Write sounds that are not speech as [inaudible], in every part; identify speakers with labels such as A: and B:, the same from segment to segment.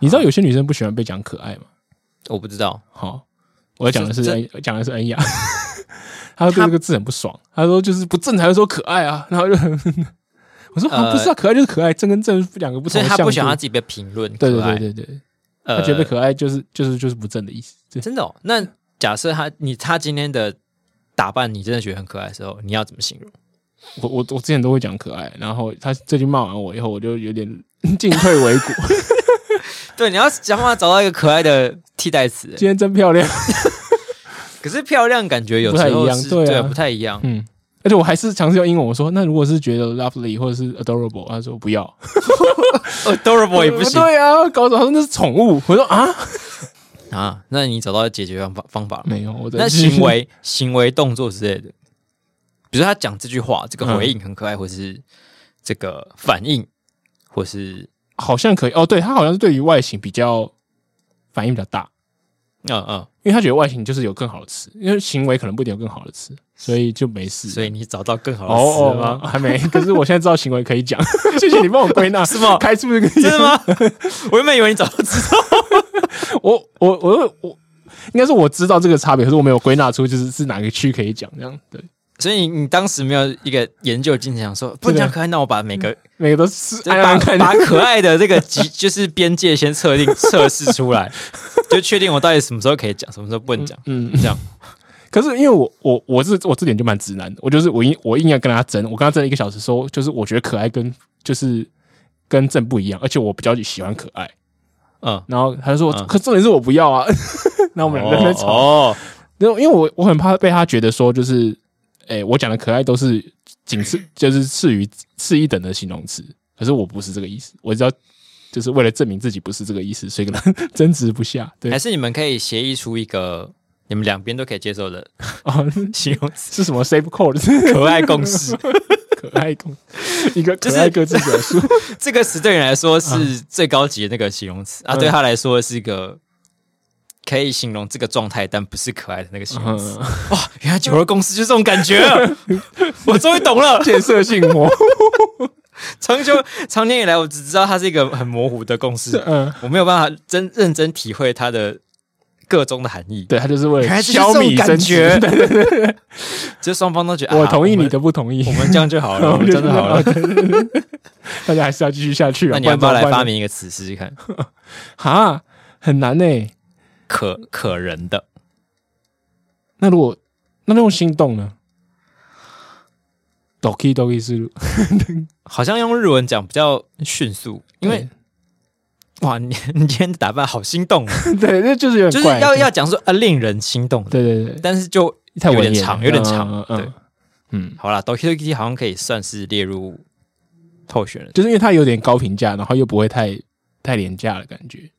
A: 你知道有些女生不喜欢被讲可爱吗？
B: 我不知道，
A: 好，我要讲的是
B: 这
A: 恩讲的是恩雅， [laughs] 她对这个字很不爽，她说就是不正才会说可爱啊，然后就我说啊
B: 呃
A: 不是啊，可爱就是可爱，正跟正两个不同
B: 所以
A: 的
B: 他
A: 向度。
B: 不想他自己被评论
A: 对对
B: 可爱
A: 对对对，
B: 呃
A: 她觉得可爱就是就是就是不正的意思。对，
B: 真的哦。那假设他你他今天的打扮你真的觉得很可爱的时候，你要怎么形容？
A: 我我我之前都会讲可爱，然后她最近骂完我以后，我就有点 [laughs] 进退维谷。
B: 对，你要想办法找到一个可爱的替代词。
A: 今天真漂亮， [laughs]
B: 可是漂亮感觉有
A: 不太
B: 时
A: 一
B: 候
A: 样
B: 是
A: 对啊
B: 对不太一样。
A: 嗯。而且我还是尝试用英文，我说那如果是觉得 lovely 或者是 adorable，她说不要，
B: 哦 adorable 也不行
A: [laughs] 对啊，搞什么？她说那是宠物，我说啊，
B: 啊。那你找到解决方法方法了吗？
A: 没有，我的 [laughs]
B: 那行为、 [laughs] 行为、动作之类的，比如他讲这句话，这
A: 嗯
B: 个回应很可爱，或是这个反应，或是
A: 好像可以哦，对他好像是对于外形比较反应比较大，
B: 嗯嗯，
A: 因为他觉得外形就是有更好的词，因为行为可能不一定有更好的词，所以就没事。
B: 所以你找到更好
A: 哦
B: 的词了
A: 哦
B: 吗？，
A: 还没。可是我现在知道行为可以
B: [laughs]
A: 讲，谢谢你帮我归纳，
B: 是吗
A: 开出这个
B: [laughs] 真的
A: [laughs]
B: 吗？
A: 啊
B: 我原本以为你找到 [laughs] 知道，
A: 我我我我，应该是我知道这个差别，可是我没有归纳出就是是哪个区可以讲这样。对，
B: 所以你当时没有一个研究精神，想
A: 啊
B: 说不能讲可爱，那我把每个
A: 每个都是
B: 就
A: 按
B: 把
A: 按看 [laughs]
B: 把可爱的这个极就是边界先测定测试出来，就确定我到底什么时候可以讲，什么时候不能讲，
A: 嗯。
B: 这样。
A: 可是因为我我我是我这点就蛮直男的，我就是我硬我硬要跟他争，我跟他争了一个小时说，就是我觉得可爱跟就是跟正不一样，而且我比较喜欢可爱。
B: 嗯，
A: 然后他就说，
B: 嗯
A: 可重点是我不要啊。 [laughs] 然后我们两个人在吵，
B: 哦，哦
A: 然后因为我我很怕被他觉得说就是，哎，我讲的可爱都是仅次就是次于次一等的形容词，可是我不是这个意思，我只要就是为了证明自己不是这个意思，所以跟他 [laughs] 争执不下。对
B: 还，是你们可以协议出一个你们两边都可以接受的
A: [laughs] 哦，
B: 形容词，
A: 是什么 safe code？ [laughs]
B: 可爱共识。
A: 可爱公一个
B: 就
A: 可
B: 是
A: 爱各自表述。
B: 这个词对你来说是最高级的那个形容词啊，
A: 嗯
B: 对他来说是一个可以形容这个状态，但不是可爱的那个形容词。
A: 嗯，
B: 哇，原来九二公司就这种感觉 [laughs] 了，我终于懂了。
A: 建设性 [laughs] 模糊，
B: 长久长年以来，我只知道它是一个很模糊的共识，
A: 嗯，
B: 我没有办法真认真体会它的各中的含义。
A: 对他就是为
B: 原来
A: 了
B: 这就是
A: 消
B: 这种
A: 弭
B: 感
A: 争
B: 觉
A: 执。对对对，
B: [laughs] 就双方都觉得，
A: 我
B: 啊
A: 同意你，的
B: 我
A: 不同意
B: 们，我们这样就
A: [laughs]
B: 好了，我们这样就好
A: 了。
B: 了。
A: 大家还是要继续下去啊！
B: 那你要不
A: 不
B: 要
A: 然
B: 来
A: 怎么办
B: 发
A: 呢？
B: 明一个词试试看？
A: 哈，很难呢、
B: 可可人的，
A: 那如果那用心动呢？doki doki 是，
B: 好像用日文讲比较迅速，因为哇，你 [laughs] 你今天的打扮好心动哦，
A: 对，对那就是有
B: 就
A: 点怪，
B: 是要要讲说呃令人心动的，
A: 对对对，
B: 但是就
A: 太
B: 有
A: 文
B: 点
A: 言了
B: 长，有点长。
A: 嗯嗯
B: 对，
A: 嗯嗯，
B: 好啦 d o k i d o k 好像可以算是列入候选人，
A: 就是因为它有点高评价，然后又不会太太廉价的感觉，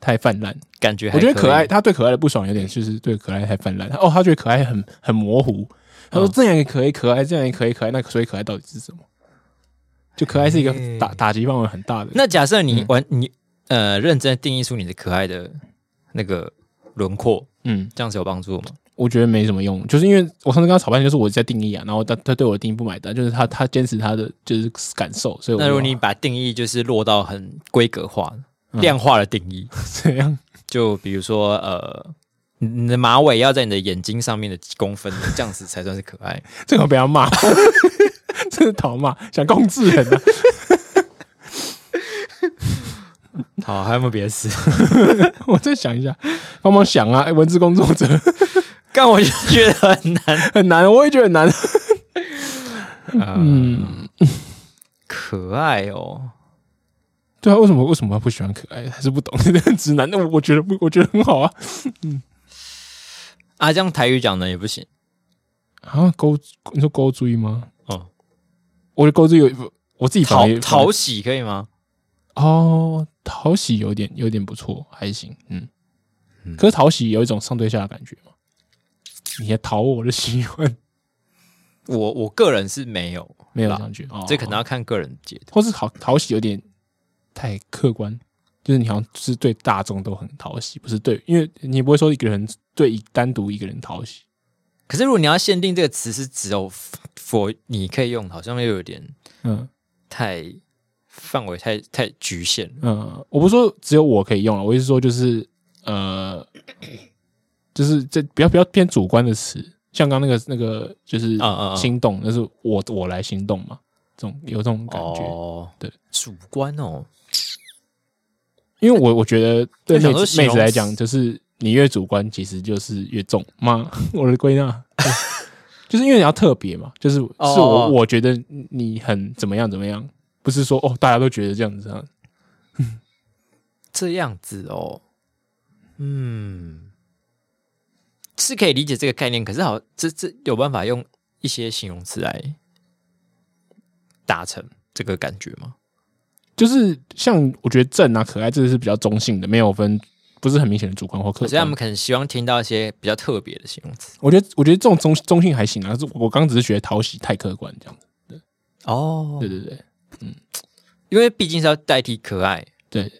A: 太泛滥。
B: 感觉还
A: 我觉得
B: 可
A: 可
B: 以
A: 爱，，他对可爱的不爽有点就是对可爱太泛滥。哦，他觉得可爱很很模糊。他
B: 嗯
A: 说这样也可以可爱，这样也可以可爱，那所以可爱到底是什么？就可爱是一个
B: 哎
A: 打打击范围很大的。
B: 那假设你完、你呃认真地定义出你的可爱的那个轮廓，
A: 嗯，
B: 这样子有帮助吗？
A: 我觉得没什么用，就是因为我上次跟他吵半天，就是我在定义啊，然后他他对我的定义不买单，就是他他坚持他的就是感受，所以我
B: 那如果
A: 就
B: 你把定义就是落到很规格化、
A: 嗯
B: 量化的定义，
A: [laughs] 这样，
B: 就比如说呃，你你的马尾要在你的眼睛上面的几公分，这样子才算是可爱。
A: 这个被他骂， [laughs] 这是讨骂，想控制人啊。
B: [laughs]
A: [laughs]
B: 好，还有没有别的 [laughs] 事？
A: 我再想一下，帮忙想啊，哎文字工作者 [laughs]
B: 但我就觉得很难。
A: 很难，我也觉得很难。
B: 嗯，可爱哦，
A: 对啊，为什么为什么他不喜欢可爱？还是不懂 [laughs] 直男？那我我觉得不，我觉得很好啊。
B: 啊，这样台语讲的也不行
A: 啊，勾你说勾追吗？
B: 哦。
A: 我觉得勾追有我自己反
B: 讨
A: 而也
B: 讨喜可以吗？
A: 哦，讨喜有点有点不错，还行，嗯。可是讨喜有一种上对下的感觉嘛？你也讨我的喜欢，
B: 我我个人是没有，
A: 没有这样觉哦。
B: 这可能要看个人解读。
A: 或是讨讨喜有点太客观，就是你好像是对大众都很讨喜，不是对，因为你不会说一个人对一单独一个人讨喜。
B: 可是如果你要限定这个词是只有 for 你可以用，好像又有点
A: 嗯，
B: 太范围太太局限了。
A: 嗯，我不是说只有我可以用了，我意思说就是呃， [coughs] 就是这不要不要偏主观的词，像刚那个那个就是
B: 嗯嗯嗯
A: 心动，那是我我来心动嘛，这种有这种感觉，
B: 哦，
A: 对，
B: 主观哦，
A: 因为我我觉得对
B: 那想
A: 妹
B: 说
A: 子
B: 形
A: 妹
B: 容
A: 子来
B: 词
A: 讲，就是你越主观，其实就是越重妈， [laughs] 我的归纳。对就是因为你要特别嘛，就是是
B: 哦
A: 我我觉得你很怎么样怎么样，不是说哦大家都觉得这样子啊，
B: 这样子哦，嗯，是可以理解这个概念，可是好，这这有办法用一些形容词来达成这个感觉吗？
A: 就是像我觉得正啊可爱这个是比较中性的，没有分不是很明显的主观或客
B: 可是他
A: 观
B: 们。可能希望听到一些比较特别的形容词
A: 我觉得我觉得这种中中性还行啊，可是我刚只是觉得讨喜太客观这样子。
B: 哦
A: 对对对
B: 因为毕竟是要代替可爱，
A: 对，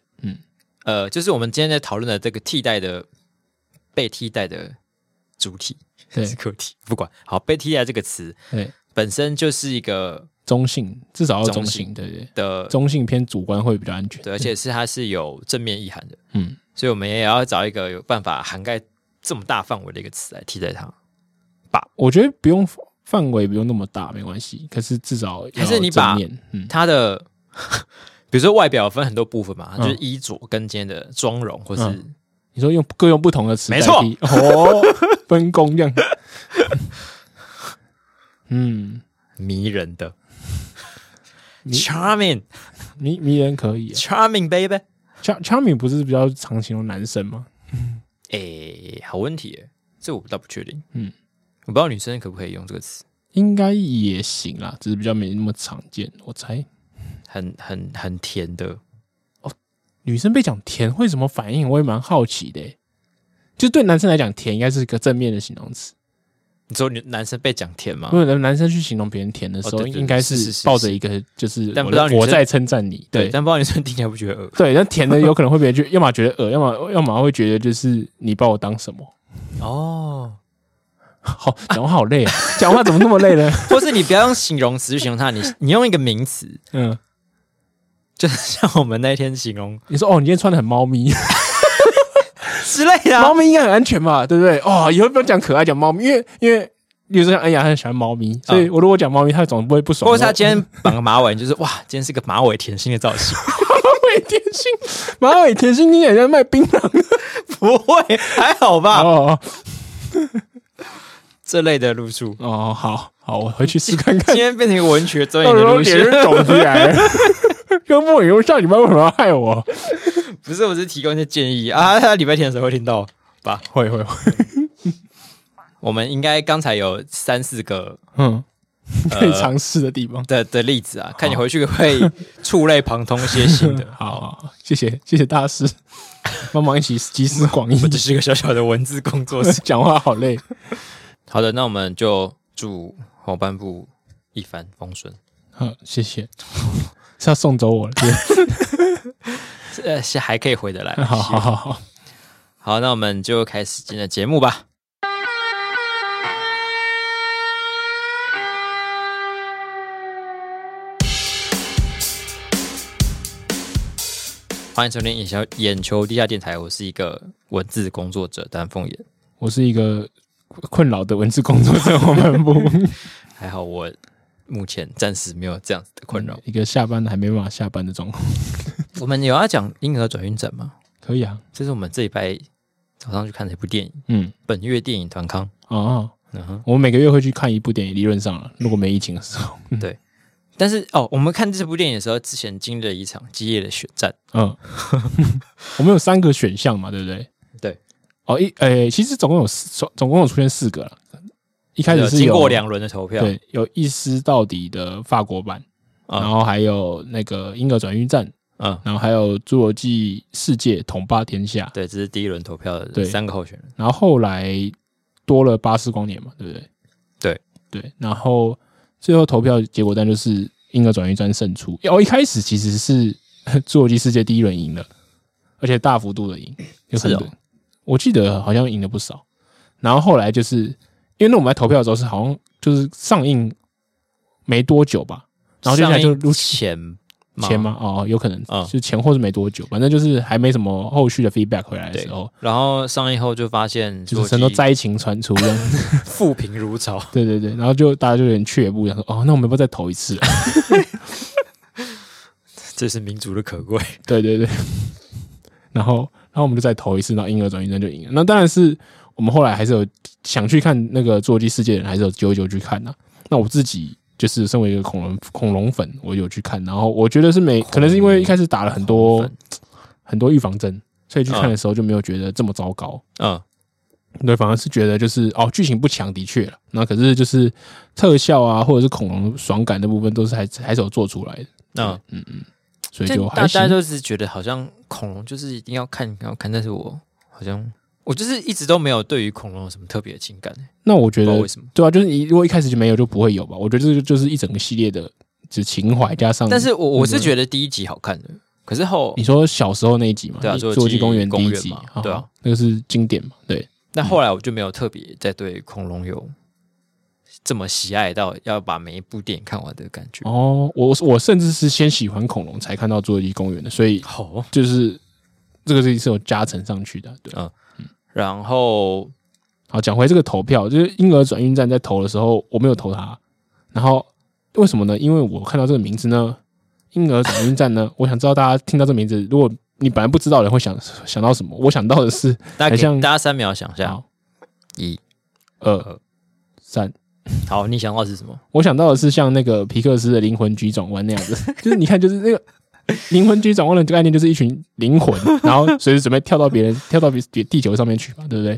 B: 呃，就是我们今天在讨论的这个替代的被替代的主体
A: 对
B: [laughs] 是个体，不管好被替代这个词
A: 对
B: 本身就是一个
A: 中性至少要中
B: 中
A: 性，
B: 性
A: 对对，
B: 的，
A: 中性偏主观会比较安全。
B: 对，而且是它是有正面意涵的，
A: 嗯，
B: 所以我们也要找一个有办法涵盖这么大范围的一个词来替代它。
A: 我觉得不用范围不用那么大，没关系。可是至少要
B: 还是你
A: 正
B: 把
A: 面嗯
B: 它的 [laughs] 比如说外表分很多部分嘛，
A: 嗯
B: 就是衣着跟今天的妆容，或是、
A: 嗯你说用各用不同的词代
B: 没
A: 替，哦，分工这样。 [laughs] 嗯，
B: 迷人的
A: 迷
B: charming
A: 迷迷人可以、啊。
B: charming baby。
A: Char Charming 不是比较常形容男生吗？
B: 诶、哎好问题耶，这我倒不确定。
A: 嗯
B: 嗯，我不知道女生可不可以用这个词，
A: 应该也行啦，只是比较没那么常见。我猜
B: 很很很甜的。
A: 女生被讲甜会什么反应，我也蛮好奇的、欸。就对男生来讲，甜应该是个正面的形容词。
B: 你说女男生被讲甜吗
A: 如？果男生去形容别人甜的时
B: 啊哦
A: 候，
B: 对对对
A: 应该
B: 是是是
A: 抱着一个就是
B: 但
A: 我
B: 不知道
A: 在
B: 女生
A: 我在称赞你，
B: 对，但不知道女生听起来不觉得恶。
A: 对，那甜的有可能会别人就要么觉得恶，要么要么会觉得就是你把我当什么？ [laughs]
B: 哦，
A: 好，讲话好累啊，讲话怎么那么累
B: [laughs]
A: 呢？
B: 或是你不要用形容词去形容 [laughs] 它，你你用一个名词，
A: 嗯，
B: 就是像我们那天形容
A: 你说哦，你今天穿的很猫咪，
B: [laughs] 之类的、啊
A: 猫。咪应该很安全吧，对不对？哦，以后不要讲可爱，讲猫咪，因为因为比如说像恩雅，她很喜欢猫咪，所以我如果讲猫咪，她总不会不爽。
B: 或是他
A: 我
B: 今天绑个马尾，你就是哇，今天是个马尾甜心的造型， [laughs]
A: 马尾甜心，马尾甜心，你也在卖槟榔
B: 不会还好吧？
A: 哦
B: 这类的路数，
A: 哦，好好，我回去试看看
B: 今。天变成一个文学专业
A: [laughs] 到
B: 的
A: 时候
B: 路
A: 脸是
B: 线，
A: 肿起来， [laughs] 跟莫雨说上礼拜为什么要害我？
B: 不是，我只是提供一些建议啊。他礼拜天的时候会听到吧？
A: 会会会，
B: 我们应该刚才有三四个
A: 嗯，可以
B: 呃
A: 尝试的地方。。
B: 的的例子啊，看你回去会触类旁通些新的
A: 好好，好谢谢谢谢大师，帮忙一起集思广 [laughs] 益。
B: 我。 [laughs] 只是个小小的文字工作室
A: 讲话好累，
B: 好的，那我们就祝后半部一帆风顺。
A: 好，谢谢，是要送走我了。是不是
B: 这呃是还可以回得来。
A: 好好好好，
B: 好，那我们就开始今天的节目吧。欢迎收听眼球眼球地下电台，我是一个文字工作者丹凤眼。
A: 我是一个困扰的文字工作
B: [laughs]
A: 者，我们不
B: 还好我目前暂时没有这样子的困扰。
A: 一个下班了还没办法下班的状况。
B: 我们有要讲婴儿转运站吗？
A: 可以啊，
B: 这是我们这一拜早上去看的一部电影，
A: 嗯，
B: 本月电影团康。
A: 哦，
B: 嗯哼，
A: 我们每个月会去看一部电影，理论上
B: [laughs]
A: 了，如果没疫情的时候，
B: 但是哦，我们看这部电影的时候，之前经历了一场激烈的血战。
A: 嗯， [laughs] 我们有三个选项嘛，对不对？
B: 对，
A: 哦，一，诶，其实总共有四，总总共有出现四个了。一开始是
B: 经
A: 有
B: 过两轮的投票，
A: 对，有一丝到底的法国版，
B: 啊
A: 然后还有那个婴儿转运站，
B: 嗯，
A: 然后还有侏罗纪世界统霸天下，
B: 对，这是第一轮投票的
A: 对
B: 三个候选人，
A: 然后后来多了巴斯光年嘛，对不对？
B: 对
A: 对，然后最后投票结果单就是婴儿转运站胜出。哦，一开始其实是 [laughs] 侏罗纪世界第一轮赢了，而且大幅度的赢，有很
B: 是哦
A: 多，我记得好像赢了不少。然后后来就是因为那我们在投票的时候是好像就是上映没多久吧，然后接下来就
B: 上映
A: 陆续
B: 前吗
A: 前吗？哦，有可能，
B: 嗯
A: 就前或是没多久，反正就是还没什么后续的 feedback 回来的时候，
B: 然后上映后就发现
A: 就
B: 座
A: 是很多
B: 机
A: 灾情传出这样子。
B: [laughs] 富贫如潮， [laughs]
A: 对对对，然后就大家就有点却步，想说哦，那我们要不要再投一次、 [laughs] 啊？
B: 这是民族的可贵。
A: 对对 [laughs] 对，然后然后我们就再投一次，然后婴儿转运站就赢了。那当然是我们后来还是有想去看那个《侏罗纪世界》的人，还是有揪一揪去看呐、啊那我自己就是身为一个恐龙恐龙粉，我有去看，然后我觉得是没，可能是因为一开始打了很
B: 恐
A: 多
B: 龙粉
A: 很多预防针，所以去看
B: 嗯
A: 的时候就没有觉得这么糟糕。
B: 嗯，
A: 对，反而是觉得就是哦，剧情不强的确了，那可是就是特效啊，或者是恐龙爽感的部分，都是还还是有做出来的，
B: 那
A: 所以
B: 但
A: 就
B: 大
A: 还
B: 大家
A: 行。
B: 都是觉得好像恐龙就是一定要看要看，但是我好像我就是一直都没有对于恐龙有什么特别的情感，
A: 那我觉
B: 不知道
A: 得
B: 为什么。
A: 对啊，就是你如果一开始就没有，就不会有吧？我觉得这个就是一整个系列的，就是情怀加上。
B: 但是我
A: 嗯
B: 我是觉得第一集好看的，可是后
A: 你说小时候那一集嘛，
B: 对啊
A: 侏
B: 侏罗纪
A: 罗纪公园第
B: 公
A: 一
B: 园
A: 集
B: 嘛，对啊
A: 好，那个是经典嘛，对。
B: 那后来我就没有特别再对恐龙有这么喜爱到要把每一部电影看完的感觉。
A: 哦，我我甚至是先喜欢恐龙，才看到侏罗纪公园的，所以
B: 好，
A: 就是这个事情是有加成上去的，对。
B: 然后
A: 好，讲回这个投票，就是婴儿转运站在投的时候，我没有投他。然后为什么呢？因为我看到这个名字呢，婴儿转运站呢，我想知道大家听到这名字，如果你本来不知道的人会想想到什么？我想到的是
B: 大
A: 好
B: 家
A: 像
B: 给大家三秒想一下
A: 好，
B: 一
A: 二三，
B: 好，你想到的是什么？ [laughs]
A: 我想到的是像那个皮克斯的《灵魂局转弯》那样子， [laughs] 就是你看，就是那个。灵魂局转弯的概念就是一群灵魂，然后随时准备跳到别人跳到别别地球上面去嘛，对不对？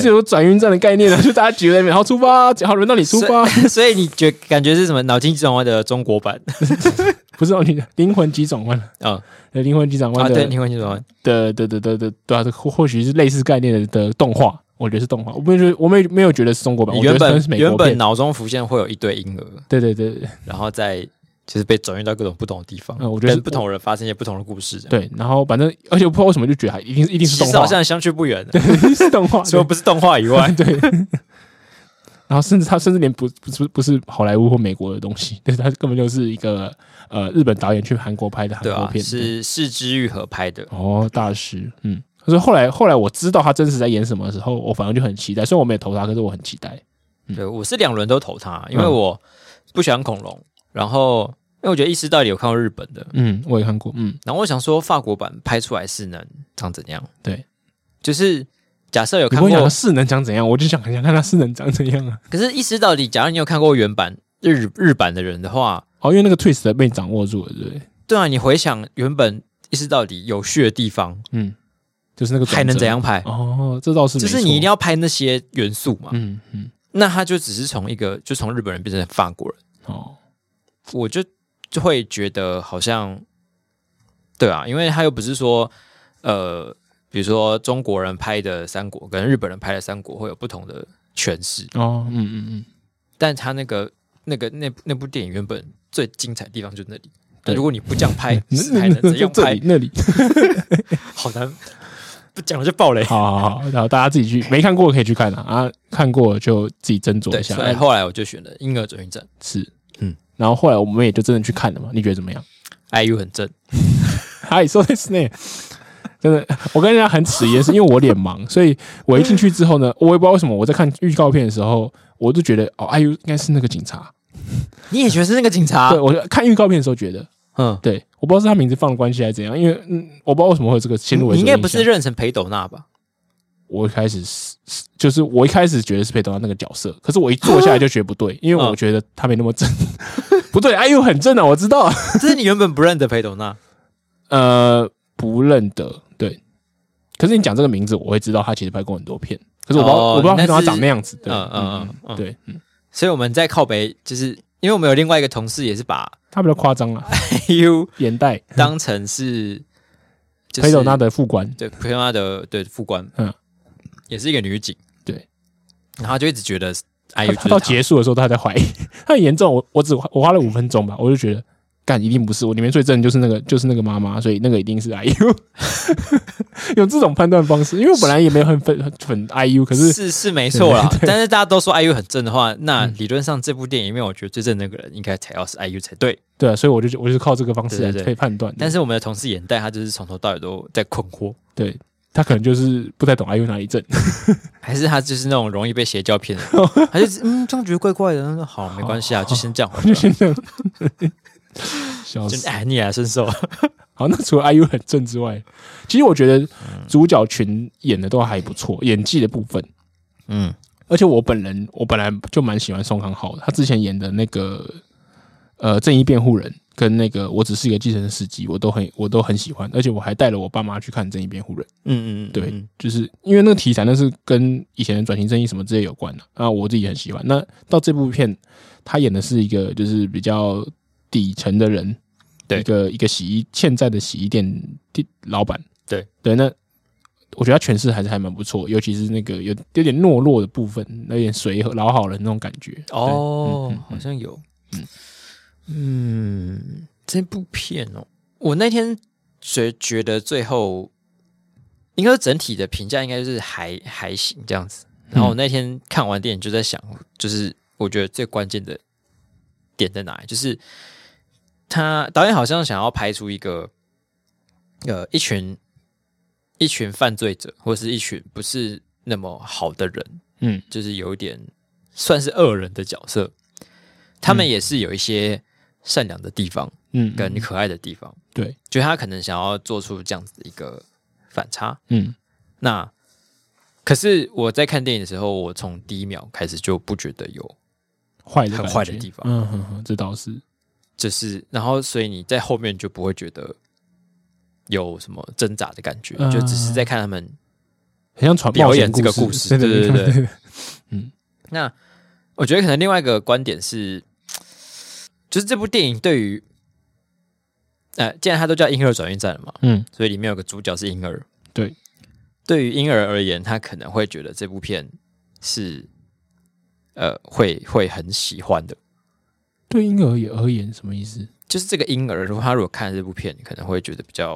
A: 就是有转运站的概念呢，啊就大家举了一秒，然后出发，好轮到你出发，
B: 所以你觉感觉是什么？脑筋急转弯的中国版
A: [laughs]
B: [laughs]
A: 不是哦，你的灵魂急转弯
B: 啊
A: 呃灵魂急转
B: 啊，
A: 弯的、
B: 对，灵魂急转弯，
A: 的的的的的对啊，或或许是类似概念的的动画，我觉得是动画，我不觉得我没没有觉得是中国版，
B: 你
A: 我觉得
B: 原
A: 可能
B: 本
A: 是美
B: 原
A: 国
B: 本
A: 片，
B: 脑中浮现会有一堆婴儿，
A: 对对对对
B: 然后再就是被转运到各种不同的地方，
A: 嗯我觉得是
B: 跟不同人发生一些不同的故事，这样，
A: 对，然后反正而且我不知道为什么就觉得还一定是一定是
B: 其
A: 动
B: 实好
A: 画，
B: 像相去不远的，
A: 是动画，
B: 除
A: [laughs]
B: 了
A: 对
B: 不是动画以外，
A: 对。然后甚至他甚至连不不是不是好莱坞或美国的东西， [laughs] 但是他根本就是一个呃日本导演去韩国拍的韩
B: 对
A: 国
B: 啊，
A: 片，
B: 是是之愈合拍的，
A: 哦，大师，嗯，所以后来后来我知道他真实在演什么的时候，我反而就很期待。虽然我没有投他，可是我很期待。
B: 对我是两轮都投他，因为
A: 嗯
B: 我不喜欢恐龙，然后因为我觉得意识到底有看过日本的，
A: 嗯，我也看过，嗯，
B: 然后我想说法国版拍出来是能长怎样，
A: 对，
B: 就是假设有
A: 你
B: 看
A: 不会
B: 过
A: 想他是能长怎样，我就想很想看他是能长怎样啊。
B: 可是，意识到底，假如你有看过原版日日版的人的话，
A: 哦，因为那个 twist 被你掌握住了，对不对？
B: 对啊，你回想原本意识到底有趣的地方，
A: 嗯，就是那个
B: 还能
A: 转折
B: 怎？样拍？
A: 哦，这倒是没
B: 就
A: 错，
B: 是你一定要拍那些元素嘛。
A: 嗯嗯，
B: 那他就只是从一个就从日本人变成法国人，
A: 哦，
B: 我就就会觉得呃好像，对啊，因为他又不是说，呃，比如说中国人拍的三国跟日本人拍的三国会有不同的诠释，
A: 哦，嗯嗯嗯，
B: 但他那个那个那那部电影原本最精彩的地方就那里。
A: 对
B: 但如果你不这样拍，是
A: 那
B: 还
A: 那
B: 能
A: 那
B: 怎
A: 这
B: 样
A: 这
B: 拍
A: 里？那里，
B: 好难，不讲了就爆雷。
A: 好好好，然后大家自己去没看过可以去看啊，啊，看过就自己斟酌
B: 对，
A: 一下
B: 所。以后来我就选了婴儿转运站
A: 是，嗯
B: 嗯，
A: 然后后来我们也就真的去看了嘛，你觉得怎么样？
B: ，IU [laughs] 哎很正，
A: 嗨，そうですね。真的，我跟人家很耻也是因为我脸盲，所以我一进去之后呢，我也不知道为什么我在看预告片的时候，我就觉得哦，哎呦，应该是那个警察。
B: 你也觉得是那个警察
A: 对？我就看预告片的时候觉得，
B: 嗯，
A: 对，我不知道是他名字放的关系还是怎样，因为嗯，我不知道为什么会有这个先入为主
B: 你
A: 的
B: 应该不是
A: 印象
B: 认成裴斗娜吧？ [laughs]
A: 我一开始是是就是我一开始觉得是佩德那个角色，可是我一坐下来就觉得不对，因为我
B: 嗯
A: 觉得他没那么正， [laughs] 不对，哎呦很正啊，我知道啊，
B: 这是你原本不认得裴斗娜，
A: 呃，不认得。对，可是你讲这个名字，我会知道他其实拍过很多片，可是我不知道，
B: 哦
A: 我不知道为
B: 那
A: 什么他
B: 是
A: 长那样子。对，
B: 嗯嗯嗯嗯，
A: 对，嗯
B: 所以我们在靠北，就是因为我们有另外一个同事也是把 [laughs]
A: 他比较夸张啊，
B: IU
A: 眼袋，
B: 当成是，就是
A: 裴斗娜的副官，
B: 对裴斗娜的对副官，
A: 嗯
B: 嗯，也是一个女警，
A: 对，
B: 然后她就一直觉得
A: 他
B: IU
A: 他到
B: 就是
A: 结束的时候他还在怀疑，他很严重。我我只花我花了五分钟吧，我就觉得干一定不是，我里面最正的就是那个就是那个妈妈，所以那个一定是 IU。有这种判断方式，因为我本来也没有很粉很很 IU，可是
B: 是是没错啦。但是大家都说 IU 很正的话，那
A: 嗯
B: 理论上这部电影里面，我觉得最正的那个人应该才要是 IU 才对。
A: 对啊，所以我就我就是靠这个方式来
B: 对对对
A: 推判断的。
B: 但是我们的同事眼袋，他就是从头到尾都在困惑，
A: 对他可能就是不太懂 IU 哪里
B: [laughs]
A: 正， [laughs]
B: 还是他就是那种容易被邪教骗的，
A: [laughs]
B: 他就是嗯这样觉得怪怪的。他说好，没关系啊，就先这样好了，
A: 就是这样。笑
B: 就
A: 死！
B: 哎逆来顺受。
A: 好，那除了 IU 很正之外，其实我觉得主角群演的都还不错，演技的部分。
B: 嗯，
A: 而且我本人我本来就蛮喜欢宋康昊的，他之前演的那个呃《正义辩护人》跟那个《我只是一个计程车司机》，我都很我都很喜欢，而且我还带了我爸妈去看《正义辩护人》。
B: 嗯嗯，嗯
A: 对，
B: 嗯
A: 就是因为那个题材那是跟以前的转型正义什么之类有关的啊，我自己很喜欢。那到这部片，他演的是一个就是比较底层的人，
B: 对
A: 一个一个洗衣现在的洗衣店店老板，
B: 对
A: 对，那。我觉得他诠释还是还蛮不错，尤其是那个有有点懦弱的部分，有点随和老好人那种感觉。
B: 哦
A: 对嗯嗯，
B: 好像有。嗯这部片哦，我那天觉觉得最后应该说整体的评价应该就是还还行这样子。然
A: 嗯
B: 后我那天看完电影就在想，就是我觉得最关键的点在哪里？就是他导演好像想要拍出一个呃一群一群犯罪者，或是一群不是那么好的人，
A: 嗯
B: 就是有一点算是恶人的角色，他们也是有一些善良的地方
A: 嗯，
B: 跟可爱的地方，
A: 对，
B: 就他可能想要做出这样子的一个反差。
A: 嗯
B: 那可是我在看电影的时候，我从第一秒开始就不觉得有，
A: 坏的
B: 很
A: 感
B: 坏的
A: 觉
B: 地方
A: 嗯哼哼，这倒是
B: 就是然后所以你在后面就不会觉得有什么挣扎的感觉，
A: 嗯
B: 就只是在看他们
A: 很像传
B: 表
A: 冒险
B: 演这个故事
A: 对对
B: 对对对
A: 对，
B: 那我觉得可能另外一个观点是，就是这部电影对于，呃，既然它都叫婴儿转运站了嘛，
A: 嗯
B: 所以里面有个主角是婴儿。
A: 对，
B: 对于婴儿而言，他可能会觉得这部片是，呃，会会很喜欢的。
A: 对婴儿也而言什么意思？
B: 就是这个婴儿，如果他如果看这部片，可能会觉得比较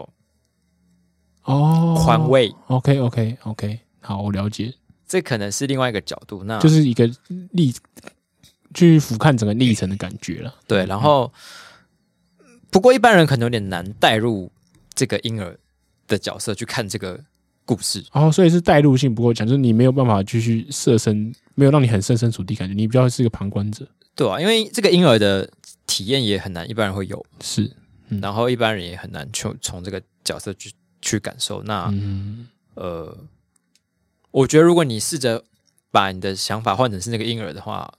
A: 哦，
B: 宽慰。
A: OK OK OK，好，我了解，
B: 这可能是另外一个角度。那
A: 就是一个历去俯瞰整个历程的感觉了。
B: 对，然后不过一般人可能有点难带入这个婴儿的角色去看这个故事。
A: 哦，所以是代入性不够强，就是你没有办法继续设身，没有让你很设身处地感觉，你比较是一个旁观者。
B: 对啊，因为这个婴儿的体验也很难，一般人会有，
A: 是，
B: 然后一般人也很难从从这个角色去去感受。那、
A: 嗯，
B: 呃，我觉得如果你试着把你的想法换成是那个婴儿的话，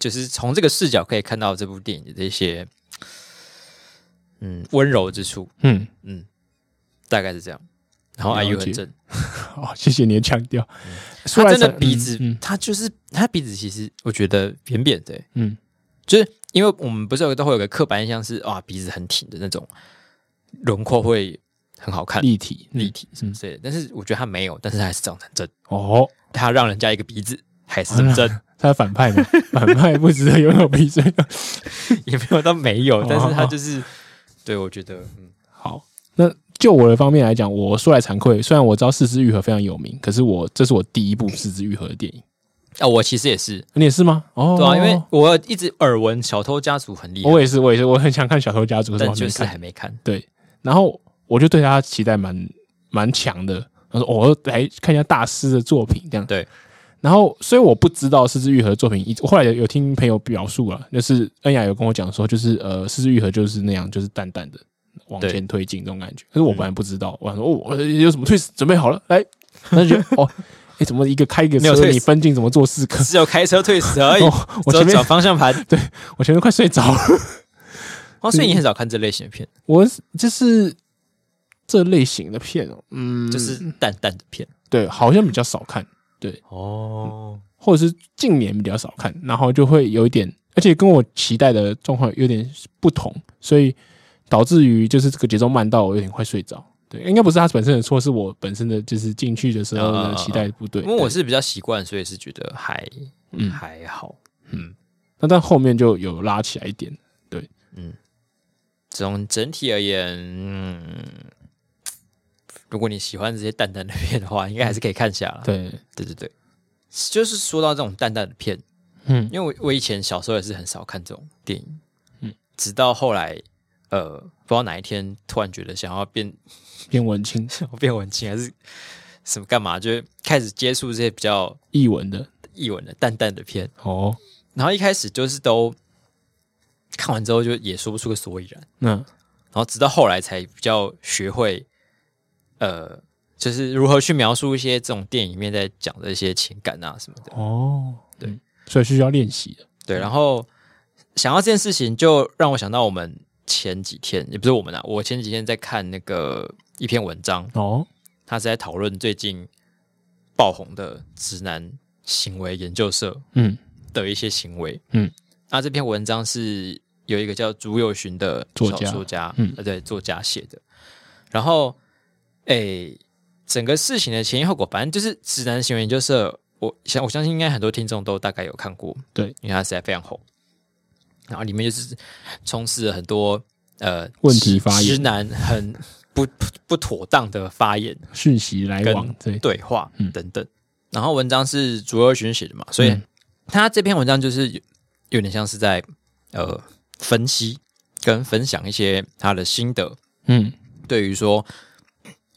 B: 就是从这个视角可以看到这部电影的一些嗯温柔之处，
A: 嗯，
B: 大概是这样。然后
A: 了
B: 阿 U
A: 解
B: 很正，
A: 好，哦谢谢你的强调。
B: 嗯他
A: 他
B: 真的鼻子，
A: 嗯
B: 他就是他鼻子，其实我觉得扁扁的欸、
A: 嗯
B: 就是因为我们不是有个都会有个刻板印象是啊鼻子很挺的那种，轮廓会很好看
A: 嗯，立体
B: 立体什么之类的。但是我觉得他没有，但是他还是长得很正，
A: 哦，
B: 他让人家一个鼻子还是很正，
A: 他反派嘛， [laughs] 反派不值得拥有鼻子。
B: [laughs] 也没有到没有
A: 哦，
B: 但是他就是对我觉得嗯
A: 好，那就我的方面来讲，我说来惭愧，虽然我知道《四肢愈合》非常有名，可是我这是我第一部《四肢愈合》的电影。
B: 啊，我其实也是
A: 你也是吗？哦，
B: 对啊，因为我一直耳闻小偷家族很厉害，
A: 我也是，我也是，我很想看《小偷家族》，可是我
B: 但
A: 还没
B: 就是
A: 看。
B: 还没看。
A: 对，然后我就对他期待蛮蛮强的。他说：“我、哦、来看一下大师的作品，这样。”
B: 对。
A: 然后，虽然我不知道四肢愈合的作品，一我后来有有听朋友表述啊，就是恩雅有跟我讲说，就是呃，四肢愈合就是那样，就是淡淡的往
B: 对
A: 前推进这种感觉。可是我本来不知道，我想
B: [laughs]
A: 说哦，我有什么 twist 准备好了，来，那就觉得哦，哎，怎么一个开一个
B: 没有哎
A: 车，你
B: twist
A: 分镜怎么做四个？
B: 只有开车退死而已，
A: 哦我
B: 只有
A: 前面
B: 转方向盘。
A: 我前面快睡着了。
B: 哦，所以你很少看这类型的片，
A: 我就是这类型的片哦，嗯，
B: 就是淡淡的片。
A: 对，好像比较少看，
B: 哦，
A: 或者是近年比较少看，然后就会有一点，而且跟我期待的状况有点不同，所以导致于就是这个节奏慢到我有点快睡着。对，应该不是他本身的错，是我本身的就是进去的时候
B: 啊啊啊
A: 的
B: 啊
A: 期待不对。
B: 因为我
A: 对
B: 是比较习惯，所以是觉得还
A: 嗯
B: 还好。
A: 那但后面就有拉起来一点，对，
B: 嗯，总整体而言，嗯，如果你喜欢这些淡淡的片的话，应该还是可以看下啦。
A: 对，
B: 对对对，就是说到这种淡淡的片，
A: 嗯
B: 因为我我以前小时候也是很少看这种电影，
A: 嗯
B: 嗯，直到后来，呃，不知道哪一天突然觉得想要变 [laughs]
A: 变文青
B: 想要变文青还是什么干嘛，就会开始接触这些比较
A: 译文的
B: 译文的淡淡的片，
A: 哦，
B: 然后一开始就是都看完之后就也说不出个所以然，
A: 那
B: 然后直到后来才比较学会，呃，就是如何去描述一些这种电影里面在讲的一些情感啊什么的。
A: 哦，
B: 对
A: 嗯，所以是需要练习的，
B: 对，然后想到这件事情，就让我想到我们前几天，也不是我们啊，我前几天在看那个一篇文章，
A: 哦，
B: 他是在讨论最近爆红的直男行为研究社
A: 嗯，
B: 的一些行为。
A: 嗯，
B: 那这篇文章是有一个叫朱友勋的
A: 作
B: 小
A: 家
B: 说家，
A: 嗯
B: 呃，对，作家写的。然后，诶、整个事情的前因后果，反正就是《直男行为研究社》，我想我相信应该很多听众都大概有看过，
A: 对
B: 因为它实在非常红。然后里面就是充斥了很多呃
A: 问题发言
B: 直男很不不不妥当的发言，
A: 讯息来往，对，
B: 对话
A: 嗯
B: 等等。然后文章是卓尔勋写的嘛，所以
A: 嗯
B: 他这篇文章就是有有点像是在呃分析跟分享一些他的心得，
A: 嗯
B: 对于说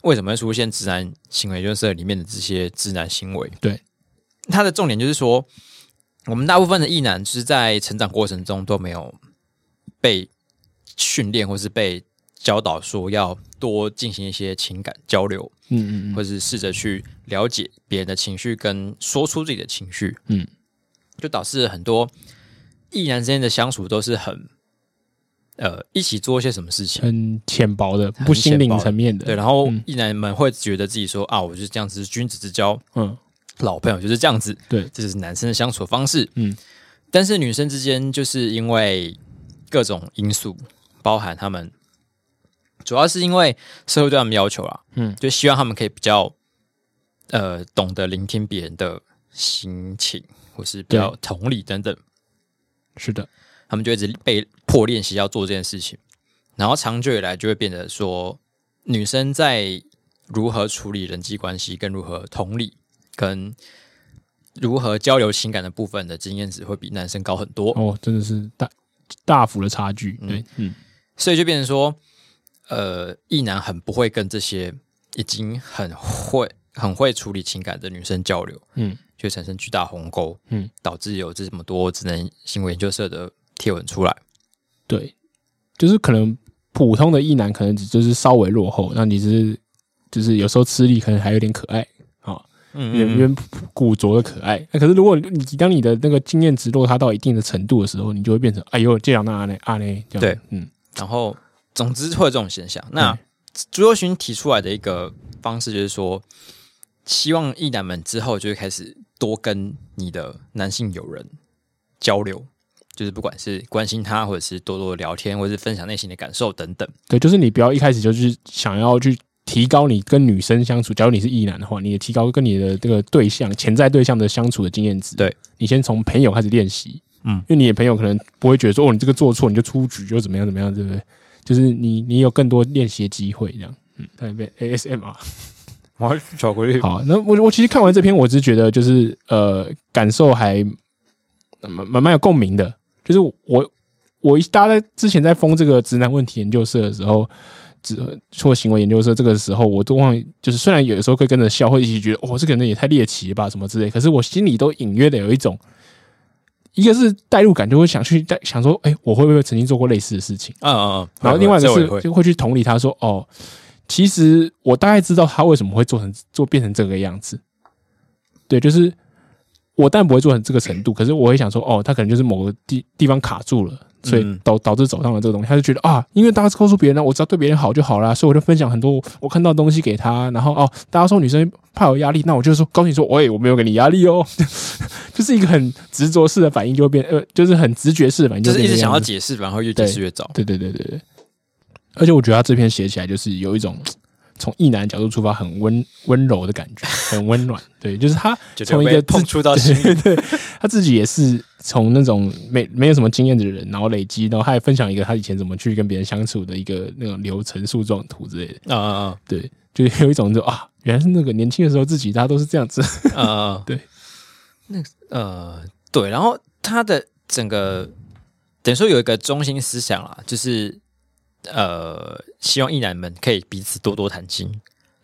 B: 为什么会出现直男行为，就是里面的这些直男行为。
A: 对，
B: 他的重点就是说，我们大部分的异男是在成长过程中都没有被训练或是被教导说要多进行一些情感交流，
A: 嗯嗯
B: 或
A: 嗯，
B: 是试着去了解别人的情绪，跟说出自己的情绪，
A: 嗯，
B: 就导致很多异男之间的相处都是很呃一起做一些什么事情，
A: 很浅薄的，不心
B: 浅薄
A: 灵
B: 的
A: 层面的，
B: 对，然后异男们会觉得自己说啊，我就是这样子，君子之交，
A: 嗯，
B: 老朋友就是这样子，
A: 对，
B: 这就是男生的相处方式，
A: 嗯，
B: 但是女生之间就是因为各种因素，包含他们主要是因为社会对他们要求啦，
A: 嗯
B: 就希望他们可以比较呃懂得聆听别人的心情，或是比较同理等等，
A: 是的，
B: 他们就一直被迫练习要做这件事情，然后长久以来就会变得说，女生在如何处理人际关系，跟如何同理，跟如何交流情感的部分的经验值会比男生高很多。
A: 哦，真的是大大幅的差距，对，嗯
B: 所以就变成说，呃，一男很不会跟这些已经很会、很会处理情感的女生交流，
A: 嗯
B: 就产生巨大鸿沟，
A: 嗯，
B: 导致有这么多智能行为研究社的贴文出来。
A: 对，就是可能普通的异男可能只就是稍微落后，那你只是就是有时候吃力，可能还有点可爱啊，有
B: 嗯，
A: 点古拙的可爱。那可是如果你当你的那个经验值落差到一定的程度的时候，你就会变成哎呦这样那啊那啊那这样，
B: 对，
A: 嗯
B: 然后总之会有这种现象。那
A: 嗯
B: 朱若勋提出来的一个方式就是说，希望一男们之后就会开始多跟你的男性友人交流。就是不管是关心他，或者是多多聊天，或者是分享内心的感受等等，
A: 对，就是你不要一开始就是想要去。提高你跟女生相处，假如你是异男的话，你也提高跟你的这个对象、潜在对象的相处的经验值。
B: 对，
A: 你先从朋友开始练习，
B: 嗯
A: 因为你的朋友可能不会觉得说，哦，你这个做错你就出局，就怎么样怎么样，对不对？就是你你有更多练习的机会，这样。嗯，在那边 ASMR。
B: 我巧克力
A: 好，那我我其实看完这篇，我只是觉得就是呃，感受还蛮蛮蛮有共鸣的。就是我我一大家在之前在封这个直男问题研究社的时候，只或行为研究社这个时候，我都忘了，就是虽然有的时候会跟着笑，会一起觉得哦，这个人也太猎奇了吧什么之类，可是我心里都隐约的有一种。一个是代入感，就会想去代想说，哎、我会不会曾经做过类似的事情？
B: 嗯嗯，嗯
A: 然后另外一
B: 这我也
A: 个
B: 会
A: 是就会去同理他说，哦，其实我大概知道他为什么会做成做变成这个样子。对，就是我但不会做成这个程度，可是我会想说，哦，他可能就是某个地地方卡住了，所以
B: 嗯
A: 导导致走上了这个东西。他就觉得啊，因为大家告诉别人呢，我只要对别人好就好啦，所以我就分享很多我看到的东西给他。然后哦，大家说女生怕有压力，那我就说告诉你说，喂，我没有给你压力哦， [laughs] 就是一个很执着式的反应，就会变呃，就是很直觉式的反应，
B: 就是
A: 会
B: 一
A: 变
B: 直
A: 这
B: 想
A: 样
B: 要
A: 子
B: 解释，然后越解释越糟。
A: 对对对对对。而且我觉得他这篇写起来就是有一种从意男角度出发很温温柔的感觉，很温暖。对，就是他
B: 绝对
A: 从一
B: 被
A: 个
B: 碰
A: 自
B: 触到心里，
A: 他自己也是从那种没没有什么经验的人，然后累积，然后他还分享一个他以前怎么去跟别人相处的一个那种流程树状图之类的。
B: 啊啊
A: 对，就有一种就啊，原来是那个年轻的时候自己大家都是这样
B: [laughs]
A: 子。
B: 啊啊！
A: 对，
B: 那个呃，对，然后他的整个等于说有一个中心思想啦，就是呃，希望艺男们可以彼此多多谈心，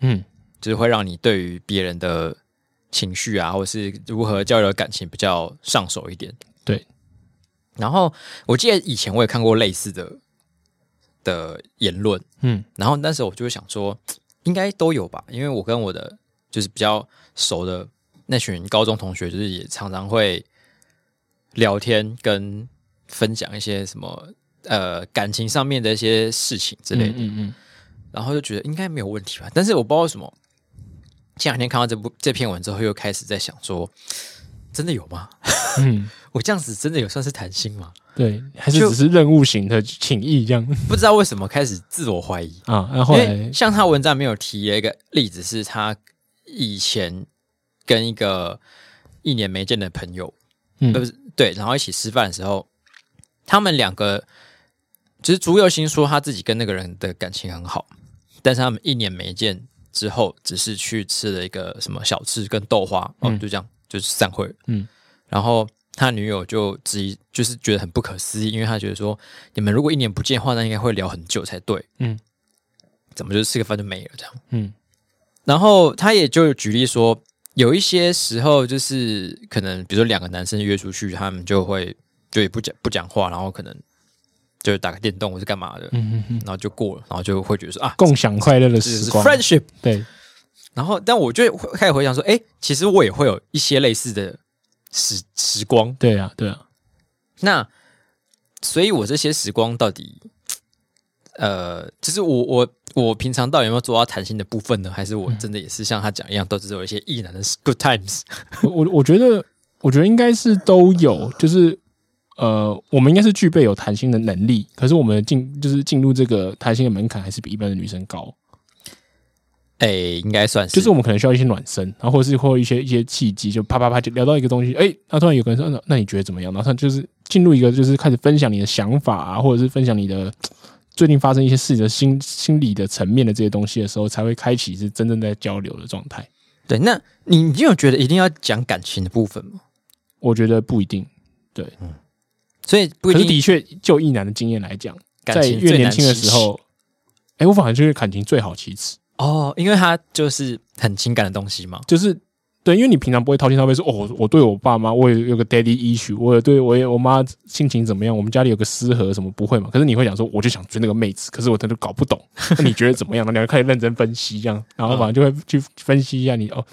A: 嗯，
B: 就是会让你对于别人的情绪啊，或是如何交流感情比较上手一点。
A: 对，
B: 然后我记得以前我也看过类似的的言论，
A: 嗯
B: 然后那时候我就会想说，应该都有吧，因为我跟我的就是比较熟的那群高中同学，就是也常常会聊天跟分享一些什么呃感情上面的一些事情之类的，
A: 嗯嗯
B: 然后就觉得应该没有问题吧。但是我不知道为什么，前两天看到这部这篇文之后，又开始在想说，真的有吗？
A: 嗯，
B: [laughs] 我这样子真的有算是谈心吗？
A: 对，还是
B: 就
A: 只是任务型的情谊这样
B: 不知道为什么开始自我怀疑。
A: 啊？那后
B: 因
A: 来
B: 为，像他文章没有提一个例子，是他以前跟一个一年没见的朋友，
A: 嗯
B: 呃，不是对，然后一起吃饭的时候，他们两个就是朱佑新说他自己跟那个人的感情很好，但是他们一年没见之后，只是去吃了一个什么小吃跟豆花，哦，
A: 嗯
B: 就这样就是散会，
A: 嗯，
B: 然后。他女友就质疑，就是觉得很不可思议，因为他觉得说，你们如果一年不见的话，那应该会聊很久才对。
A: 嗯
B: 怎么就是吃个饭就没了这样。
A: 嗯
B: 然后他也就举例说，有一些时候就是可能，比如说两个男生约出去，他们就会就也不讲不讲话，然后可能就打个电动或是干嘛的，
A: 嗯嗯嗯，
B: 然后就过了，然后就会觉得说啊，
A: 共享快乐的
B: 这是
A: 时光，
B: friendship。
A: 对，
B: 然后，但我就会开始回想说，哎，其实我也会有一些类似的时时光。
A: 对啊，对啊，
B: 那所以，我这些时光到底，呃，就是我我我平常到底有没有做到谈心的部分呢？还是
A: 嗯
B: 我真的也是像他讲一样，都只有一些意男的 [laughs] good times？
A: 我我我觉得，我觉得应该是都有，就是呃，我们应该是具备有谈心的能力，可是我们进就是进入这个谈心的门槛还是比一般的女生高，
B: 哎、应该算是，
A: 就是我们可能需要一些暖身，然后或是或一些一些契机，就啪啪啪就聊到一个东西，哎、那突然有个人说，那那你觉得怎么样？然后他就是进入一个就是开始分享你的想法啊，或者是分享你的。最近发生一些事情的心心理的层面的这些东西的时候，才会开启是真正在交流的状态。
B: 对。那你你有觉得一定要讲感情的部分吗？
A: 我觉得不一定，
B: 所以不一
A: 可是
B: 定
A: 的确，就一男的经验来讲，
B: 感
A: 在
B: 情
A: 越
B: 最
A: 年
B: 难
A: 轻的
B: 启
A: 时
B: 齿
A: 候，哎、我反而觉得感情最好启齿，
B: 哦，因为它就是很情感的东西嘛。
A: 就是对，因为你平常不会掏心掏肺说，哦，我我对我爸妈，我有有个 daddy issue，我有对我有我妈心情怎么样，我们家里有个失和什么不会嘛？可是你会讲说，我就想追那个妹子，可是我真的搞不
B: [laughs]
A: 懂，那你觉得怎么样？然后你会开始认真分析这样，然
B: 嗯
A: 后反正就会去分析一下你哦，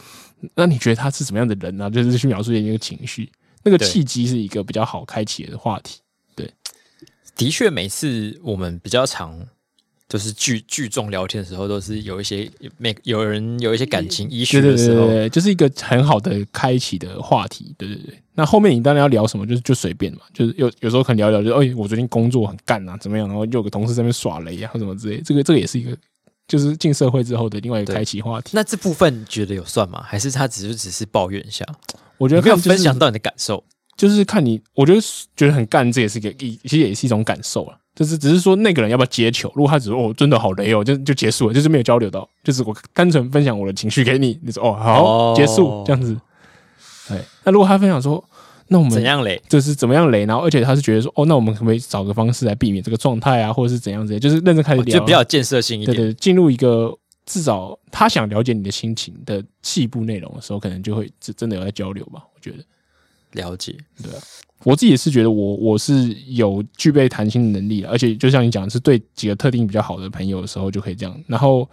A: 那你觉得他是什么样的人呢、啊？就是去描述一个情绪，那个
B: 对
A: 契机是一个比较好开启的话题。
B: 的确，每次我们比较常就是聚聚众聊天的时候，都是有一些每有人有一些感情医
A: 对
B: 学
A: 对
B: 的
A: 对
B: 时
A: 对
B: 候，
A: 对，就是一个很好的开启的话题。对对对，那后面你当然要聊什么，就是就随便嘛，就是有有时候可能聊一聊，就是哎，我最近工作很干啊，怎么样？然后又有个同事在那边耍雷啊，或什么之类，这个这个也是一个，就是进社会之后的另外一个
B: 对
A: 开启话题。
B: 那这部分觉得有算吗？还是他只是只是抱怨一下？
A: 我觉
B: 有
A: 得
B: 没有
A: 看、就是、
B: 分享到你的感受？
A: 就是看你，我觉得觉得很干，这也是一个一，其实也是一种感受了。就是只是说那个人要不要接球，如果他只是哦真的好雷哦，就就结束了，就是没有交流到，就是我单纯分享我的情绪给你，你说哦好
B: 哦
A: 结束这样子。哎，那如果他分享说，那我们
B: 怎样嘞？
A: 就是怎么样雷，然后而且他是觉得说哦，那我们可不可以找个方式来避免这个状态啊，或者是怎样子，就是认真开始
B: 哦
A: 聊，啊
B: 就比较有建设性一
A: 对
B: 点。
A: 对，进入一个至少他想了解你的心情的细部内容的时候，可能就会真真的有在交流吧，我觉得。
B: 了解，
A: 我自己也是觉得我我是有具备弹性的能力的，而且就像你讲，是对几个特定比较好的朋友的时候就可以这样。然后，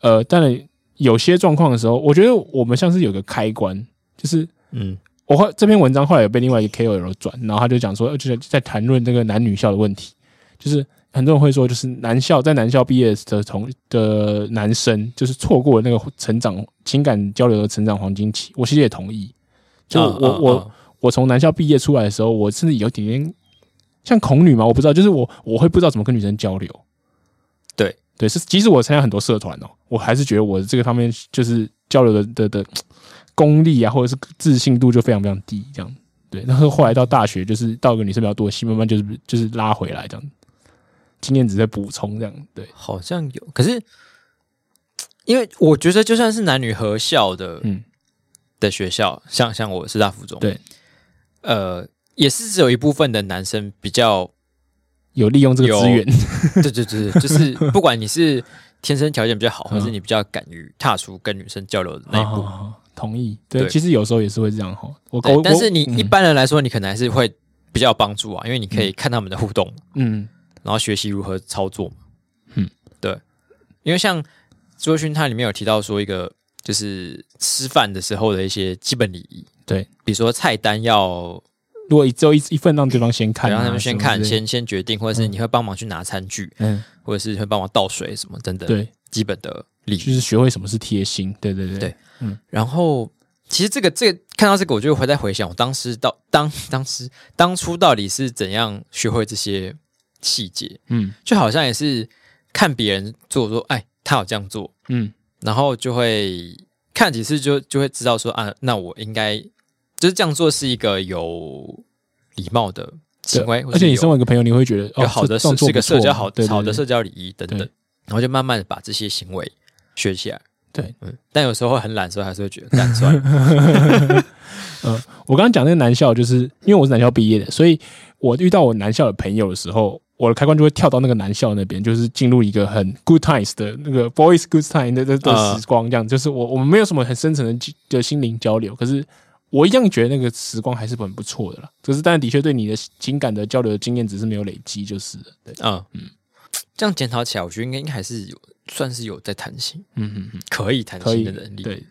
A: 呃，当然有些状况的时候，我觉得我们像是有个开关，就是
B: 嗯，
A: 我后这篇文章后来有被另外一个 KOL 转，然后他就讲说，呃就是在谈论这个男女校的问题，就是很多人会说，就是男校在男校毕业的同的男生，就是错过了那个成长情感交流的成长黄金期。我其实也同意，就我、
B: 嗯嗯
A: 我、
B: 嗯
A: 我从男校毕业出来的时候，我甚至有点点像恐女嘛，我不知道，就是我我会不知道怎么跟女生交流。
B: 对
A: 对，是即使我参加很多社团哦，我还是觉得我这个方面就是交流的的的功力啊，或者是自信度就非常非常低，这样。对，然后后来到大学，就是到一个女生比较多的系，慢慢就是就是拉回来这样，经验只在补充这样。对，
B: 好像有，可是因为我觉得就算是男女合校的，
A: 嗯
B: 的学校，像像我师大附中，
A: 对，
B: 呃，也是只有一部分的男生比
A: [laughs]
B: 较，
A: 有利用这个资 [laughs] 源，
B: 对对对，对就是不管你是天生条件比较好，
A: 嗯
B: 或是你比较敢于踏出跟女生交流的那一步，
A: 哦同意。对，
B: 啊对
A: 其实有时候也是会这样哈。我
B: 对
A: 我，嗯
B: 但是你
A: 我
B: 一般人来说，你可能还是会比较有帮助啊，因为你可以看他们的互动，
A: 嗯
B: 然后学习如何操作嘛。
A: 嗯，
B: 对，因为像朱勋他里面有提到说一个就是吃饭的时候的一些基本礼仪，
A: 对，
B: 比如说菜单要
A: 如果只有一一份让对方先看、啊，
B: 让他们先
A: 什
B: 看，
A: 么之类的
B: 先先决定，或者是你会帮忙去拿餐具，
A: 嗯，
B: 或者是会帮忙倒水什么等等，，
A: 对，
B: 基本的礼
A: 就
B: 仪。
A: 是学会什么是贴心。对对对
B: 对然后其实这个这个看到这个，我就会再回想我当时到当当时当初到底是怎样学会这些细节，
A: 嗯
B: 就好像也是看别人做说，哎，他有这样做，
A: 嗯
B: 然后就会看几次就就会知道说啊，那我应该就是这样做是一个有礼貌的
A: 对
B: 行为，或
A: 而且
B: 是
A: 你
B: 有
A: 身为一个朋友，你会觉得哦，
B: 有好的
A: 这
B: 社
A: 动作
B: 是一个
A: 不错
B: 社交好
A: 对对
B: 好的
A: 对
B: 社交礼仪等等
A: 对，
B: 然后就慢慢的把这些行为学起来。
A: 对，
B: 嗯，但有时候很懒的时候，还是会觉得干算了
A: 我刚刚讲那个男校，就是因为我是男校毕业的，所以我遇到我男校的朋友的时候，我的开关就会跳到那个男校那边，就是进入一个很 good times 的那个 boys good time 的的的
B: 啊
A: 时光，这样、就是我我们没有什么很深层的交的心灵交流，可是我一样觉得那个时光还是很不错的啦。可是，但的确对你的情感的交流的经验只是没有累积，就是了对，
B: 嗯嗯，这样检讨起来，我觉得应该应该还是有算是有在弹性，
A: 嗯嗯嗯，
B: 可以弹
A: 可
B: 性
A: 以
B: 的能力。，
A: 对，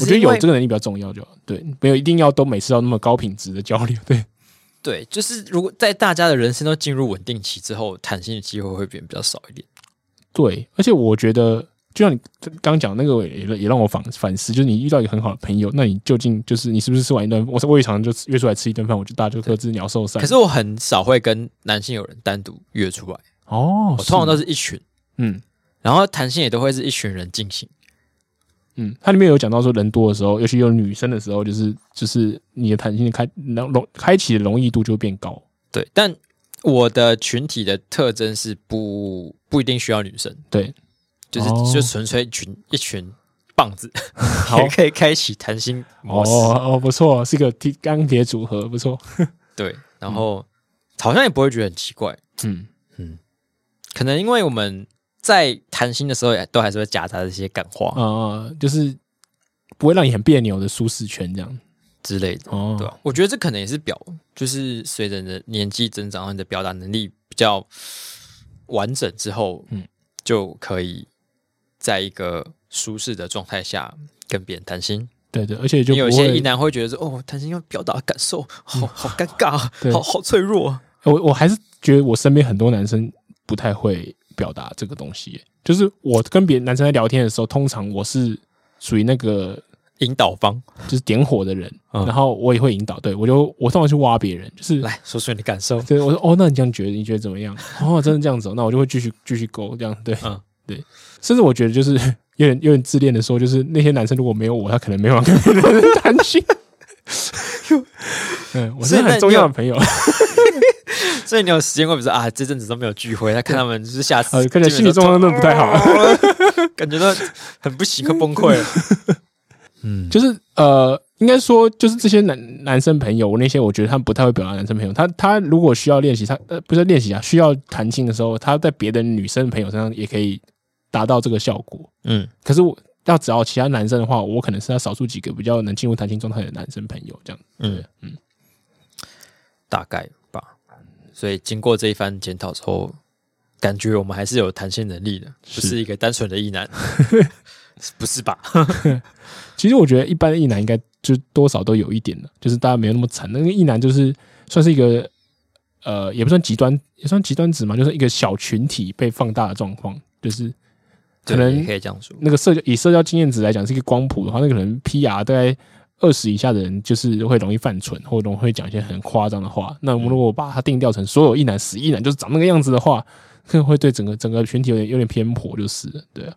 A: 我
B: 是
A: 觉得
B: 因为
A: 有这个能力比较重要就好，对，没有一定要都每次要那么高品质的交流，对，
B: 对，就是如果在大家的人生都进入稳定期之后，弹性的机会会变比较少一点。
A: 对，而且我觉得，就像你刚讲那个也，也让我反反思，就是你遇到一个很好的朋友，那你究竟就是你是不是吃完一顿，我我也常常就约出来吃一顿饭，我就大家就各自鸟兽散。
B: 可是我很少会跟男性友人单独约出来，
A: 哦，
B: 我通常都
A: 是
B: 是一群，
A: 嗯
B: 然后弹性也都会是一群人进行。
A: 嗯，它里面有讲到说人多的时候，尤其有女生的时候，就是就是你的弹性的开容容开启的容易度就会变高。
B: 对，但我的群体的特征是不不一定需要女生，
A: 对，
B: 就是、
A: 哦
B: 就纯粹一群一群棒子，
A: 好
B: [laughs] 也可以开启谈心模
A: 哦
B: 式。
A: 哦，不错，是个铁钢铁组合，不错。
B: 对，然后、好像也不会觉得很奇怪，
A: 嗯，
B: 可能因为我们在谈心的时候也都还是会夹杂这些感话
A: 呃，就是不会让你很别扭的舒适圈这样。
B: 之类的，
A: 哦，
B: 对啊吧、我觉得这可能也是表，就是随着你的年纪增长，你的表达能力比较完整之后，
A: 嗯
B: 嗯，就可以在一个舒适的状态下跟别人谈心。
A: 对对，而且就
B: 你有
A: 不
B: 一些
A: 会嗯
B: 一男会觉得说，哦，谈心要表达感受，好好尴尬啊，
A: [laughs] 对
B: 好好脆弱啊。
A: 我我还是觉得我身边很多男生不太会表达这个东西耶，就是我跟别的男生在聊天的时候，通常我是属于那个
B: 引导方
A: 就是点火的人，
B: 嗯
A: 然后我也会引导，对我就我通常去挖别人，就是
B: 来说说你的感受，
A: 对我说哦，那你这样觉得你觉得怎么样？哦，真的这样子、哦，那我就会继续继续勾这样，对，
B: 嗯
A: 对，甚至我觉得就是有点有点自恋的说，就是那些男生如果没有我，他可能没办法跟别人 [laughs] 谈
B: [laughs]
A: 心。嗯，我是
B: 所以那
A: 很
B: 你
A: 重要
B: 有
A: 的朋友，
B: 所以你有时间会比如说啊，这阵子都没有聚会，他看他们就是下次
A: 呃，看起来心理
B: 基
A: 状
B: 本哦
A: 况都不太好。
B: 都 [laughs] 感觉到很不行，快崩溃了。嗯，
A: 就是呃，应该说就是这些男男生朋友，我那些我觉得他们不太会表达男生朋友，他他如果需要练习，他呃不是练习啊，需要弹性的时候，他在别的女生朋友身上也可以达到这个效果。
B: 嗯，
A: 可是我要只要其他男生的话，我可能是他少数几个比较能进入弹性状态的男生朋友这样。
B: 嗯嗯，大概吧。所以经过这一番检讨之后，感觉我们还是有弹性能力的，不
A: 是
B: 是一个单纯的
A: [laughs]
B: 异男，不是吧？
A: 其实我觉得一般的异男应该就多少都有一点的，就是大家没有那么惨。那个异男就是算是一个呃，也不算极端，也算极端值嘛，就是一个小群体被放大的状况，就是可
B: 对
A: 能
B: 也可以这样说。
A: 那个社交以社交经验值来讲，是一个光谱的话，那可能 PR 大概二十以下的人，就是会容易犯蠢，或容易会讲一些很夸张的话。那我们如果把它定调成所有一男十一男就是长那个样子的话，可能会对整个整个群体有点有点偏颇，就是了对啊，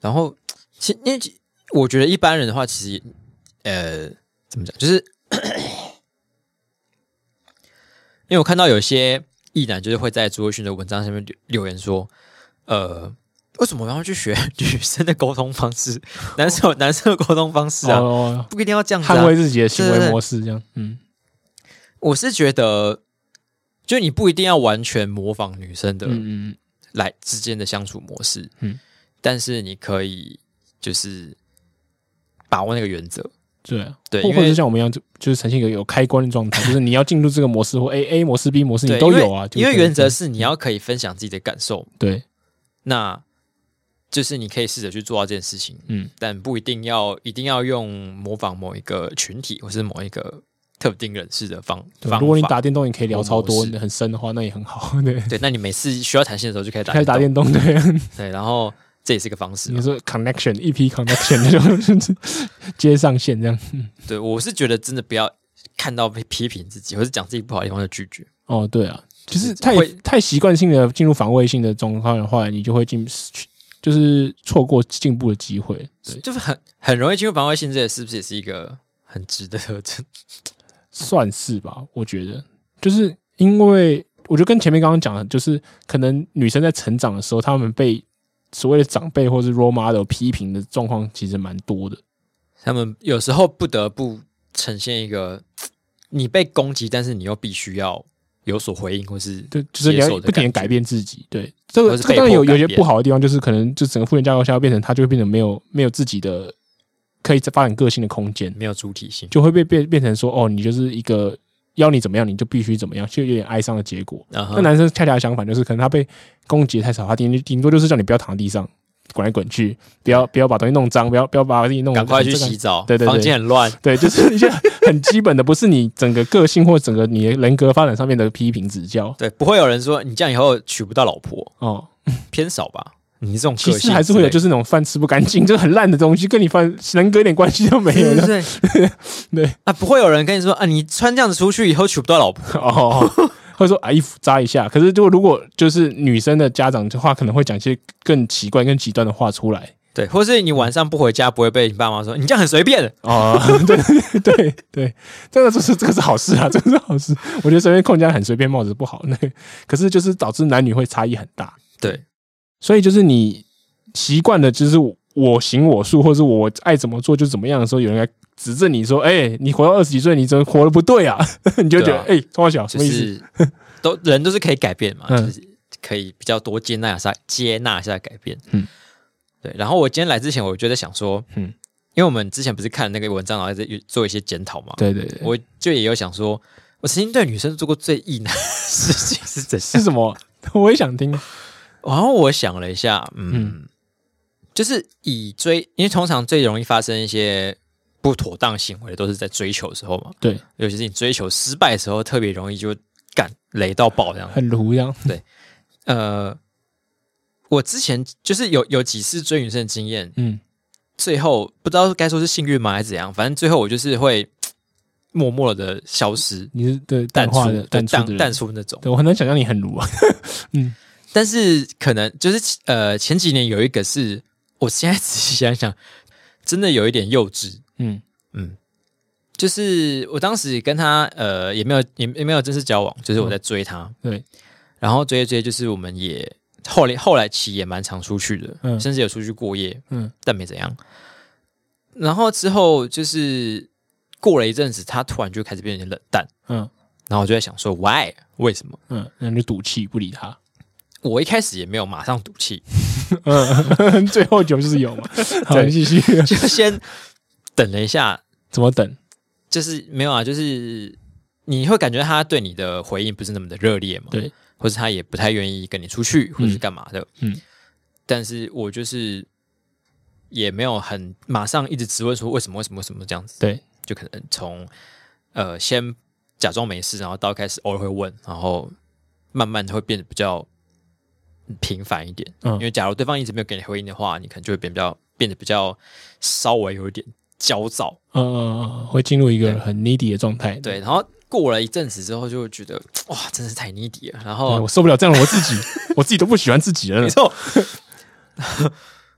B: 然后，其因为其我觉得一般人的话，其实呃，怎么讲，就是因为我看到有些异男就是会在朱慧勋的文章上面留留言说，呃，为什么我要去学 [laughs] 女生的沟通方式？男生有男生的沟通方式啊，
A: 哦，
B: 不一定要这样子啊
A: 捍。卫自己的行
B: 对对
A: 为
B: 对
A: 模式，这样，嗯，
B: 我是觉得，就你不一定要完全模仿女生的
A: 嗯嗯
B: 来之间的相处模式，
A: 嗯
B: 嗯，但是你可以就是把握那个原则，
A: 对啊，
B: 对
A: 或
B: 因
A: 或者
B: 为
A: 是像我们一样，就就是呈现一个有开关的状
B: [laughs]
A: 态，就是你要进入这个模式或 A A 模式、B 模式，
B: 对，
A: 你都
B: 因为
A: 有啊，就
B: 因为
A: 这样
B: 原则是你要可以分享自己的感受，
A: 对，
B: 那就是你可以试着去做到这件事情，
A: 嗯
B: 但不一定要一定要用模仿某一个群体或是某一个特定人士的方
A: 对
B: 方法。
A: 如果你打电动，你可以聊
B: 或
A: 超
B: 模
A: 多，
B: 式
A: 很深的话，那也很好， [laughs] 对，
B: 对，那你每次需要谈心的时候就开始打
A: 开始打 [laughs]
B: 电
A: 电动，对，
B: 动对，然后这也是一个方式嘛啊
A: 你。说 connection 一批 connection [laughs] 那种接上线这样，
B: 对，我是觉得真的不要看到被批评自己或是讲自己不好的地方就拒绝。
A: 哦，对啊，其实
B: 是
A: 太
B: 会
A: 太习惯性的进入防卫性的状况的话，你就会进就是错过进步的机会。对，
B: 就是很很容易进入防卫性，这也是不是也是一个很值得的？ [laughs]
A: 算是吧，我觉得，就是因为我觉得跟前面刚刚讲的，就是可能女生在成长的时候，她们被所谓的长辈或是 role model 批评的状况其实蛮多的。
B: 他们有时候不得不呈现一个你被攻击，但是你又必须要有所回应，或是
A: 对，就是你要
B: 接受的
A: 不停地
B: 感
A: 改
B: 觉
A: 变自己。对，这个
B: 或是
A: 这个
B: 被
A: 当然有
B: 迫改
A: 有些
B: 变
A: 不好的地方，就是可能就整个父权架构下变成她就会变成没有没有自己的可以发展个性的空间。
B: 没有主体性。
A: 就会被变变成说，哦，你就是一个要你怎么样，你就必须怎么样，就有点哀伤的结果。
B: 然
A: 那、
B: 后
A: 男生恰恰相反，就是可能他被攻击得太少，他顶顶多就是叫你不要躺地上滚来滚去，不要不要把东西弄脏，不要不要把自己弄
B: 赶快去
A: 这个
B: 洗澡，
A: 对对对
B: 房间很乱。
A: 对，就是一些很基本的，不是你整个个性或整个你的人格发展上面的批评指教
B: 对，不会有人说你这样以后娶不到老婆，
A: 哦。
B: 偏少吧？你这种
A: 其
B: 个
A: 实
B: 性
A: 还是会有，就是是那种饭吃不干净，就是 [laughs] 很烂的东西，跟你饭人格一点关系都没
B: 对
A: 有
B: 对
A: 的。 [laughs]
B: 对
A: 对
B: 啊，不会有人跟你说啊，你穿这样子出去以后娶不到老婆。
A: 哦，会说啊衣服扎一下。可是就如果就是女生的家长的话，可能会讲一些更奇怪、更极端的话出来。
B: 对，或是你晚上不回家，不会被你爸妈说你这样很随便。
A: 哦，对对 [laughs] 对对，这个就是这个是好事啊，这个是好事。我觉得随便控家很随便帽子不好， [laughs] 那个可是就是导致男女会差异很大。
B: 对，
A: 所以就是你习惯的，就是我行我素，或是我爱怎么做就怎么样的时候，有人来指正你说：“哎、你活到二十几岁，你怎么活的不对啊？” [laughs] 你就觉得：“哎、
B: 对
A: 欸，钟、小什
B: 就
A: 么意思？”
B: 是都人都是可以改变嘛，
A: 嗯
B: 就是可以比较多接纳一下接纳一下改变。
A: 嗯
B: 嗯，对。然后我今天来之前，我就在想说，
A: 嗯
B: 嗯，因为我们之前不是看那个文章，然后在做一些检讨嘛，
A: 对对对，
B: 我就也有想说，我曾经对女生做过最意难的事情是怎
A: 是 [laughs]
B: 样？
A: 什么？我也想听。
B: 然后我想了一下，嗯，就是以追，因为通常最容易发生一些不妥当行为，都是在追求的时候嘛。
A: 对，
B: 尤其是你追求失败的时候，特别容易就干雷到爆这样。
A: 很鲁这样。
B: 呃，我之前就是有有几次追女生的经验，
A: 嗯，
B: 最后不知道该说是幸运吗还是怎样，反正最后我就是会默默的消失，
A: 你是对淡
B: 淡
A: 化
B: 出
A: 的
B: 对
A: 淡出的
B: 淡
A: 人
B: 淡出那种。
A: 对我很难想象你很鲁啊。 [laughs]
B: 但是可能就是呃前几年有一个是，我现在仔 [laughs] 细想想，真的有一点幼稚，
A: 嗯
B: 嗯，就是我当时跟他呃也没有也也没有正式交往，就是
A: 嗯
B: 我在追他，
A: 对，
B: 然后追一追，就是我们也后来后来期也蛮常出去的，
A: 嗯
B: 甚至有出去过夜，
A: 嗯
B: 但没怎样。然后之后就是过了一阵子，他突然就开始变得有点冷淡，
A: 嗯
B: 然后我就在想说，why 为什么？
A: 嗯，那你就赌气不理他。
B: 我一开始也没有马上赌气，
A: 嗯， [laughs] 最后就是有 [laughs] 嘛。好，
B: 对
A: 你继续。
B: 就先等了一下，
A: 怎么等？
B: 就是没有啊，就是你会感觉他对你的回应不是那么的热烈嘛，
A: 对，
B: 或是他也不太愿意跟你出去，或是干嘛的，
A: 嗯
B: 但是我就是也没有很马上一直质问说为什么为什么为什么这样子，
A: 对，
B: 就可能从呃先假装没事，然后到开始偶尔会问，然后慢慢会变得比较频繁一点，
A: 嗯
B: 因为假如对方一直没有给你回应的话，你可能就会变比较变得比较稍微有一点焦躁，
A: 嗯嗯嗯，会进入一个很 needy 的状态。
B: 对，然后过了一阵子之后，就会觉得哇，真是太 needy 了。
A: 对，
B: 然后
A: 哎
B: [laughs]
A: 我受不了这样的我自己， [laughs] 我自己都不喜欢自己了 [laughs]
B: 没。错，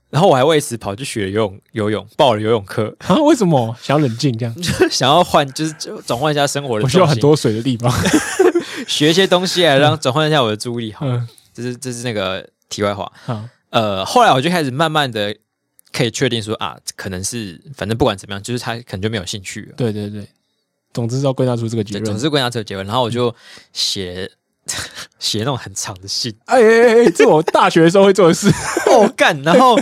B: 然后 [laughs] 我还为此跑去学游泳，游泳报了游泳课， [laughs]
A: 啊，为什么想要冷静这样？
B: 想要换就是就转换一下生活的
A: 我
B: 重
A: 需
B: 心。
A: 要很多水的地方。
B: 学一些东西来
A: [laughs]
B: 让转换一下我的注意力。好，
A: 嗯，
B: 这是这是那个题外话。
A: 好，
B: 呃，后来我就开始慢慢的可以确定说啊，可能是反正不管怎么样，就是他可能就没有兴趣了。
A: 对对对，总之是要归纳出这个结
B: 对，
A: 论。
B: 总是归纳这个结论，然后我就写 [laughs] 写那种很长的信，
A: 哎哎哎，这我大学的时候会做的 [laughs] 事。
B: 哦干，然后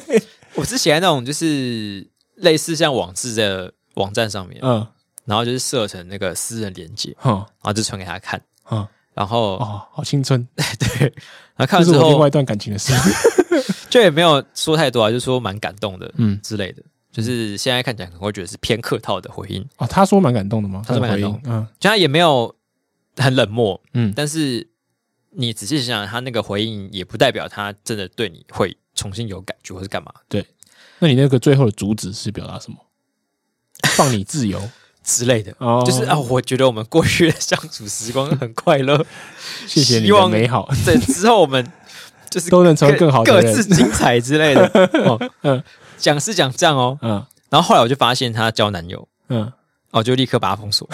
B: 我是写在那种就是类似像网志的网站上面，
A: 嗯，
B: 然后就是设成那个私人连接，
A: 哼
B: 然后就传给他看，
A: 哼，
B: 然后、
A: 嗯哦，好青春，
B: 对，然后看
A: 这是
B: 了之
A: 我另外
B: 后
A: 一段感情的事。 [laughs]
B: 就也没有说太多啊，就说蛮感动的，
A: 嗯
B: 嗯之类的，就是现在看起来可能会觉得是偏客套的回应，
A: 哦，他说蛮感动的吗？
B: 他说蛮
A: 的回
B: 感
A: 应。嗯
B: 就他也没有很冷漠，
A: 嗯，
B: 但是你仔细想想，他那个回应也不代表他真的对你会重新有感觉或是干嘛
A: 那你那个最后的主旨是表达什么？放你自 [laughs] 由
B: 之类的。
A: 哦，
B: 就是啊，，我觉得我们过去的相处时光很快乐，
A: 谢谢你
B: 希
A: 的
B: 望
A: 美好，
B: [laughs] 对之后我们就是
A: 都能成为更好的
B: 各自
A: 人。
B: 精彩之
A: [laughs]
B: 类的。哦
A: 嗯，
B: 讲是讲这样哦，
A: [laughs] 嗯
B: 然后后来我就发现她交男友，
A: 嗯，
B: 哦，就立刻把她封锁，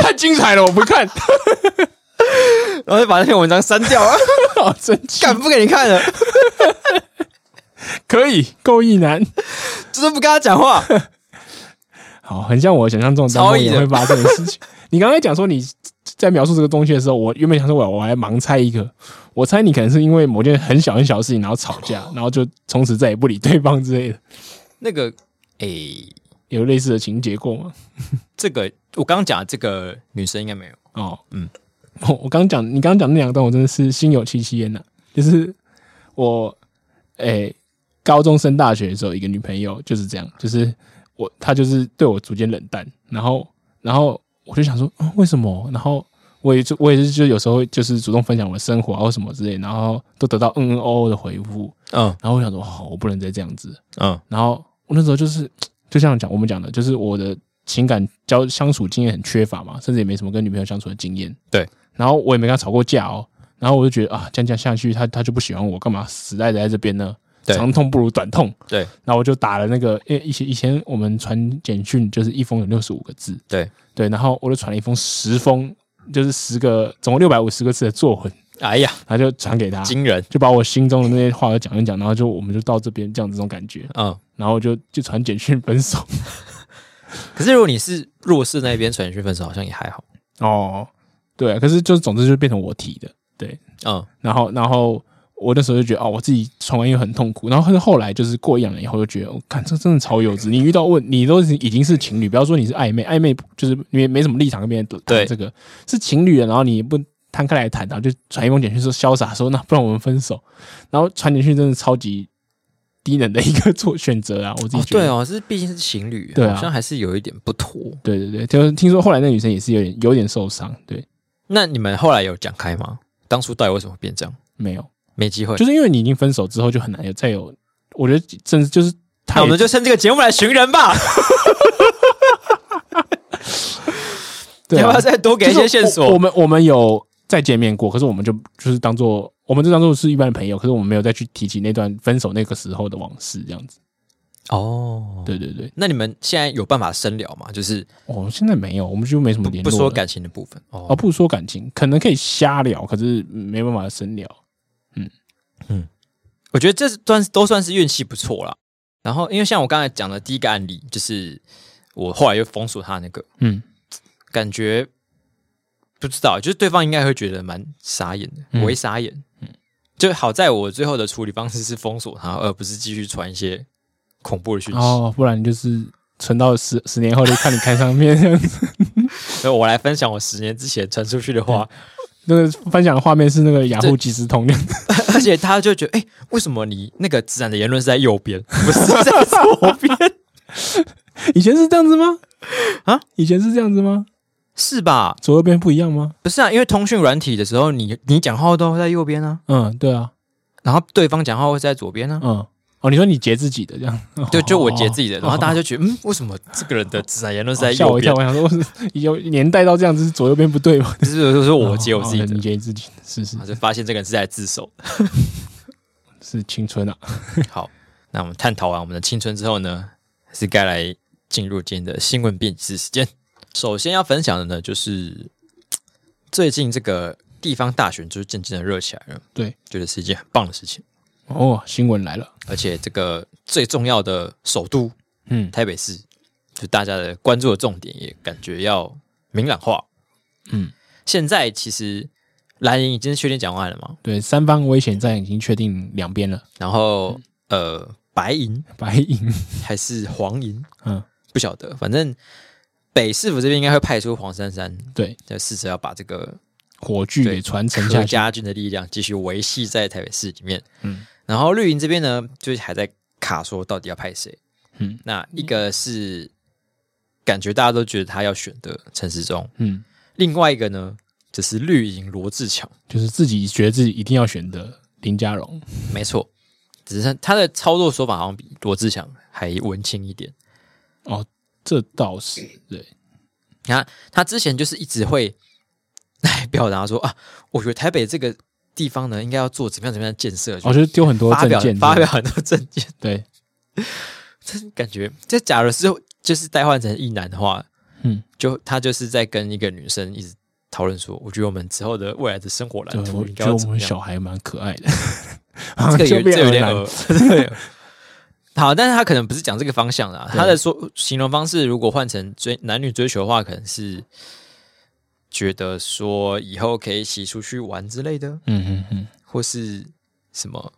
A: 太精彩了，我不看，
B: 然后就把那篇文章删掉 [laughs] 啊，
A: [laughs] 好生气。
B: 敢不给你看了，
A: 可以，够意男，
B: 就是不跟他讲话。
A: 好，很像我想象中，
B: 超
A: 我
B: 意
A: 也
B: 人
A: 会发生的事 [laughs] 情。你刚才讲说你在描述这个东西的时候，我原本想说我我还盲猜一个，我猜你可能是因为某件很小很小的事情，然后吵 [laughs] 架，然后就从此再也不理对方之类的，
B: 那个，诶，
A: 有类似的情节过吗？
B: 这个我刚刚讲的这个女生应该没有，
A: 哦，
B: 嗯，
A: 我我刚讲你刚刚讲那两段，我真的是心有戚戚焉呐、就是我，诶、高中升大学的时候，一个女朋友就是这样，就是我她就是对我逐渐冷淡，然后然后我就想说，嗯、为什么？然后我也就我也是就有时候会就是主动分享我的生活啊或什么之类，然后都得到嗯嗯哦哦的回复，
B: 嗯
A: 然后我想说，哦，我不能再这样子，
B: 嗯
A: 然后我那时候就是，就像讲我们讲的，就是我的情感交相处经验很缺乏嘛，甚至也没什么跟女朋友相处的经验。
B: 对，
A: 然后我也没跟她吵过架哦。然后我就觉得啊，这样这样下去，她她就不喜欢我，干嘛死赖着在这边呢？
B: 对
A: 长痛不如短痛。
B: 对，
A: 然后我就打了那个，因为以前以前我们传简讯就是一封有六十五个字，
B: 对
A: 对，然后我就传了一封十封，就是十个，总共六百五十个字的作文，
B: 哎呀，
A: 然后就传给她，
B: 惊人，
A: 就把我心中的那些话都讲一讲，然后就我们就到这边这样子这种感觉。
B: 嗯。
A: 然后就就传简讯分手。
B: 可是如果你是弱势那一边传讯分手，好像也还好，
A: 哦，对啊，可是就是总之就变成我提的，对。
B: 嗯
A: 然后然后我那时候就觉得哦，我自己传完又很痛苦。然后后来就是过一两年以后，就觉得我看、这真的超幼稚。你遇到问你都已经是情侣，不要说你是暧昧，暧昧就是你没什么立场跟别人
B: 对
A: 谈这个，是情侣了，然后你不。摊开来谈，然后就传一封简讯说潇洒说那不然我们分手，然后传简讯真的超级低能的一个做选择啊，我自己
B: 哦
A: 觉得。
B: 对哦，是毕竟是情侣，
A: 对啊
B: 好像还是有一点不妥。
A: 对对对，就是听说后来那女生也是有点有点受伤，对，
B: 那你们后来有讲开吗？当初到底为什么变这样？
A: 没有，
B: 没机会，
A: 就是因为你已经分手之后就很难有再有，我觉得真的就是
B: 那
A: 他
B: 我
A: 也
B: 们就趁这个节目来寻人吧，
A: [laughs] 对、啊，
B: 要不要再多给一些线
A: 就是我我
B: 索？
A: 们我们有再见面过，可是我们就就是当做我们就当做是一般的朋友，可是我们没有再去提起那段分手那个时候的往事，这样子。
B: 哦，
A: 对对对，
B: 那你们现在有办法深聊吗？就是
A: 哦，现在没有，我们就没什么
B: 不
A: 联
B: 不
A: 络
B: 说
A: 了
B: 感情的部分
A: 哦，
B: 哦，
A: 不说感情，可能可以瞎聊，可是没办法深聊。
B: 我觉得这算都算是运气不错啦。然后，因为像我刚才讲的第一个案例，就是我后来又封锁他那个，
A: 嗯
B: 感觉不知道，就是对方应该会觉得蛮傻眼的，
A: 嗯
B: 我会傻眼。就好在我最后的处理方式是封锁他，而不是继续传一些恐怖的讯息。
A: 哦，不然就是存到十十年后就看你看上面 [laughs]
B: 所以我来分享我十年之前传出去的话，
A: 嗯那个分享的画面是那个雅虎即时通的，
B: [laughs]
A: [laughs]
B: 而且他就觉得，哎、为什么你那个直男的言论是在右边，不是在左边，
A: [laughs] 以前是这样子吗？
B: 啊，
A: 以前是这样子吗？
B: 是吧？
A: 左右边不一样吗？
B: 不是啊，因为通讯软体的时候，你你讲话都会在右边啊，
A: 嗯，对啊，
B: 然后对方讲话会在左边啊。
A: 嗯，哦，你说你截自己的这样，
B: 对， [laughs] 就我截自己的，
A: 哦
B: 然后大家就觉得，嗯，为什么这个人的直男言论是在
A: 吓
B: 右
A: 我一跳，
B: 边？
A: 我想说，我是有年代到这样子，左右边不对吗？
B: 就是就是我截我自己
A: 哦
B: 的嗯
A: 你，截自己的，是是
B: 然后就发现这个人是在自
A: [laughs]
B: 首。
A: 是青春啊，
B: 好，那我们探讨完我们的青春之后呢，是该来进入今天的新闻编辑室时间。首先要分享的呢，就是最近这个地方大选就是渐渐的热起来了，
A: 对，
B: 觉得是一件很棒的事情。
A: 哦，新闻来了，
B: 而且这个最重要的首都
A: 嗯
B: 台北市，就大家的关注的重点也感觉要明朗化。
A: 嗯，
B: 现在其实蓝营已经是确定蒋万安了嘛，
A: 对，三方危险战已经确定两边了，嗯
B: 然后呃白银
A: 白银， [laughs]
B: 还是黄银
A: 嗯，
B: 不晓得，反正北市府这边应该会派出黄珊珊，
A: 对，
B: 就试着要把这个
A: 火炬
B: 对
A: 给传承
B: 何
A: 下去，
B: 家军的力量继续维系在台北市里面。
A: 嗯
B: 然后绿营这边呢，就是还在卡说到底要派谁。
A: 嗯
B: 那一个是感觉大家都觉得他要选的陈时中，
A: 嗯，
B: 另外一个呢，就是绿营罗志强，
A: 就是自己觉得自己一定要选的林佳荣，
B: 没错，只是他的操作手法好像比罗志强还文青一点。
A: 哦，这倒是对，
B: 他他之前就是一直会来表达说啊，我觉得台北这个地方呢，应该要做怎么样怎么样的建设，
A: 哦，就是丢很多
B: 发
A: 证
B: 表
A: 件，
B: 发表很多证件，
A: 对，
B: 真感觉 [laughs] 这假如是就是代换成一男的话，
A: 嗯，
B: 就他就是在跟一个女生一直讨论说，我觉得我们之后的未来的生活蓝
A: 对，
B: 图
A: 我
B: 应
A: 觉得
B: 该要
A: 我
B: 怎么
A: 们
B: 样？
A: 小孩蛮可爱
B: [laughs]
A: 的，啊
B: 这个
A: 就
B: 有
A: 变
B: 这有点
A: 而然
B: 恶，这个有点恶 [laughs] 好，但是他可能不是讲这个方向啦，他的说形容方式如果换成追男女追求的话，可能是觉得说以后可以一起出去玩之类的，
A: 嗯嗯嗯，
B: 或是什么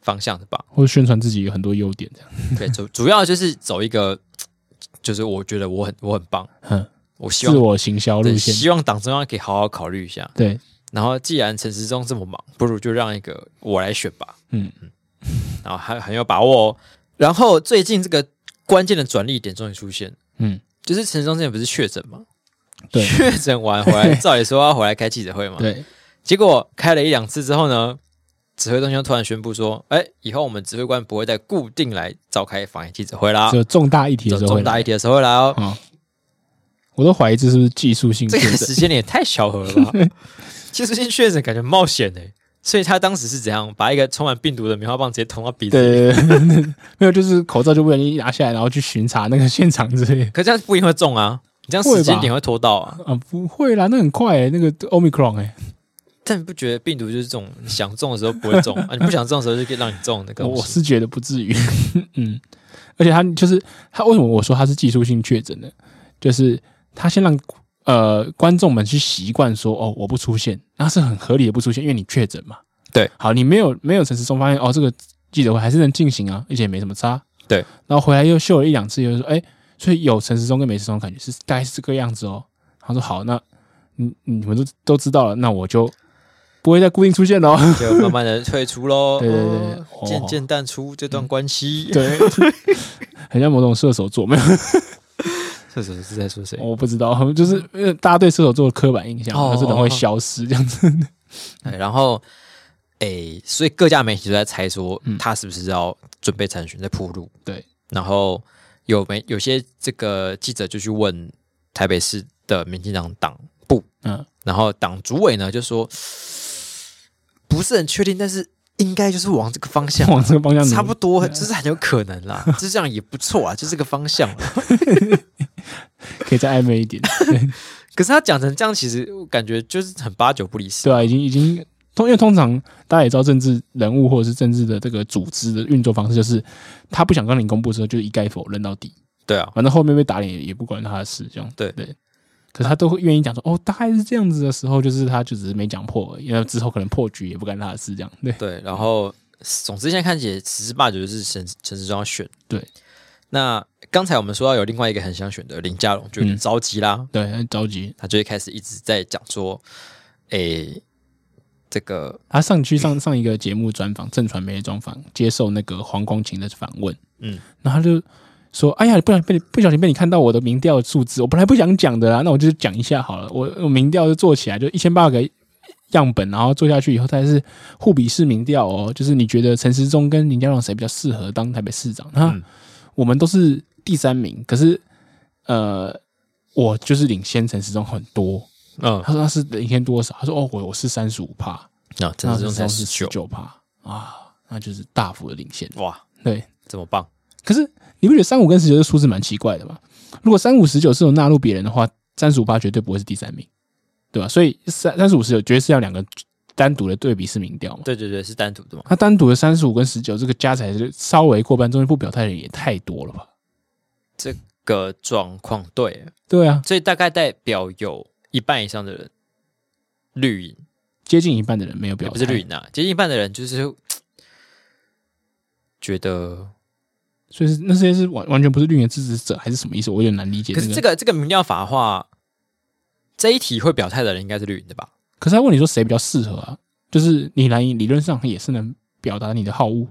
B: 方向的吧。
A: 或者宣传自己有很多优点这样， [laughs]
B: 对，主主要就是走一个，就是我觉得我很我很棒，
A: 嗯，
B: 我希
A: 自
B: 望
A: 我行销
B: 对
A: 路线，
B: 希望党中央可以好好考虑一下。
A: 对，
B: 然后既然陈时中这么忙，不如就让一个我来选吧。
A: 嗯
B: 然后还很有把握哦。然后最近这个关键的转捩点终于出现，
A: 嗯，
B: 就是陈时中之前不是确诊吗？
A: 对
B: 确诊完回来，照理说要回来开记者会嘛。。
A: 对，
B: 结果开了一两次之后呢，指挥中心突然宣布说：“哎，以后我们指挥官不会再固定来召开防疫记者会啦，
A: 就重大议题的
B: 啊重
A: 时候会
B: 重
A: 来
B: 大议题的时候会来哦。
A: 啊，我都怀疑这是不是技术性
B: 这
A: 确
B: 个
A: 诊，
B: 时间点也太巧合了
A: [laughs]
B: 吧？技术性确诊感觉冒险哎、所以他当时是怎样把一个充满病毒的棉花棒直接捅到鼻子
A: 对
B: 里？
A: 对对对， [laughs] 对没有，就是口罩就不小心拿下来，然后去巡查那个现场之类的。
B: 可这样不一定会中啊，你这样
A: 会吧
B: 时间点会拖到啊。
A: 啊，不会啦，那很快、欸，那个 Omicron 哎、
B: 但你不觉得病毒就是这种你想中的时候不
A: [laughs]
B: 会中啊，你不想中的时候就可以让你中那个
A: 我
B: 东
A: 我
B: 西？
A: 是觉得不至于， [laughs] 嗯，而且他就是他为什么我说他是技术性确诊呢？就是他先让呃观众们去习惯说哦我不出现，那是很合理的不出现，因为你确诊嘛。
B: 对，
A: 好，你没有没有陈时中发现哦这个记者会还是能进行啊，而且也没什么差。
B: 对，
A: 然后回来又秀了一两次，又说哎、所以有陈时中跟没陈时中感觉是大概是这个样子哦。他说好，那你你们都都知道了，那我就不会再固定出现哦
B: [laughs]
A: 喽。
B: 就慢慢的退出喽，
A: [laughs] 对对对对
B: 哦
A: 哦
B: 渐渐淡出这段关系。
A: 对， [laughs] 很像某种射手座，没有，
B: 这是是在说谁？
A: 我不知道， [laughs] 就是呃大家对射手座的刻板印象，
B: 哦
A: 就是人会消失这样子。 [laughs]
B: 哎然后，哎，所以各家媒体都在猜说他是不是要准备参选，在铺路。
A: 嗯对，
B: 然后有没有些这个记者就去问台北市的民进党党部，
A: 嗯，
B: 然后党主委呢就说不是很确定，但是应该就是往这个方向啊
A: 往这个方向努力
B: 差不多，就是很有可
A: [laughs]
B: 能啦，就这样也不错啊，就这个方向啦。
A: 可以再暧昧一点，
B: 可是他讲成这样，其实我感觉就是很八九不离十
A: 对。啊，已经已经通，因为通常大家也知道，政治人物或者是政治的这个组织的运作方式，就是他不想跟你公布的时候，就一概否认到底，
B: 对啊，
A: 反正后面被打脸也也不关他的事，这样
B: 对
A: 对。可是他都会愿意讲说，哦，大概是这样子的时候，就是他就只是没讲破而已，因为之后可能破局也不干他的事，这样对。
B: 对。然后，总之现在看起来十之八九就是陈陈时中要选。
A: 对。
B: 那刚才我们说到有另外一个很想选的林佳龙，就有点
A: 嗯
B: 着急啦，
A: 对，很着急。
B: 他就会开始一直在讲说，诶、这个
A: 他上去上上一个节目专访，正传媒的专访，接受那个黄光琴的访问，
B: 嗯，
A: 然后他就说：“哎呀，不然被你不小心被你看到我的民调数字，我本来不想讲的啦，那我就讲一下好了。我我民调就做起来，就一千八个样本，然后做下去以后，它是互比式民调哦，就是你觉得陈时中跟林佳龙谁比较适合当台北市长？那、
B: 嗯
A: 我们都是第三名，可是呃，我就是领先陈时中很多。”
B: 嗯
A: 他说他是领先多少？他说哦，我我是三十五帕，
B: 啊，陈时中才十
A: 是
B: 九，
A: 九趴啊，那就是大幅的领先。
B: 哇，
A: 对，
B: 这么棒！
A: 可是你不觉得三五跟十九这数字蛮奇怪的吗？如果三五十九是有纳入别人的话，三十五趴绝对不会是第三名，对吧？所以三三十五十九绝对是要两个单独的对比式民调嘛。
B: 对对对，是单独的嘛？
A: 他单独的三十五跟十九这个加起来是稍微过半，中间不表态的人也太多了吧？
B: 这个状况对，
A: 对啊，
B: 所以大概代表有一半以上的人绿营，
A: 接近一半的人没有表
B: 也
A: 态，
B: 不是绿营啊，接近一半的人就是觉得，
A: 所以是那些是完完全不是绿营的支持者，还是什么意思？我有点难理解、
B: 可
A: 那
B: 是这
A: 个，
B: 个这个民调法的话，这一题会表态的人应该是绿营的吧？
A: 可是他问你说谁比较适合啊？就是你蓝营理论上也是能表达你的好恶。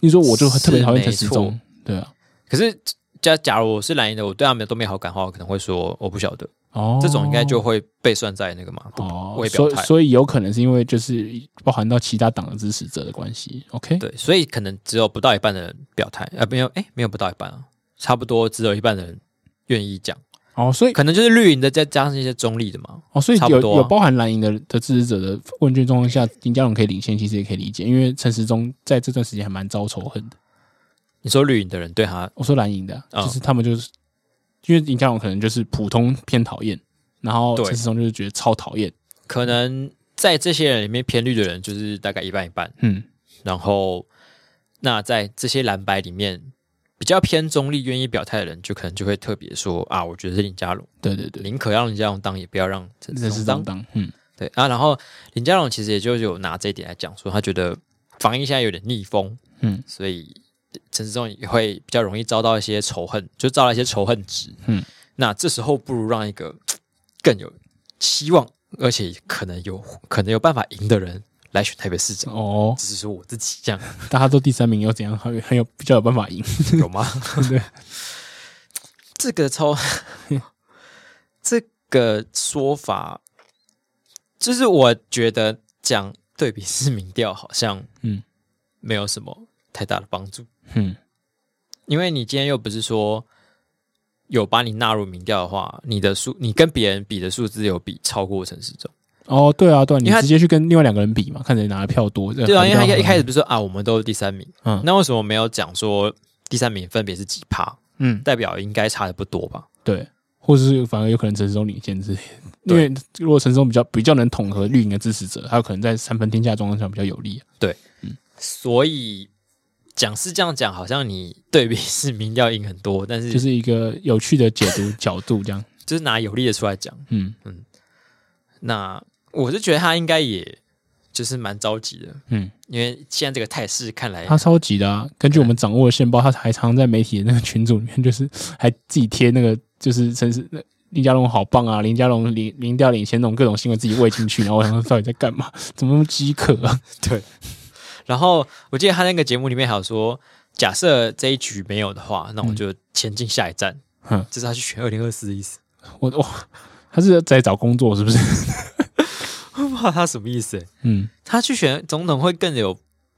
A: 你说我就特别讨厌陈时
B: 是
A: 中，对啊，
B: 可是假假如我是蓝营的，我对他们都没好感的话，我可能会说我不晓得，
A: 哦，
B: 这种应该就会被算在那个嘛，不
A: 哦，
B: 未
A: 所
B: 表
A: 以
B: 态。
A: 所以有可能是因为就是包含到其他党的支持者的关系。OK，
B: 对，所以可能只有不到一半的人表态，呃，没有，哎，没有不到一半啊，差不多只有一半的人愿意讲，
A: 哦，所以
B: 可能就是绿营的，再加上一些中立的嘛。
A: 哦，所以
B: 差
A: 有
B: 不多啊
A: 有包含蓝营的的支持者的问卷状况下，林佳龙可以领先，其实也可以理解，因为陈时中在这段时间还蛮招仇恨的。
B: 你说绿营的人对他，
A: 我说蓝营的啊，
B: 嗯
A: 就是他们就是因为林佳龙可能就是普通偏讨厌，然后
B: 对
A: 陈时中就是觉得超讨厌，
B: 可能在这些人里面偏绿的人就是大概一半一半，
A: 嗯，
B: 然后那在这些蓝白里面比较偏中立、愿意表态的人，就可能就会特别说啊，我觉得是林佳龙，
A: 对对对，
B: 宁可让林佳龙当，也不要让陈
A: 陈
B: 志
A: 时
B: 当
A: 中。当，嗯，
B: 对啊，然后林佳龙其实也就有拿这一点来讲说，他觉得防疫现在有点逆风，
A: 嗯，
B: 所以陈世忠也会比较容易遭到一些仇恨，就遭到一些仇恨值，
A: 嗯，
B: 那这时候不如让一个更有希望，而且可能有可能有办法赢的人来选台北市长，
A: 哦，
B: 只是说我自己这样
A: 大家都第三名又怎样？很有很有比较有办法赢，
B: [laughs] 有吗？
A: [laughs] 对，
B: 这个超
A: [laughs]
B: 这个说法，就是我觉得讲对比式民调好像
A: 嗯
B: 没有什么太大的帮助，
A: 嗯，
B: 因为你今天又不是说有把你纳入民调的话，你的数你跟别人比的数字有比超过陈时中，
A: 哦，对啊，对啊，你
B: 因为他
A: 直接去跟另外两个人比嘛，看谁拿的票多，对
B: 对啊，因为他一一开始，不是说啊我们都是第三名，
A: 嗯
B: 那为什么没有讲说第三名分别是几趴？
A: 嗯，
B: 代表应该差的不多吧？
A: 对，或者是反而有可能陈时中领先之类的，因
B: 对
A: 为如果陈时中比较比较能统合绿营的支持者，他有可能在三分天下状况下比较有利、
B: 所以讲是这样讲，好像你对比是民调赢很多，但是
A: 就
B: 就是
A: 是一个有趣的解读角度这样。
B: 拿有利的出来讲。
A: 嗯
B: 那我是觉得他应该也就是蛮着急的，
A: 嗯，
B: 因为现在这个态势看来，
A: 他超级的、啊，根据我们掌握的线报，他还常在媒体的那个群组里面，就是还自己贴那个就是陈时林佳龙好棒啊，林佳龙领林调领先那种各种新闻自己喂进去，然后我想说到底在干嘛？怎么那么饥渴啊？
B: 然后我记得他那个节目里面还有说，假设这一局没有的话，那我就前进下一站，
A: 嗯
B: 这是他去选二零二四的意思。
A: 我我他是在找工作是 [laughs] 不是？
B: 不知道他什么意思欸、
A: 嗯。
B: 他去选总统会更有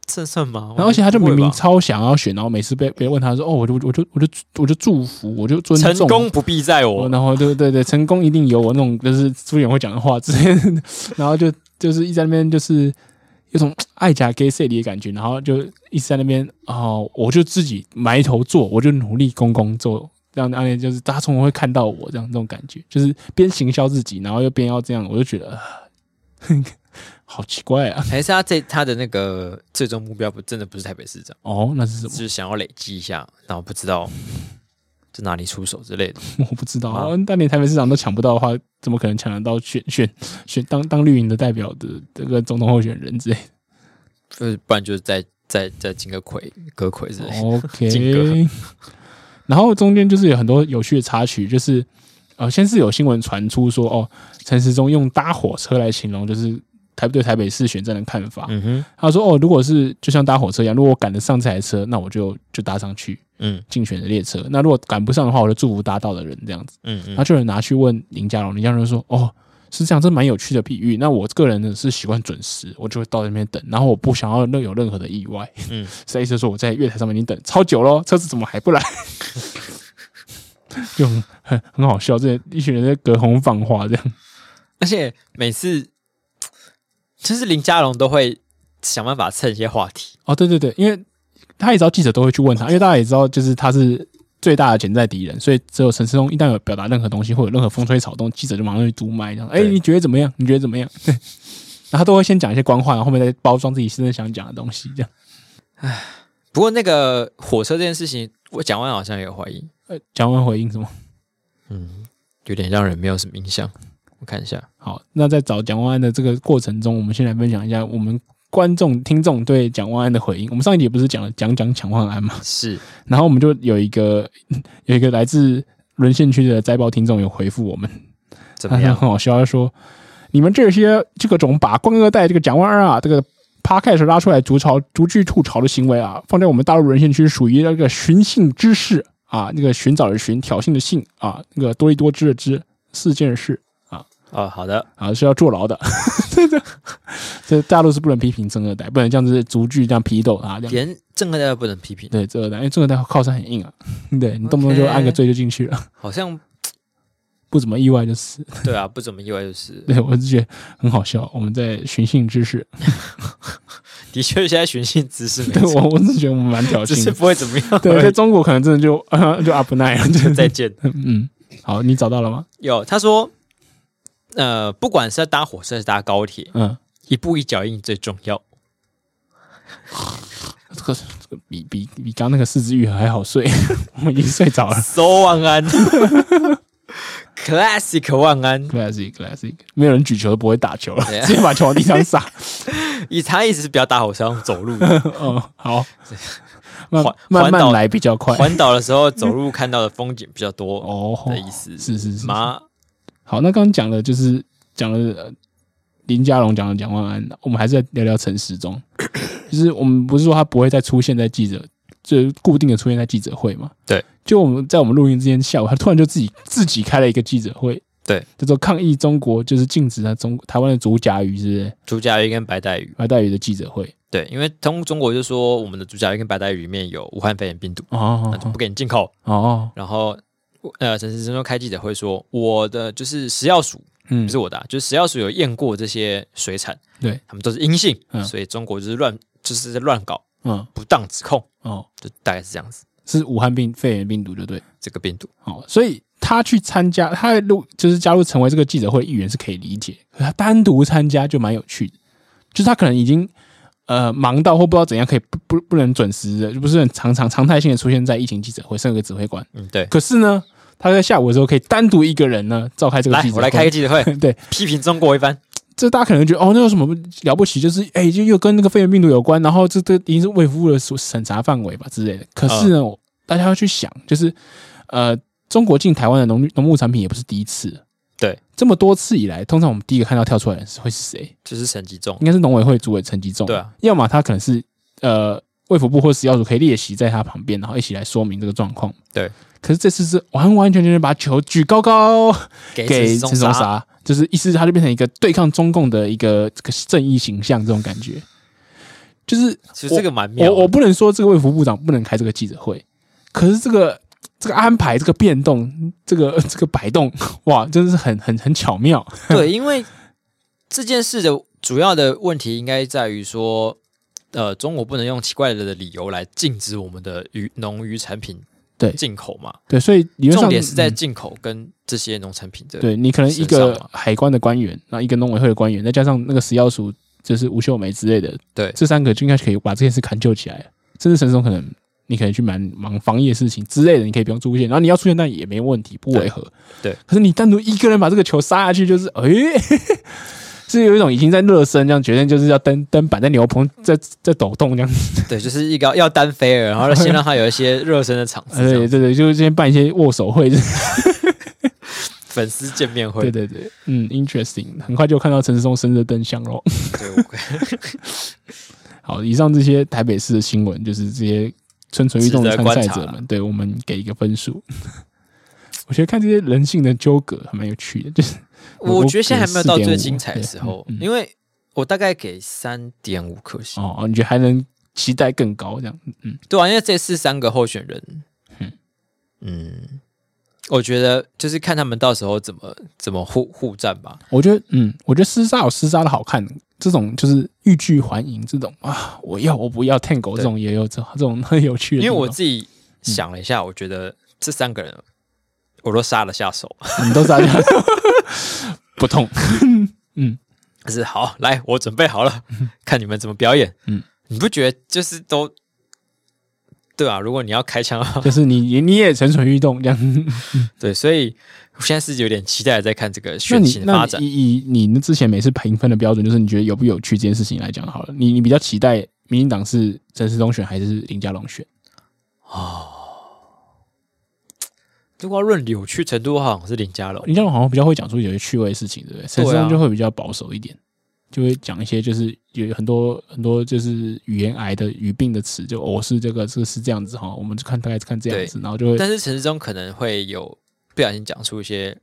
B: 胜算吗？
A: 然后而且他就
B: 哦不会
A: 明明
B: 吧
A: 超想要选，然后每次被别人问他说：“哦，我就我就我就我就祝福，我就尊重。”
B: 成功不必在我，
A: 然后对对对，成功一定有我那种就是朱远会讲的话之类的，然后就 [laughs] 就是一直在那边就是有种爱甲给 C 的感觉，然后就一直在那边哦，我就自己埋头做，我就努力工工做，这样当然就是大家从会看到我这样这种感觉，就是边行销自己，然后又边要这样，我就觉得、 [sighs] 呃好奇怪啊！
B: 还是他这他的那个最终目标不真的不是台北市长，
A: 哦，那是什
B: 就
A: 么？
B: 是想要累积一下，然后不知道 [laughs] 在哪里出手之类的。
A: 我不知道啊
B: 啊，
A: 但连台北市长都抢不到的话，怎么可能抢得到选选选当当绿营的代表的这个总统候选人之类的
B: 就是不然就是再再再进个魁葛魁之类
A: 哦
B: 的。 [laughs] 金
A: ？OK
B: 阁。
A: 然后中间就是有很多有趣的插曲，就是呃，先是有新闻传出说，哦，陈时中用搭火车来形容，就是台对台北市选战的看法。
B: 嗯哼，
A: 他说，哦，如果是就像搭火车一样，如果我赶得上这台车，那我就就搭上去
B: 嗯
A: 竞选的列车；那如果赶不上的话，我就祝福搭到的人这样子。
B: 嗯嗯
A: 他就有人拿去问林佳龙，林佳龙就说：“哦，是这样，这蛮有趣的比喻。那我个人呢是习惯准时，我就会到那边等，然后我不想要任有任何的意外。 [laughs]
B: 嗯，
A: 所以就说我在月台上面已经等超久咯，车子怎么还
B: [laughs]
A: 不来？就很很很好笑，这一群人在隔空放话这样。
B: 而且每次就是林佳龙都会想办法蹭一些话题，
A: 哦，对对对，因为他也知道记者都会去问他，因为大家也知道，就是他是最大的潜在敌人，所以只有陈思忠一旦有表达任何东西，或者任何风吹草动，记者就马上去嘟麦，这样，哎、
B: 对
A: 你觉得怎么样？你觉得怎么样？然后他都会先讲一些官话，然后后面再包装自己真正想讲的东西，这样。
B: 不过那个火车这件事情，我讲完好像也有怀疑，
A: 呃，讲完回应什么？
B: 嗯，有点让人没有什么印象。我看一下，
A: 好，那在找蒋万安的这个过程中，我们先来分享一下我们观众、听众对蒋万安的回应。我们上一集不是讲了讲讲蒋万安吗？
B: 是
A: 然后我们就有一个 [laughs] 有一个来自沦陷区的灾报听众有回复我们，
B: 怎
A: 他
B: 么
A: [laughs]
B: 样？
A: 很好笑，他说：“你们这些这个种把官二代这个蒋万安啊，这个 podcast 拉出来逐槽、逐句吐槽的行为啊，放在我们大陆沦陷区属于那个寻衅滋事啊，那个寻找的寻，挑衅的衅啊，那个多利多汁的汁，四件事
B: 哦，好的，
A: 啊是要坐牢的。 [laughs] 这这大陆是不能批评正二代，不能这样子逐句这样批斗啊，这样
B: 连正二代都不能批评，
A: 对正二代，因为正二代靠山很硬啊， [laughs] 对你动不动就按个罪就进去了，
B: 好像
A: 不怎么意外就死。”
B: 对啊，不怎么意外，就是
A: [laughs] 对，我是觉得很好笑。我们在寻衅滋事，
B: 的确现在寻衅滋事没
A: [laughs] 对
B: 错，
A: 我我是觉得我们蛮挑
B: 只
A: 衅
B: 是
A: 的。
B: 不会怎么样。
A: 对， [laughs] 在中国可能真的就、啊就 up night 了，
B: [laughs]
A: 就
B: 再见。
A: [laughs] 嗯，好，你找到了吗？
B: 有他说，呃，不管是要搭火车还是搭高铁，
A: 嗯，
B: 一步一脚印最重要。
A: 这个这个比比比刚那个四肢愈合还好睡， [laughs] 我已经睡着了。
B: So 万安 [laughs] ，classic 万安，
A: classic classic，没有人举球都不会打球了，
B: 对啊
A: 直接把球往地上撒。
B: [laughs] 以他一直是不要搭火车，用走路。
A: 哦，好，慢
B: 环
A: 慢
B: 环岛
A: 慢来比较快。
B: 环岛的时候走路看到的风景比较
A: [laughs]
B: 多
A: 哦，
B: 的意思。
A: 是是是，
B: 妈，
A: 好，那刚刚讲的就是讲了呃林佳龙，讲了蒋万安，我们还是在聊聊陈时
B: [coughs]
A: 中。就是我们不是说他不会再出现在记者，就是固定的出现在记者会嘛？
B: 对。
A: 就我们在我们录音之前下午，他突然就自己自己开了一个记者会，
B: 对，
A: 叫做抗议中国就是禁止他中台湾的竹夹鱼，是不是？
B: 朱家鱼跟白带鱼，
A: 白带鱼的记者会。
B: 对，因为通中国就说我们的朱家鱼跟白带鱼里面有武汉肺炎病毒，
A: 哦
B: 那就不给你进口。
A: 哦哦，
B: 然后，呃，陈时中就开记者会说，我的就是食药署
A: 嗯
B: 不是我的、啊，就是食药署有验过这些水产，
A: 对
B: 他们都是阴性，
A: 嗯
B: 所以中国就是乱，就是在乱搞
A: 嗯
B: 不当指控，
A: 哦，
B: 就大概是这样子。
A: 是武汉病肺炎病毒，就对。
B: 这个病毒
A: 哦，所以他去参加，他入就是加入成为这个记者会一员是可以理解，可他单独参加就蛮有趣的，就是他可能已经呃忙到或不知道怎样可以不不不能准时的，就不是很常常常态性的出现在疫情记者会，甚至给指挥官。
B: 嗯，对。
A: 可是呢，他在下午的时候可以单独一个人呢召开这个
B: 来
A: 记，者
B: 我
A: 会，
B: 来开个记者会，
A: [laughs]
B: [laughs]
A: 对，
B: 批评中国一番。
A: 这大家可能觉得哦，那有什么了不起？就是哎、就又跟那个肺炎病毒有关，然后这这已经是卫福部的所审查范围吧之类的。可是呢，
B: 嗯
A: 我大家要去想，就是呃，中国进台湾的农农牧产品也不是第一次了，
B: 对，
A: 这么多次以来，通常我们第一个看到跳出来的是会是谁？
B: 就是沈吉仲
A: 应，该是农委会主委陈吉仲，
B: 对啊，
A: 要么他可能是呃卫福部或食药署可以列席在他旁边，然后一起来说明这个状况。
B: 对，
A: 可是这次是完完全全地把球举高高，
B: 给
A: 给
B: 陈
A: 陈
B: 松
A: 松
B: 沙，
A: 沙，就是意思他就变成一个对抗中共的一个这个正义形象这种感觉。就是
B: 其实这个蛮妙的。
A: 我我不能说这个卫福部长不能开这个记者会，可是这个这个安排、这个变动、这个这个摆动，哇，真的是很很很巧妙。
B: [laughs] 对，因为这件事的主要的问题应该在于说，呃，中国不能用奇怪的理由来禁止我们的鱼农渔产品
A: 对
B: 进口嘛。
A: 对，所以理论上
B: 重点是在
A: 嗯
B: 进口跟这些农产品的。
A: 对你可能一
B: 身上
A: 个
B: 嘛
A: 海关的官员，然后一个农委会的官员，再加上那个食药署，就是吴秀梅之类的，
B: 对
A: 这三个就应该可以把这件事砍救起来了。甚至陈松可能你可能去忙忙防疫的事情之类的，你可以不用出现，然后你要出现，但也没问题，不违和。
B: 对对
A: 可是你单独一个人把这个球杀下去，就是诶、 [laughs] 是有一种已经在热身这样，决定就是要登登板在牛棚在在抖动这样。
B: 对，就是一个要单飞了，然后先让他有一些热身的场
A: [laughs]
B: 次，这
A: 对
B: 样子
A: 对对，就是先办一些握手会，
B: 粉丝见面
A: 对
B: 会。
A: 对对，嗯，interesting，很快就看到陈世忠生日灯箱喽。
B: 对，我
A: [laughs] 好，以上这些台北市的新闻，就是这些蠢蠢欲动的参赛者
B: 值得观察
A: 们，对我们给一个分数。 [laughs] 我觉得看这些人性的纠葛还蛮有趣的，
B: [laughs]
A: 就是
B: 我觉得现在还没有到
A: 4.5
B: 最精彩的时候，
A: 对嗯嗯
B: 因为我大概给三点五颗星。
A: 哦，你觉得还能期待更高这样？
B: 对啊，因为这次三个候选人，嗯，我觉得就是看他们到时候怎么怎么互互战吧。
A: 我觉得，嗯，我觉得厮杀有厮杀的好看，这种就是欲拒还迎，这种啊，我要我不要 Tango 这种也有这这种很有趣的
B: 因
A: 地方，
B: 为我自己想了一下，我觉得这三个人我都杀了下手，
A: 你都
B: [laughs]
A: 这样，不痛。 [laughs]
B: 但是好，来，我准备
A: [laughs]
B: 好了，看你们怎么表演。
A: 嗯，
B: 你不觉得就是都对啊？如果你要开枪的话，
A: 就是你你你也蠢蠢欲动这样。
B: [laughs] 对，所以我现在是有点期待在看这个
A: 那
B: 选
A: 你
B: 情的
A: 那
B: 发展
A: 你。以以你之前每次评分的标准，就是你觉得有不有趣这件事情来讲好了，你你比较期待民进党是陈时中选还是林佳龙选？
B: 如果要论有趣程度的话，好像是林家龙。
A: 林佳龙好像比较会讲出有些趣味的事情，对不对？陈时
B: 对啊
A: 中就会比较保守一点，就会讲一些就是有很多很多就是语言癌的语病的词，就我、哦、是这个这个是这样子哈，我们就看大概是看这样子，然后就会
B: 但是陈世忠可能会有不小心讲出一些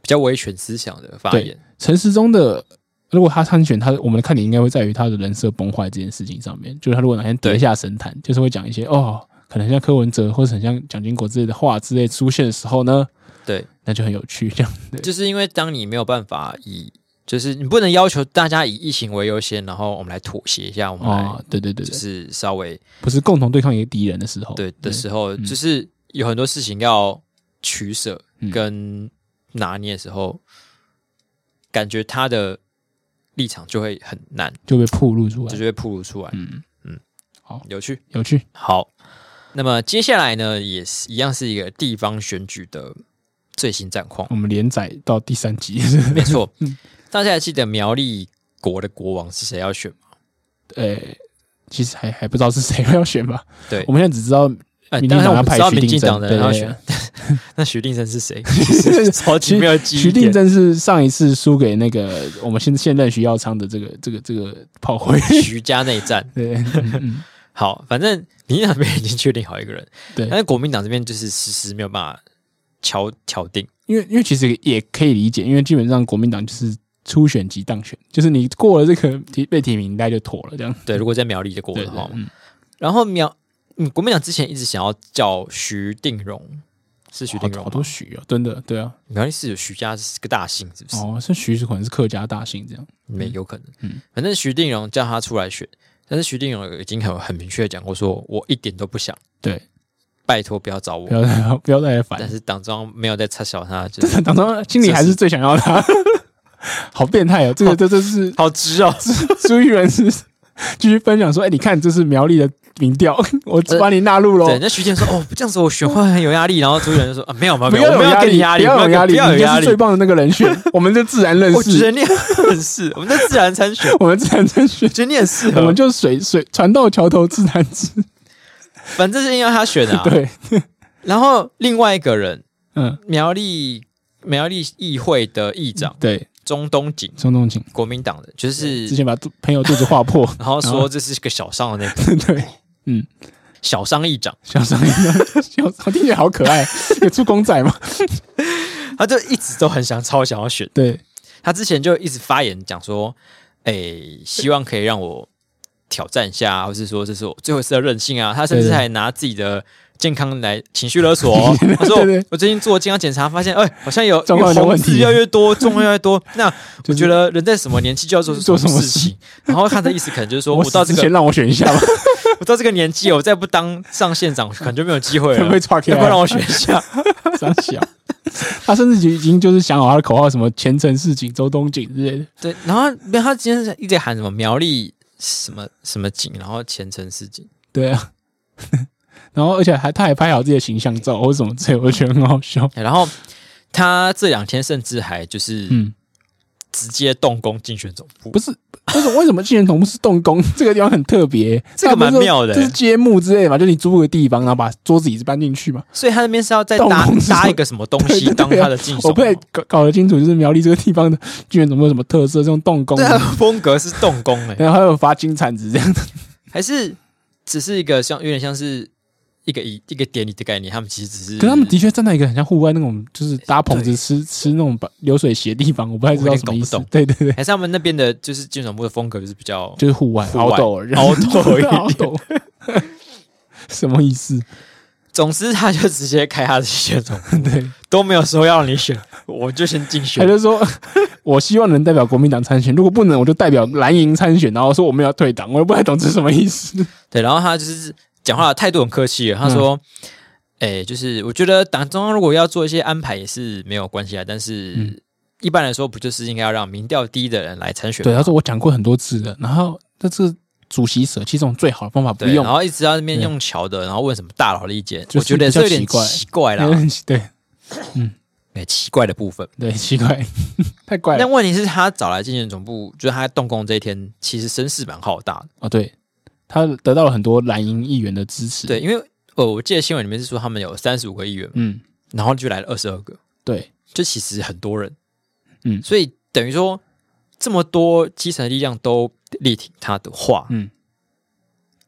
B: 比较维权思想的发言。
A: 陈时中的，如果他参选，他我们的看点应该会在于他的人设崩坏这件事情上面。就是他如果哪天跌下神坛，就是会讲一些哦，可能像柯文哲或者很像蒋经国之类的话之类出现的时候呢，
B: 对，
A: 那就很有趣。这样对，
B: 就是因为当你没有办法以，就是你不能要求大家以疫情为优先，然后我们来妥协一下，我们来
A: 哦，对对对
B: 就
A: 对，
B: 是稍微
A: 不是共同对抗一个敌人的时候，
B: 对的时
A: 候，
B: 候，就是有很多事情要取舍
A: 嗯
B: 跟拿捏的时候，感觉他的立场就会很难，
A: 就被暴露出来
B: 就。会暴露出来。
A: 嗯，
B: 有趣。
A: 有趣。
B: 好，那么接下来呢，也是一样是一个地方选举的最新战况
A: [laughs] 我。们连载到第三集， [laughs]
B: 没错，
A: 嗯
B: 大家还记得苗栗国的国王是谁要选吗？
A: 呃，其实还还不知道是谁要选吧。
B: 对
A: 我，们现在只知道
B: 呃
A: 民进
B: 当然
A: 党要
B: 我们
A: 派
B: 知道
A: 徐
B: 民
A: 定
B: 进党
A: 珍，
B: 的
A: 对
B: 人要
A: 对
B: 选
A: 对，
B: 那徐定生是
A: [laughs]
B: 谁？ [laughs] 其实超级没有记忆
A: 徐定
B: 点。
A: 真是上一次输给那个我们现现任徐耀昌的这个这个这个炮
B: [laughs]
A: 灰，
B: 徐家内战，
A: 对，嗯
B: 好，反正民进党那边已经确定好一个人，
A: 对
B: 但是国民党这边就是迟迟没有办法敲敲定。
A: 因为因为其实也可以理解，因为基本上国民党就是初选即当选，就是你过了这个提被提名，应该就妥了这样。
B: 对，如果在苗栗的国
A: 对嗯
B: 的
A: 对
B: 话，，
A: 嗯
B: 然后苗，嗯，国民党之前一直想要叫徐定荣，是徐定
A: 好
B: 荣
A: 好
B: 吗
A: 多徐哦，真的对啊，
B: 苗栗是有徐家是个大姓，是不是？
A: 哦，是徐可能是客家大姓这样，
B: 没有可能。
A: 嗯
B: 反正徐定荣叫他出来选，但是徐定荣已经很很明确地讲过说，我一点都不想，
A: 对，
B: 拜托不要找我
A: 不。要再不要再来
B: 但
A: 烦，
B: 是党中央没有在插小他，就是
A: [laughs] 党中心里还是最想要他， [laughs] 好变态哦，这个这这是
B: 好直哦。
A: 朱一人是继续分享说：“哎、你看，这是苗栗的民调， [laughs] 我
B: 呃
A: 只把你纳入喽
B: 对，。那徐
A: [laughs]
B: 定说哦，这样子我选会很有压力。然后朱一仁就说啊，没有没有
A: 不
B: 没有，
A: 要
B: 我
A: 有
B: 没有
A: 压
B: 给你
A: 力，
B: 压力，
A: 不要有
B: 没有
A: 压力，
B: 给不要有
A: 你就
B: 压
A: 是
B: 力
A: 最。棒的那个人
B: [laughs]
A: 选，我们就自然认
B: 我觉
A: 识，
B: 得你很是，我们在自然参选，我
A: 我们自然认
B: [laughs]
A: 识，
B: 觉得你很适
A: 我
B: 合
A: 们。就水水船到桥头自然直。
B: 反正是因为他选的、啊。
A: 对，
B: 然后另外一个人，
A: 嗯，
B: 苗栗苗栗议会的议长
A: 对，
B: 中东锦，
A: 宋仲景
B: 国民党的，就
A: 嗯
B: 是
A: 之前把嗯肚朋友肚子划
B: [laughs]
A: 破，
B: 然后说这是个小商的那个
A: 对，
B: 小商议长，
A: 小张，小张听起来好可
B: [laughs]
A: 爱，有出公仔嘛？
B: 他就一直都很想超想要选，
A: 对，
B: 他之前就一直发言讲说，哎，希望可以让我挑战一下，或是说这是我最后一次的任性啊，他甚至
A: 对对
B: 还拿自己的。健康来情绪勒索、
A: [laughs]
B: 哦
A: 对对，
B: 他说
A: 对
B: 我最近做健康检查，发现哎、好像有
A: 状况有点
B: 红
A: 问题
B: 字越来
A: [laughs]
B: 越多，重量越来越多。那
A: 就
B: 我
A: 是
B: 觉得人在什么年纪就要做
A: 做什么
B: 事情，然后他的意思可能就是说，
A: 我
B: 我
A: 死
B: 到这
A: 之前
B: 个
A: 让我选一下吧，
B: 我到这个年纪，我再不当上县长，可能就没有机会
A: [laughs] 会
B: 了
A: 不。会啊岔开？
B: 啊要不要让我选一下？
A: 傻小。他甚至就已经就是想好他的口号，什么前程似锦、周东锦之类的。
B: 对，然后没有他今天一直喊什么苗栗什么什么景，然后前程似锦，
A: 对啊， [laughs] 然后而且还他还拍好自己的形象照或者什么之类，我觉得很好笑。
B: 然后他这两天甚至还就是
A: 嗯，
B: 直接动工竞选总部，
A: 不是，为什么为什么竞选总部是动工？ [laughs] 这个地方很特别，
B: 这个蛮妙的欸
A: 这是街幕之类的嘛，就你租个地方，然后把桌子椅子搬进去嘛。
B: 所以他那边是要再搭
A: 动工是
B: 搭一个什么东西
A: [laughs] 对对
B: 当
A: 对啊
B: 他的竞
A: 我
B: 选
A: 不太搞搞得清楚，就是苗栗这个地方的竞选总部有什么特色，这种动工
B: 对，，啊他的风格是动工
A: [laughs]
B: 哎、
A: 然后还有发金铲子这样的。
B: 还是只是一个像有点像是一个一一个典礼的概念，他们其实只是
A: 可是他们的确站在一个很像户外那种，就是搭棚子吃吃那种流水席的地方，我不太知道什么意思
B: 我有点
A: 对
B: 搞不懂。
A: 对对，
B: 还是他们那边的就是竞选总部的风格就是比较
A: 就是户外
B: 户外
A: outdoor
B: outdoor 一点
A: [laughs] outdoor [laughs] 什么意思？
B: 总之，他就直接开他的选总部，
A: [laughs] 对，
B: 都没有说要你选，我就先竞
A: 他
B: 选。
A: 就说 [laughs] 我希望能代表国民党参选，如果不能，我就代表蓝营参选，然后说我们要退党，我也不太懂这是什么意思。嗯
B: 对，然后他就是讲话的态度很客气了，他说：“哎，就是我觉得党中央如果要做一些安排也是没有关系啊，但是。
A: 嗯
B: 一般来说，不就是应该要让民调低的人来参选吗？
A: 对，啊他说我讲过很多次了，然后这是主席舍弃这种最好的方法不
B: 对，
A: 用
B: 然，后一直在那边
A: 对
B: 用桥的，然后问什么大佬的意见，
A: 就是
B: 我觉得是有点
A: 比较
B: 奇怪啦，
A: [laughs] 对
B: 哎，奇怪的部分。
A: 对，奇怪， [laughs] 太怪
B: 但
A: 了
B: 问题是，他找来竞选总部，就是他动工这一天，其实声势蛮浩大的。
A: 哦，对他得到了很多蓝营议员的支持，
B: 对，，因为呃，我记得新闻里面是说他们有三十五个议员嘛，
A: 嗯，
B: 然后就来了二十二个，
A: 对，
B: 就其实很多人。
A: 嗯
B: 所以等于说这么多基层的力量都力挺他的话，
A: 嗯，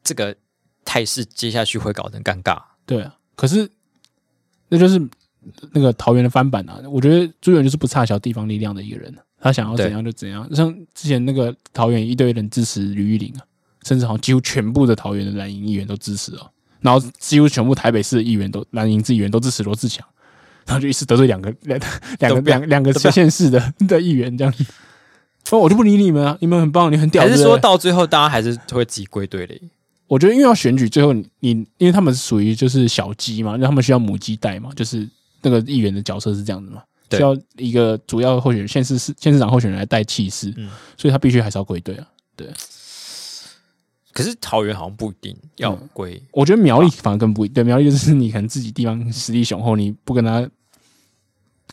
B: 这个态势接下去会搞得很尴尬。
A: 对啊，可是那就是那个桃园的翻版啊！我觉得朱元就是不差小地方力量的一个人，啊他想要
B: 对
A: 怎样就怎样。像之前那个桃园一堆人支持吕玉玲啊，甚至好像几乎全部的桃园的蓝营议员都支持哦，然后几乎全部台北市的议员都蓝营议员都支持罗志强。然后就一次得罪两个两两个
B: 都不要
A: 两两个
B: 都不要
A: 县市的 [laughs] 的议员这样，哦，我就不理你们啊！你们很棒，你很屌。
B: 还是
A: 对不
B: 说
A: 对
B: 到最后，大家还是会自己归队嘞？
A: 我觉得因为要选举，最后你你因为他们属于就是小鸡嘛，让他们需要母鸡带嘛，就是那个议员的角色是这样的嘛，
B: 对
A: 需要一个主要候选人，县市市县市长候选人来带气势，
B: 嗯
A: 所以他必须还是要归队啊。
B: 可是桃园好像不一定要
A: 嗯
B: 归。
A: 我觉得苗栗反而更不一对，苗栗就是你可能自己地方实力雄厚，你不跟他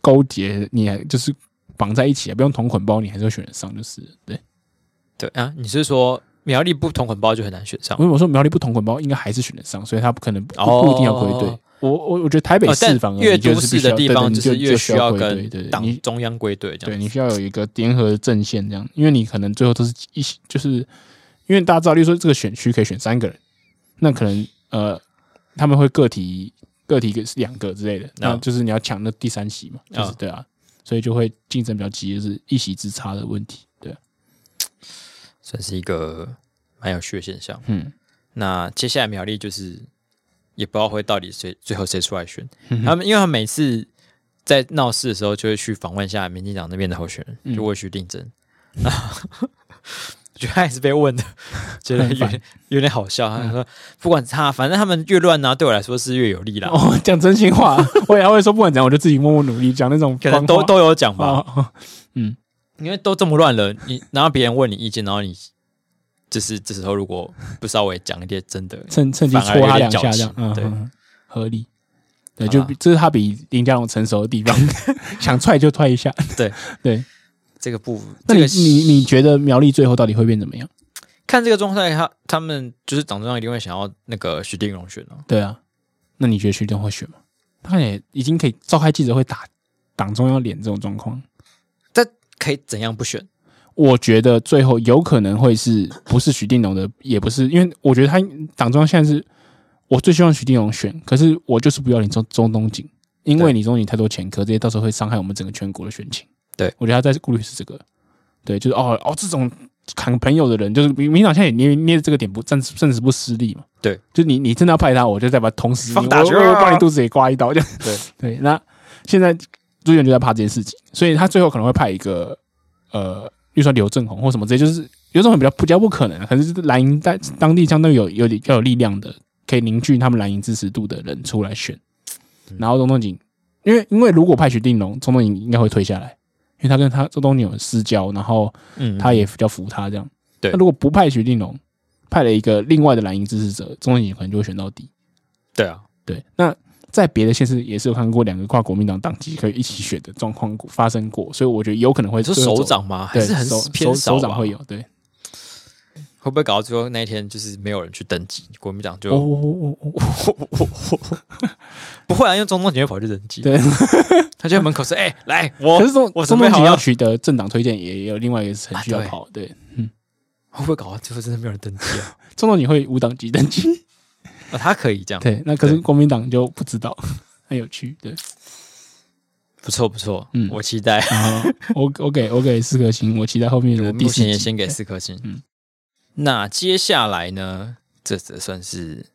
A: 勾结，你还就是绑在一起啊，不用同捆包，你还是会选得上，就是了对。
B: 对啊，你是说苗栗不同捆包就很难选上？
A: 嗯我我说苗栗不同捆包应该还是选得上，所以他不可能不,、
B: 哦
A: 不一定要归队。我我我觉得台北
B: 呃
A: 市
B: 但
A: 反而
B: 越
A: 你就
B: 都
A: 是必须要
B: 市的地
A: 对
B: 方，
A: 你
B: 就是
A: 就
B: 越
A: 需
B: 需要
A: 归队
B: 跟
A: 对对你
B: 党中央归队这
A: 对
B: 样。
A: 你需要有一个联合的阵线，这样，因为你可能最后都是一起，就是因为大家知道，例如说这个选区可以选三个人，那可能呃他们会个体个体个两个之类的，那
B: 嗯
A: 就是你要抢那第三席嘛，就是、
B: 嗯
A: 对啊，所以就会竞争比较激烈，就是一席之差的问题，对、啊，
B: 算是一个蛮有趣的现象。
A: 嗯，
B: 那接下来苗栗就是也不知道会到底谁最后谁出来选，
A: 嗯
B: 他们因为他们每次在闹事的时候就会去访问一下民进党那边的候选
A: 嗯
B: 人，就会去定争。我觉得他也是被问的，觉得有
A: 很
B: 点有点好笑。他说：“不管他，反正他们越乱呢、对我来说是越有利啦。
A: 哦，讲真心话，我也会说不管怎样，我就自己默默努力，讲那种
B: 可能
A: 官
B: 都
A: 话
B: 都有讲吧。
A: 啊，
B: 因为都这么乱了，你然后别人问你意见，然后你就是这时候如果不稍微讲一些真的，
A: 趁趁机
B: 反而
A: 戳
B: 有
A: 他
B: 点
A: 两下这
B: 矫情
A: 样，嗯，
B: 对
A: 嗯合理。对，
B: 好
A: 就
B: 啦
A: 比这是他比林家龙成熟的地 [laughs] 方，想踹就踹一下。
B: 对
A: 对，
B: 这个不，
A: 那你
B: 这个
A: 你你觉得苗栗最后到底会变怎么样？
B: 看这个状态，他他们就是党中央一定会想要那个徐定荣选哦、
A: 对啊，那你觉得徐峥会选吗？他也已经可以召开记者会打党中央脸这种状况，
B: 但可以怎样不选？
A: 我觉得最后有可能会是不是徐定龙的，也不是，因为我觉得他党中央现在是我最希望徐定龙选，可是我就是不要你中中东锦，因为
B: 对
A: 你中东锦太多前科，这些到时候会伤害我们整个全国的选情。
B: 对，
A: 我觉得他在顾虑是这个，对，就是哦哦，这种砍朋友的人，就是民民党现在也捏捏着这个点不，暂时暂时不失利嘛。
B: 对，
A: 就你你真的要派他，我就再把他捅死你，
B: 放大
A: 我
B: 决
A: 我
B: 啊
A: 我把你肚子也刮一刀这样。
B: 对
A: [laughs] 对，那现在朱元就在怕这件事情，所以他最后可能会派一个呃，比如说刘正宏或什么之类，就是刘正宏比较比较不可能，可是蓝营在当地相对有有比较有力量的，可以凝聚他们蓝营支持度的人出来选。
B: 嗯
A: 然后钟东锦，因为因为如果派许定龙，钟东锦应该会退下来，因为他跟他周东锦有私交，然后
B: 嗯，
A: 他也比较服他这样。
B: 对
A: 那如果不派许定龙，派了一个另外的蓝营支持者，钟东锦可能就会选到底。
B: 对啊，
A: 对，那在别的县市也是有看过两个跨国民党党籍可以一起选的状况发生过，所以我觉得有可能会
B: 你说
A: 最后走
B: 首长吗？还
A: 对
B: 是很
A: 首
B: 偏少
A: 首首
B: 吧
A: 长会有对。
B: 会不会搞到最后那一天就是没有人去登记？国民党就、
A: 哦哦哦哦，
B: 不会啊，因为中东姐会跑去登记，
A: 对。
B: 他就在门口说：“
A: [laughs]
B: 哎、来，我
A: 可是中
B: 我
A: 中
B: 准备
A: 东
B: 好
A: 锦
B: 了
A: 要取得政党推荐，也有另外一个程序
B: 啊
A: 要
B: 对
A: 跑。对，
B: 会不会搞到最后真的没有人登记
A: [laughs]
B: 啊？
A: 中东锦会无党籍登记。
B: 啊他可以这样，
A: 对，那可是
B: [laughs] 对
A: 国民党就不知道， [laughs] 很有趣。对，
B: 不错不错，
A: 嗯
B: 我期待。
A: 然后 [laughs] 我我给我给四颗星，我期待后面
B: 哦我
A: 的第
B: 目
A: 四
B: 前也
A: 集。
B: 先给四颗星。
A: 嗯
B: 那接下来呢，这则算是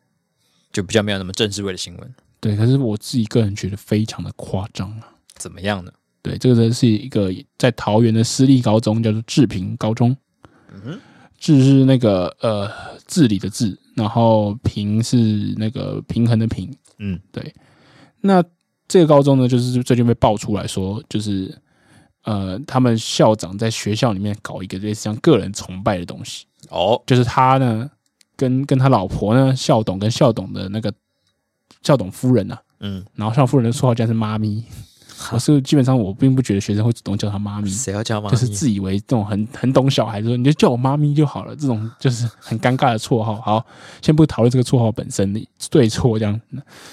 B: 就比较没有那么政治味的新闻，
A: 对，可是我自己个人觉得非常的夸张啊。
B: 怎么样呢？
A: 对，这个是一个在桃园的私立高中，叫做志平高中。志是那个呃治理的治，然后平是那个平衡的平。
B: 嗯，
A: 对。那这个高中呢，就是最近被爆出来说，就是呃，他们校长在学校里面搞一个类似像个人崇拜的东西，
B: 哦，
A: 就是他呢跟跟他老婆呢，校董跟校董的那个校董夫人啊，
B: 嗯，
A: 然后校夫人的绰号竟然是妈咪，我是基本上我并不觉得学生会主动叫她妈咪，
B: 谁要叫妈咪？
A: 就是自以为这种很很懂小孩，说你就叫我妈咪就好了，这种就是很尴尬的绰号。好，先不讨论这个绰号本身的对错，这样。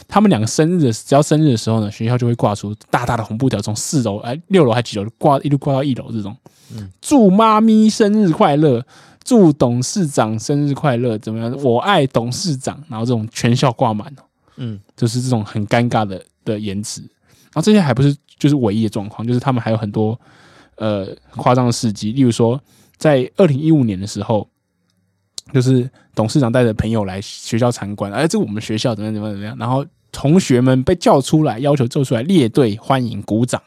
A: 他们两个生日的，只要生日的时候呢，学校就会挂出大大的红布条，从四楼哎六楼还几楼挂一路挂到一楼，这种。
B: 嗯
A: 祝妈咪生日快乐，祝董事长生日快乐，怎么样？我爱董事长，然后这种全校挂满哦，
B: 嗯，
A: 就是这种很尴尬的的言辞。然后这些还不是就是唯一的状况，就是他们还有很多呃夸张的事迹，例如说，在二零一五年的时候，就是董事长带着朋友来学校参观，哎，这是我们学校怎么样怎么样怎么样，然后同学们被叫出来，要求叫出来列队欢迎鼓掌，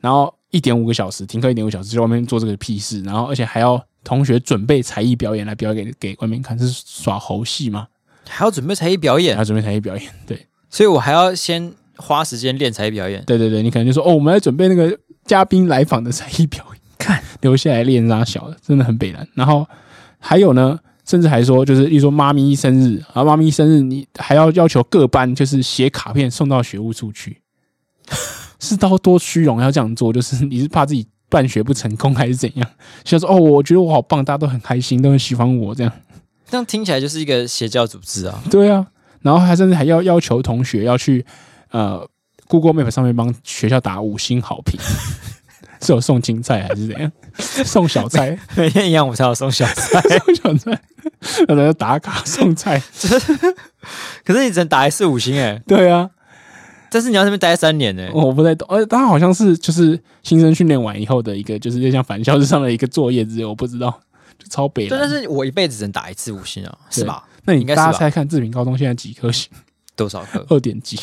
A: 然后一点五个小时停课一点五小时就在外面做这个屁事，然后而且还要同学准备才艺表演来表演给给外面看，是耍猴戏吗？
B: 还要准备才艺表
A: 然
B: 演，
A: 后准备才艺表演，对。
B: 所以我还要先花时间练才艺表演。
A: 对对对，你可能就说哦，我们来准备那个嘉宾来访的才艺表演，看留下来练拉小的，真的很北蓝。然后还有呢，甚至还说就是，例如说妈咪生日啊，妈咪生日你还要要求各班就是写卡片送到学务处去，是到多虚荣啊要这样做，就是你是怕自己办学不成功还是怎样？想说哦，我觉得我好棒，大家都很开心，都很喜欢我这样。
B: 这样听起来就是一个邪教组
A: [laughs]
B: 织啊！
A: 对啊，然后还甚至还要要求同学要去呃 Google Map 上面帮学校打五星好
B: [laughs]
A: 评，是有送青菜还是怎样？送小菜，
B: 每天一样，我们才有送小
A: [laughs]
B: 菜，
A: 送小菜，然后打卡送菜。
B: 可是你只能打一次五星哎、
A: 对啊，
B: 但是你要在那边待三年哎、
A: 我不太懂，而且他好像是就是新生训练完以后的一个，就是就像返校之上的一个作业之类，我不知道，就超北
B: 对，但
A: 了。
B: 是我一辈子只能打一次五星啊，是吧？
A: 那你
B: 应该
A: 大
B: 是吧
A: 家猜猜看，志平高中现在几颗星？
B: 多少
A: [laughs]
B: 个？
A: 二点几，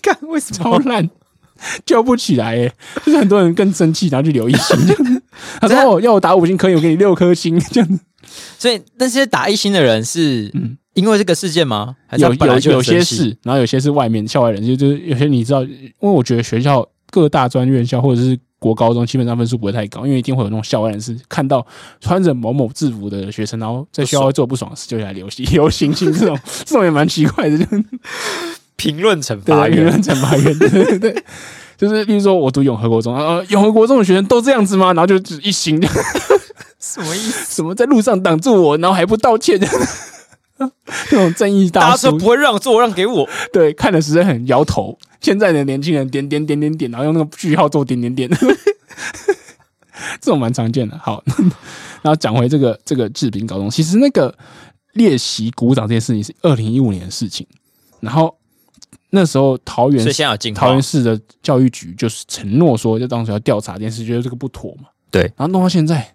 B: 干为什
A: 超烂，叫不起来耶。就是很多人更生气，然后去留一
B: [laughs]
A: 星。这样子他
B: 这样
A: 说：“哦，要我打五星可以，我给你六颗星。”这样子
B: [laughs] 所以那些打一星的人是
A: 嗯
B: 因为这个事件吗？还是他
A: 有
B: 本
A: 有
B: 来就
A: 有
B: 很生
A: 些
B: 气
A: 是，然后有些是外面校外人，就就是有些你知道，因为我觉得学校各大专院校或者是国高中基本上分数不会太高，因为一定会有那种校外人士看到穿着某某制服的学生，然后在学校会做不爽的事，就来留星 [laughs] 留星星这种，这种也蛮奇怪的，就
B: 评论惩
A: 对
B: 罚
A: 对，舆
B: 员，
A: 论惩罚员，对对
B: [laughs]
A: 对，就是比如说我读永和国中，呃，永和国中的学生都这样子吗？然后就只一行
B: [laughs] 什么意思？
A: 什么在路上挡住我，然后还不道歉， [laughs] 那种正义
B: 大
A: 大
B: 家说
A: 叔，
B: 不会让座，让给我，
A: 对，看的时候很摇头。现在的年轻人点点点点点，然后用那个句号做点点 [laughs] 点，这种蛮常见的。好，然后讲回这个这个志平高中，其实那个练习鼓掌这件事情是二零一五年的事情，然后那时候桃园
B: 所以现在有进化
A: 桃园市的教育局就是承诺说，就当时要调查这件事，觉得这个不妥嘛。
B: 对
A: 然后弄到现在，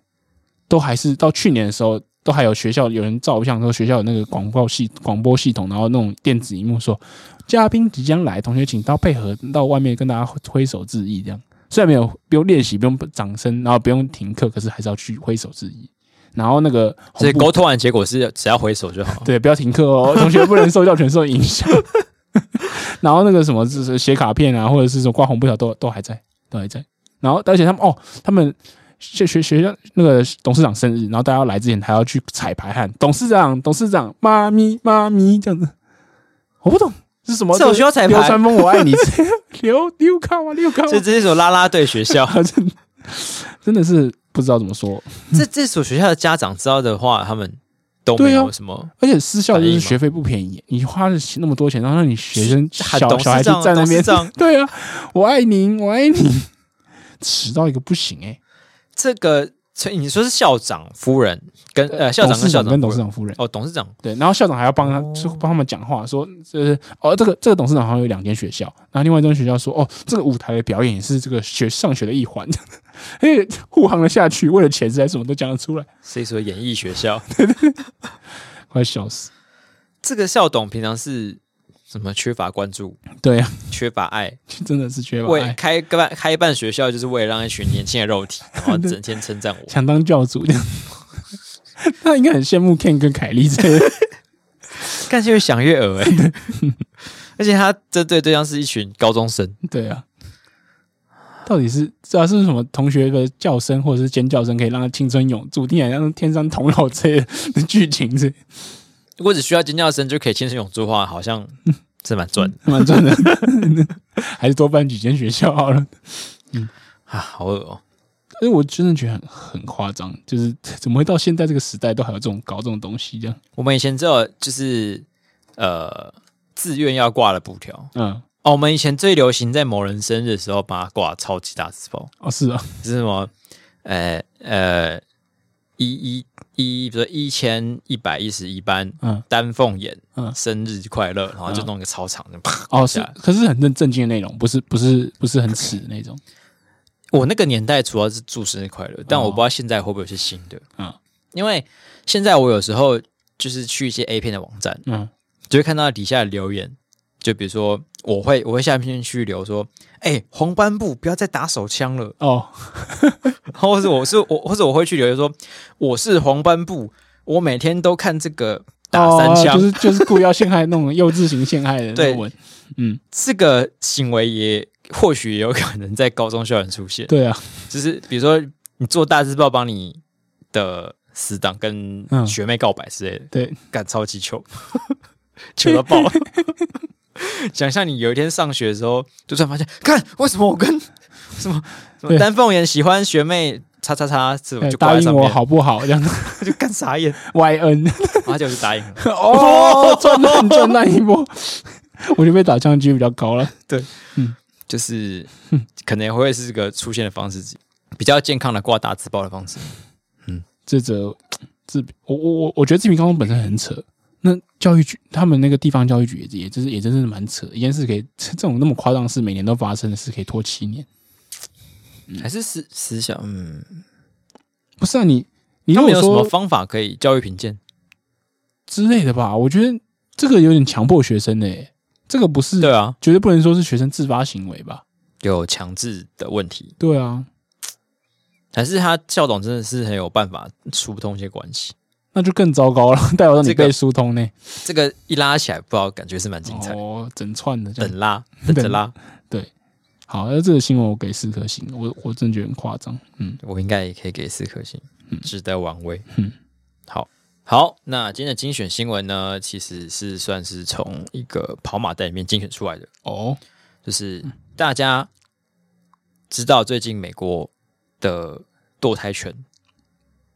A: 都还是到去年的时候，都还有学校有人照相，说学校有那个广告系广播系统，然后那种电子荧幕说嘉宾即将来，同学请到配合到外面跟大家挥手致意，这样虽然没有不用练习，不用掌声，然后不用停课，可是还是要去挥手致意。然后那个红
B: 所以
A: 布
B: 沟通完结果是只要挥手就好。
A: 对，不要停课哦，同学不能受教权受影响。 [laughs] 然后那个什么，就是写卡片啊，或者是说挂红布条都都还在，都还在。然后而且他们哦，他们学学学校那个董事长生日，然后大家要来之前还要去彩排喊董事长董事长妈咪妈咪这样子，我不懂是什么。
B: 这有需要彩排
A: 流川枫我爱你， [laughs] 刘刘康啊刘康啊
B: 所以，这是一 [laughs] 所拉拉队学校，
A: [laughs] 真的真的是不知道怎么说。
B: [laughs] 这这所学校的家长知道的话，他们都没
A: 对啊
B: 有什么。
A: 而且私校就
B: 反
A: 是
B: 应吗
A: 学费不便宜，你花了那么多钱，然后让你学生
B: 喊
A: 小
B: 董
A: 小孩
B: 事
A: 子
B: 长，
A: 在那
B: 董事
A: 边，
B: 长，
A: 对啊，我爱您，我爱您，迟到一个不行哎、
B: 这个所以你说是校长夫人跟呃校长
A: 董
B: 跟
A: 事
B: 校
A: 长
B: 长
A: 跟董
B: 夫
A: 事
B: 人
A: 长夫人，
B: 哦，董事长
A: 对，然后校长还要帮他就帮他们讲话，说就是哦，这个这个董事长好像有两间学校，然后另外一间学校说哦，这个舞台的表演也是这个学上学的一环， [laughs] 因为护航了下去，为了钱实在什么都讲得出来，
B: 是一所演艺学校。
A: 快笑死，
B: 这个校董平常是什么缺乏关注，
A: 对啊，
B: 缺乏爱，
A: 真的是缺乏
B: 为
A: 爱，
B: 开办开办学校就是为了让一群年轻的肉体，然后整天称赞我。
A: 想当教主。 [laughs] 他应该很羡慕 Ken 跟凯莉这样。
B: 干是越想越恶哎、欸 [laughs] 而且他针对对象是一群高中生，
A: [laughs] 对啊，到底是这、啊、是什么同学的叫声或者是尖叫声可以让他青春永驻？听起来像天山童姥之类的剧情是
B: 如果只需要尖叫声就可以青春永驻的话，
A: [laughs]
B: 好像是蛮赚的
A: 蛮赚的， [laughs] 还是多办几间学校好了。
B: 啊，好恶哦、
A: 因为哎我真的觉得很很夸张，就是怎么会到现在这个时代都还有这种搞这种东西这样？
B: 我们以前只有就是呃自愿要挂的布条
A: 嗯，
B: 哦，我们以前最流行在某人生日的时候把它挂超级大字报，
A: 哦是啊，
B: 是什么？呃呃，一一一，比如说一千一百一十一班，
A: 嗯
B: 丹凤眼，
A: 嗯
B: 生日快乐，然后就弄一个超长的，啪
A: 哦是
B: 下来，
A: 可是很正正经的内容，不是不是不是很耻的那种。
B: 我那个年代主要是祝生日快乐，但我不知道现在会不会有些新的。
A: 哦嗯
B: 因为现在我有时候就是去一些 A 片的网站，
A: 嗯
B: 就会看到底下的留言，就比如说我会我会下面去留说，哎、黄斑部不要再打手枪了， [laughs]
A: 哦，
B: 或者我是我或者我会去留言说我是黄斑部，我每天都看这个打三
A: 哦
B: 枪，
A: 就是就是故意要陷害那种幼稚型陷害的那
B: 对
A: 种文。嗯，
B: 这个行为也或许也有可能在高中校园出现，
A: 对啊，
B: 就是比如说你做大字报帮你的死党跟
A: 嗯
B: 学妹告白之类的。
A: 对，
B: 干超级糗， [laughs] 糗到爆。想象你有一天上学的时候，就突然发现，看为什么我跟什么什么
A: 对
B: 丹凤眼喜欢学妹叉叉叉，这种
A: 哎
B: 就挂
A: 答
B: 在
A: 应
B: 上
A: 我
B: 面，
A: 好不好？这样
B: [laughs] 就干傻眼，
A: Y N
B: 然后就答应
A: [laughs]
B: 了。
A: 哦，赚烂赚烂一波， [laughs] 我就被打枪的几率比较高了。
B: 就是可能会是这个出现的方式之一，比较健康的挂大字报的方式。
A: 这则自我我我我觉得自评高中本身很扯。那教育局他们那个地方教育局也也就是也真是蛮扯，一件事可以这种那么夸张的事每年都发生的事可以拖七年，嗯
B: 还是思思想，嗯，
A: 不是啊你你
B: 他
A: 如
B: 们
A: 果
B: 有什么
A: 说
B: 方法可以教育评鉴？
A: 之类的吧，我觉得这个有点强迫学生的、欸，这个不是
B: 对啊，
A: 绝对不能说是学生自发行为吧？
B: 有强制的问题，
A: 对啊，
B: 还是他校长真的是很有办法疏通一些关系？
A: 那就更糟糕了，代表让你
B: 这个
A: 被疏通呢、
B: 这个一拉起来，不知道感觉是蛮精彩的。
A: 哦，整串的这样。
B: 等拉，等着拉，
A: 好，那这个新闻我给四颗星，我我真的觉得很夸张。嗯，
B: 我应该也可以给四颗星，值得玩味。
A: 嗯
B: 好好，那今天的精选新闻呢，其实是算是从一个跑马灯里面精选出来的，
A: 哦，
B: 就是大家知道最近美国的堕胎权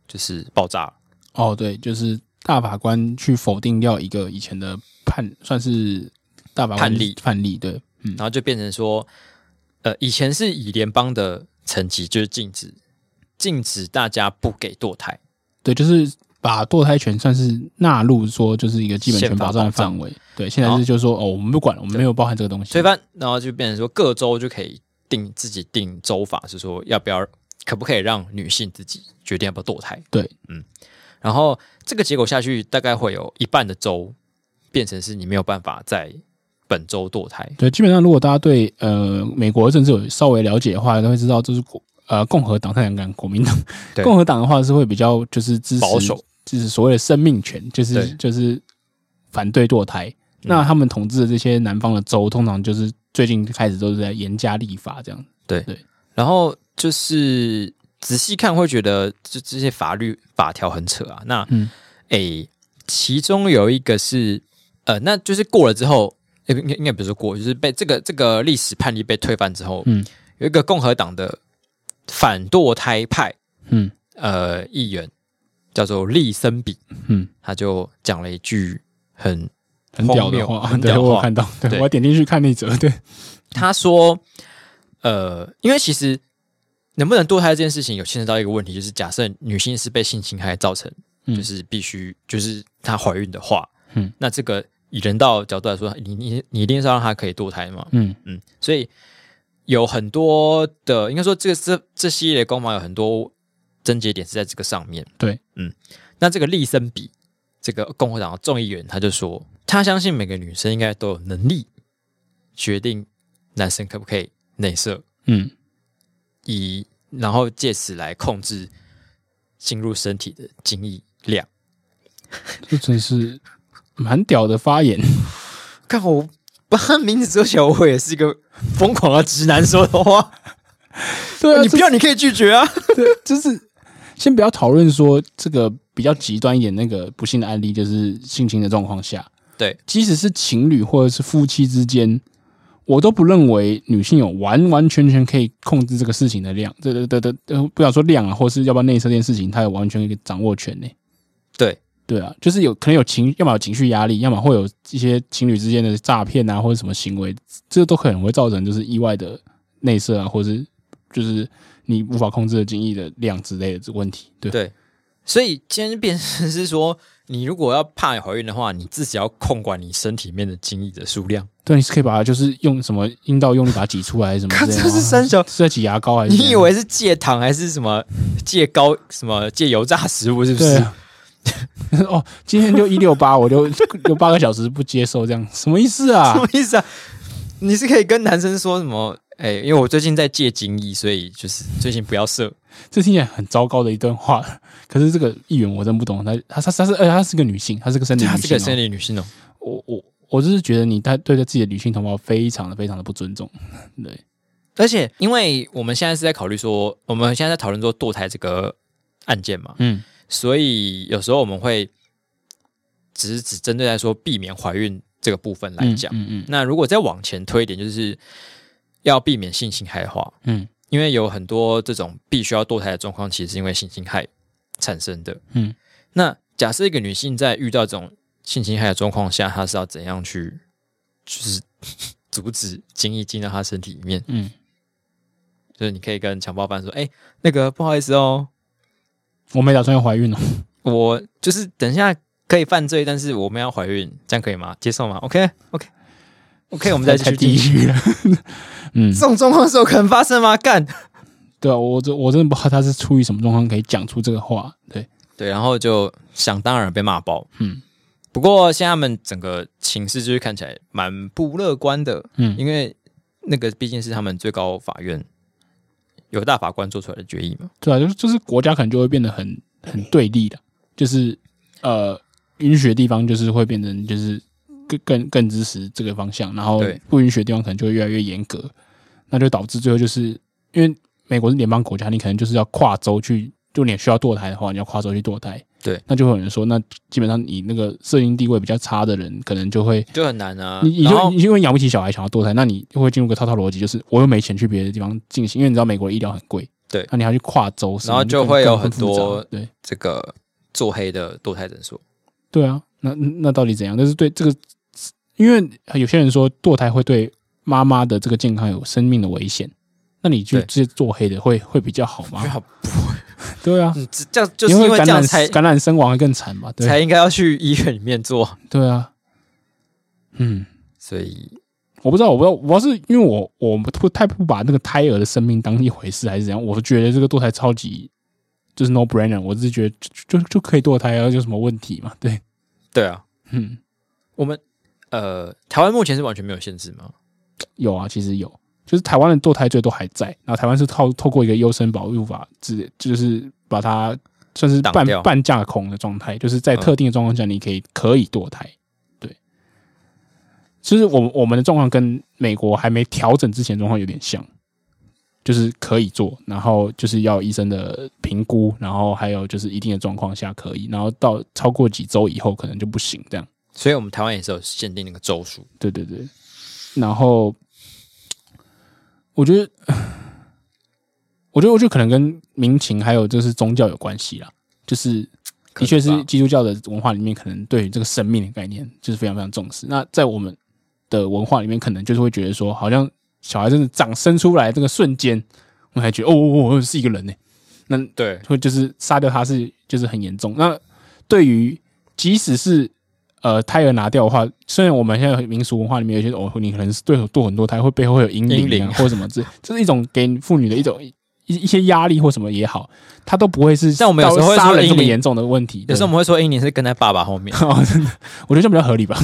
B: 就是爆炸了，
A: 哦，对，就是大法官去否定掉一个以前的判，算是大法官
B: 判例
A: 判例，对，嗯
B: 然，后就变成说，呃，以前是以联邦的层级就是禁止禁止大家不给堕胎，
A: 对，就是把堕胎权算是纳入说就是一个基本权保障的范围。对，现在
B: 好
A: 是就是说哦，我们不管，我们没有包含这个东西
B: 推。翻，然后就变成说各州就可以定自己定州法，是说要不要可不可以让女性自己决定要不要堕胎。
A: 对，
B: 嗯，然后这个结果下去，大概会有一半的州变成是你没有办法在本州堕胎。
A: 对，基本上如果大家对呃美国政治有稍微了解的话，都会知道就是国呃共和党、共产党、国民党。
B: 对
A: 共和党的话是会比较就是支持
B: 保守，
A: 就是所谓的生命权，就是
B: 对嗯
A: 就是反对堕胎。那他们统治的这些南方的州，通常就是最近开始都是在严加立法这样。
B: 然后就是仔细看会觉得这这些法律法条很扯啊。那
A: 嗯
B: 诶、其中有一个是呃，那就是过了之后，诶应该应该不是过，就是被这个这个历史判例被推翻之后，
A: 嗯
B: 有一个共和党的反堕胎派
A: 嗯
B: 呃议员叫做利森比，
A: 嗯，
B: 他就讲了一句很
A: 很屌的话，
B: 荒谬很
A: 对
B: 屌的
A: 我有
B: 话
A: 看，到，对
B: 对
A: 我点进去看那则，对，
B: 他说呃，因为其实。能不能堕胎这件事情有牵扯到一个问题，就是假设女性是被性侵害造成，
A: 嗯
B: 就是必须就是她怀孕的话，
A: 嗯，
B: 那这个以人道的角度来说，你你你一定是要让她可以堕胎嘛，
A: 嗯
B: 嗯，所以有很多的，应该说这个这这系列光芒有很多症结点是在这个上面。
A: 对，
B: 嗯，那这个利森比这个共和党的众议员他就说，他相信每个女生应该都有能力决定男生可不可以内射，
A: 嗯
B: 以然后借此来控制进入身体的精液量。 [laughs]
A: 这真是蛮屌的发言。
B: 看我把他名字缩小，我也是一个疯狂的直男说的话。
A: 对啊，
B: 你不要，你可以拒绝
A: [laughs]
B: 啊。
A: 对，就是先不要讨论说这个比较极端一点那个不幸的案例，就是性侵的状况下，
B: 对，
A: 即使是情侣或者是夫妻之间，我都不认为女性有完完全全可以控制这个事情的量，这这这这，不想说量啊，或是要不要内射这件事情，她有完全一个掌握权呢、
B: 对，
A: 对啊，就是有可能有情，要么有情绪压力，要么会有一些情侣之间的诈骗啊，或者什么行为，这都可能会造成就是意外的内射啊，或是就是你无法控制的精液的量之类的问题。对，
B: 对，所以今天变成是说，你如果要怕怀孕的话，你自己要控管你身体里面的精液的数量。
A: 对，你是可以把它就是用什么阴道用力把它挤出来，还是什么之类的吗。
B: [laughs] 看这是三小
A: 是在挤牙膏还是？
B: 你以？为是戒糖还是什么戒高什么戒油炸食物？是不
A: 对
B: 是？
A: 啊 [laughs] 哦，今天就一六八，我就有八个小时不接受，这样什么意思
B: 什
A: 啊？
B: 么意思啊？你是可以跟男生说什么？哎、因为我最近在戒精液，所以就是最近不要射。
A: 这听起来很糟糕的一段话。可是这个议员我真不懂，她她她她是，而且她是个女性，她是个生理
B: 她
A: 女
B: 是个
A: 性、
B: 生
A: 哦。
B: 理女性哦、
A: 我我我就是觉得你她对待自己的女性同胞非常的非常的不尊重。 [laughs] 对，
B: 而且因为我们现在是在考虑说，我们现在在讨论说堕胎这个案件嘛，
A: 嗯，
B: 所以有时候我们会只是只针对在说避免怀孕这个部分来讲。
A: 嗯嗯
B: 那如果再往前推一点，就是要避免性侵害的话，
A: 嗯
B: 因为有很多这种必须要堕胎的状况，其实是因为性侵害产生的。
A: 嗯，
B: 那假设一个女性在遇到这种性侵害的状况下，她是要怎样去，就是 [laughs] 阻止精液进到她身体里面？
A: 嗯，
B: 就是你可以跟强暴犯说：“哎、那个不好意思哦，
A: 我没打算要怀孕哦。
B: 我就是等一下可以犯罪，但是我们要怀孕，这样可以吗？接受吗？OK OK [laughs] OK，我们再继
A: 太
B: 续进
A: 地
B: 行。
A: [laughs] 狱了。嗯
B: 这，种状况是有可能发生吗？干
A: 对啊，我真我真的不知道她是出于什么状况可以讲出这个话。对，
B: [laughs] 对，然后就想当然被骂爆。
A: 嗯
B: 不过现在他们整个情势就是看起来蛮不乐观的，
A: 嗯
B: 因为那个毕竟是他们最高法院有大法官做出来的决议嘛。
A: 对啊，就是就是国家可能就会变得很很对立的，就是呃，允许的地方就是会变成就是更更更支持这个方向，然后
B: 对
A: 不允许的地方可能就会越来越严格，那就导致最后就是因为美国是联邦国家，你可能就是要跨州去，就你需要堕胎的话，你要跨州去堕胎，
B: 对，
A: 那就会有人说，那基本上你那个社经地位比较差的人，可能就会。
B: 就很难啊。
A: 你你
B: 然
A: 就
B: 后
A: 你因为养不起小孩想要堕胎，那你就会进入个套套逻辑，就是我又没钱去别的地方进行，因为你知道美国的医疗很贵，
B: 对
A: 那你还要去跨州什么，
B: 然后就会有很
A: 更更复
B: 多
A: 杂对
B: 这个做黑的堕胎诊所，
A: 对啊，那那到底怎样？但是对这个，因为有些人说堕胎会对妈妈的这个健康有生命的危险，那你去
B: 对
A: 直接做黑的会会比较好
B: [laughs]
A: 吗？
B: 好，
A: 对啊，
B: 嗯，这这样就是
A: 因
B: 啊因
A: 为
B: 为这
A: 感
B: 样
A: 染
B: 才
A: 感染身亡会更惨嘛，
B: 才
A: 对
B: 应该要去医院里面做，
A: 对啊，嗯。
B: 所以
A: 我不知道，我不知道，我要是因为我我不太不把那个胎儿的生命当一回事，还是怎样？我是觉得这个堕胎超级就是 no brainer，我是觉得就就就可以堕胎啊，有什么问题嘛？对，
B: 对啊，
A: 嗯，
B: 我们呃，台湾目前是完全没有限制吗？
A: 有啊，其实有，就是台湾的堕胎罪都还在，然后台湾是靠透过一个优生保护法，只就是把它算是
B: 挡
A: 半
B: 掉
A: 半架空的状态，就是在特定的状况下，你可以可以堕胎。对，其实我们我们的状况跟美国还没调整之前状况有点像，就是可以做，然后就是要医生的评估，然后还有就是一定的状况下可以，然后到超过几周以后可能就不行这样。
B: 所以我们台湾也是有限定那个周数，
A: 对对对，然后我觉得， [sighs] 我觉得，我觉得可能跟民情还有就是宗教有关系啦，就是的
B: 可能
A: 确是
B: 吧
A: 基督教的文化里面，可能对于这个生命的概念就是非常非常重视。那在我们的文化里面，可能就是会觉得说，好像小孩真的长生出来这个瞬间，我们还觉得哦，我、哦哦、是一个人呢、那
B: 对
A: 会就是杀掉他是就是很严重。那对于即使是呃胎儿拿掉的话，虽然我们现在民俗文化里面有些哦，你可能是对堕很多胎，会背后会有阴
B: 阴
A: 灵
B: 灵
A: 啊或什么之类，这是一种给妇女的一种一一些压力或什么也好，它都不会是
B: 但我们有时候
A: 到
B: 会说
A: 杀人这
B: 阴
A: 么
B: 灵
A: 严重的问题。
B: 有时候我
A: 对 [laughs]
B: 们会说，哎、你是跟在爸爸后面， [laughs]
A: 哦，真的我觉得这样比较合理吧。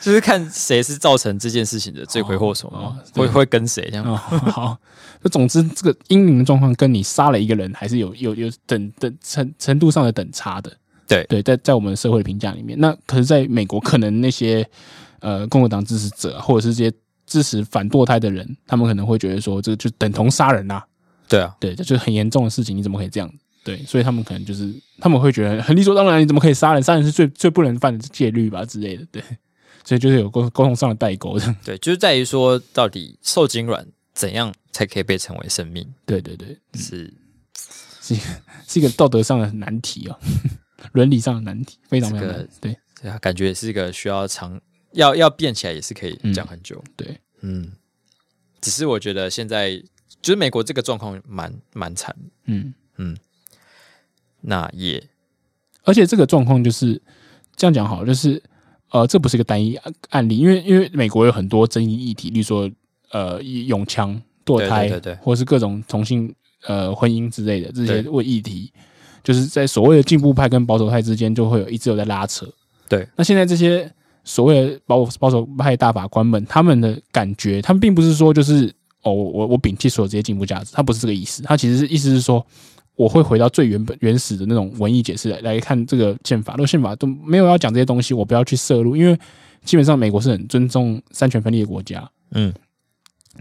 B: 就是看谁是造成这件事情的罪魁祸首嘛，
A: 哦对
B: 会会跟谁这样。
A: 哦， [laughs] 好，就总之这个阴灵的状况跟你杀了一个人还是有有有等等程程度上的等差的。
B: 对
A: 对，在在我们社会的评价里面，那可是在美国，可能那些呃共和党支持者或者是这些支持反堕胎的人，他们可能会觉得说，这就等同杀人啦、
B: 对啊，
A: 对，这就是很严重的事情，你怎么可以这样？对，所以他们可能就是他们会觉得很理所当然，你怎么可以杀人？杀人是最最不能犯的戒律吧之类的，对，所以就是有沟沟通上的代沟这样，
B: 对，就是在于说，到底受精卵怎样才可以被称为生命？
A: 对对对，
B: 是
A: 是一个道德上的难题
B: [laughs]
A: 哦，伦理上的难题，非常非常
B: 这
A: 难
B: 个，
A: 对
B: 对啊，感觉也是一个需要长要要变起来，也是可以讲很久。
A: 对，
B: 嗯只是我觉得现在就是美国这个状况蛮蛮惨，
A: 嗯，
B: 那也
A: 而且这个状况就是这样讲好了，就是呃，这不是一个单一案案例，因为因为美国有很多争议议题，例如说呃，永枪、堕胎，
B: 对对对对
A: 或是各种同性呃婚姻之类的这些
B: 对
A: 问议题，就是在所谓的进步派跟保守派之间就会有一直有在拉扯。
B: 对，
A: 那现在这些所谓的保保守派大法官们，他们的感觉，他们并不是说就是哦，我我我摒弃所有这些进步价值，他不是这个意思，他其实是意思是说。我会回到最原本原始的那种文艺解释来来看这个宪法，如果宪法都没有要讲这些东西，我不要去摄入，因为基本上美国是很尊重三权分立的国家，
B: 嗯，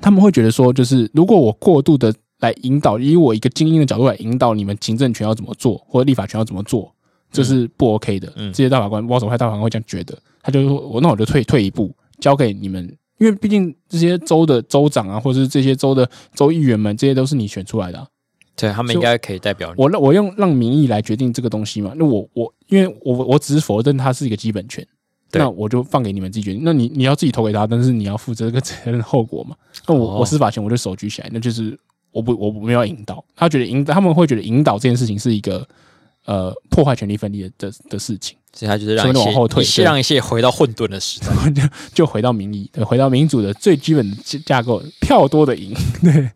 A: 他们会觉得说，就是如果我过度的来引导，以我一个精英的角度来引导你们行政权要怎么做，或者立法权要怎么做，这是不 OK 的。
B: 嗯
A: 这些大法官、保守派大法官会这样觉得，他就说我那我就退退一步，交给你们，因为毕竟这些州的州长啊，或者是这些州的州议员们，这些都是你选出来的啊、
B: 对他们
A: 所以
B: 应该可以代表你。
A: 我让我用让民意来决定这个东西嘛，那我我因为我我只是否认它是一个基本权，
B: 对
A: 那我就放给你们自己决定。那你你要自己投给他，但是你要负责这个责任的后果嘛。那我、
B: 哦
A: 我司法权我就手举起来，那就是我不我不没有要引导，他觉得引他们会觉得引导这件事情是一个呃破坏权力分立的的的事情，
B: 所以他就是让
A: 所
B: 一
A: 以往后退
B: 些一些
A: 对
B: 让一些回到混沌的时代。
A: 就就回到民意，对，回到民主的最基本的架架构，票多的赢， [laughs] 对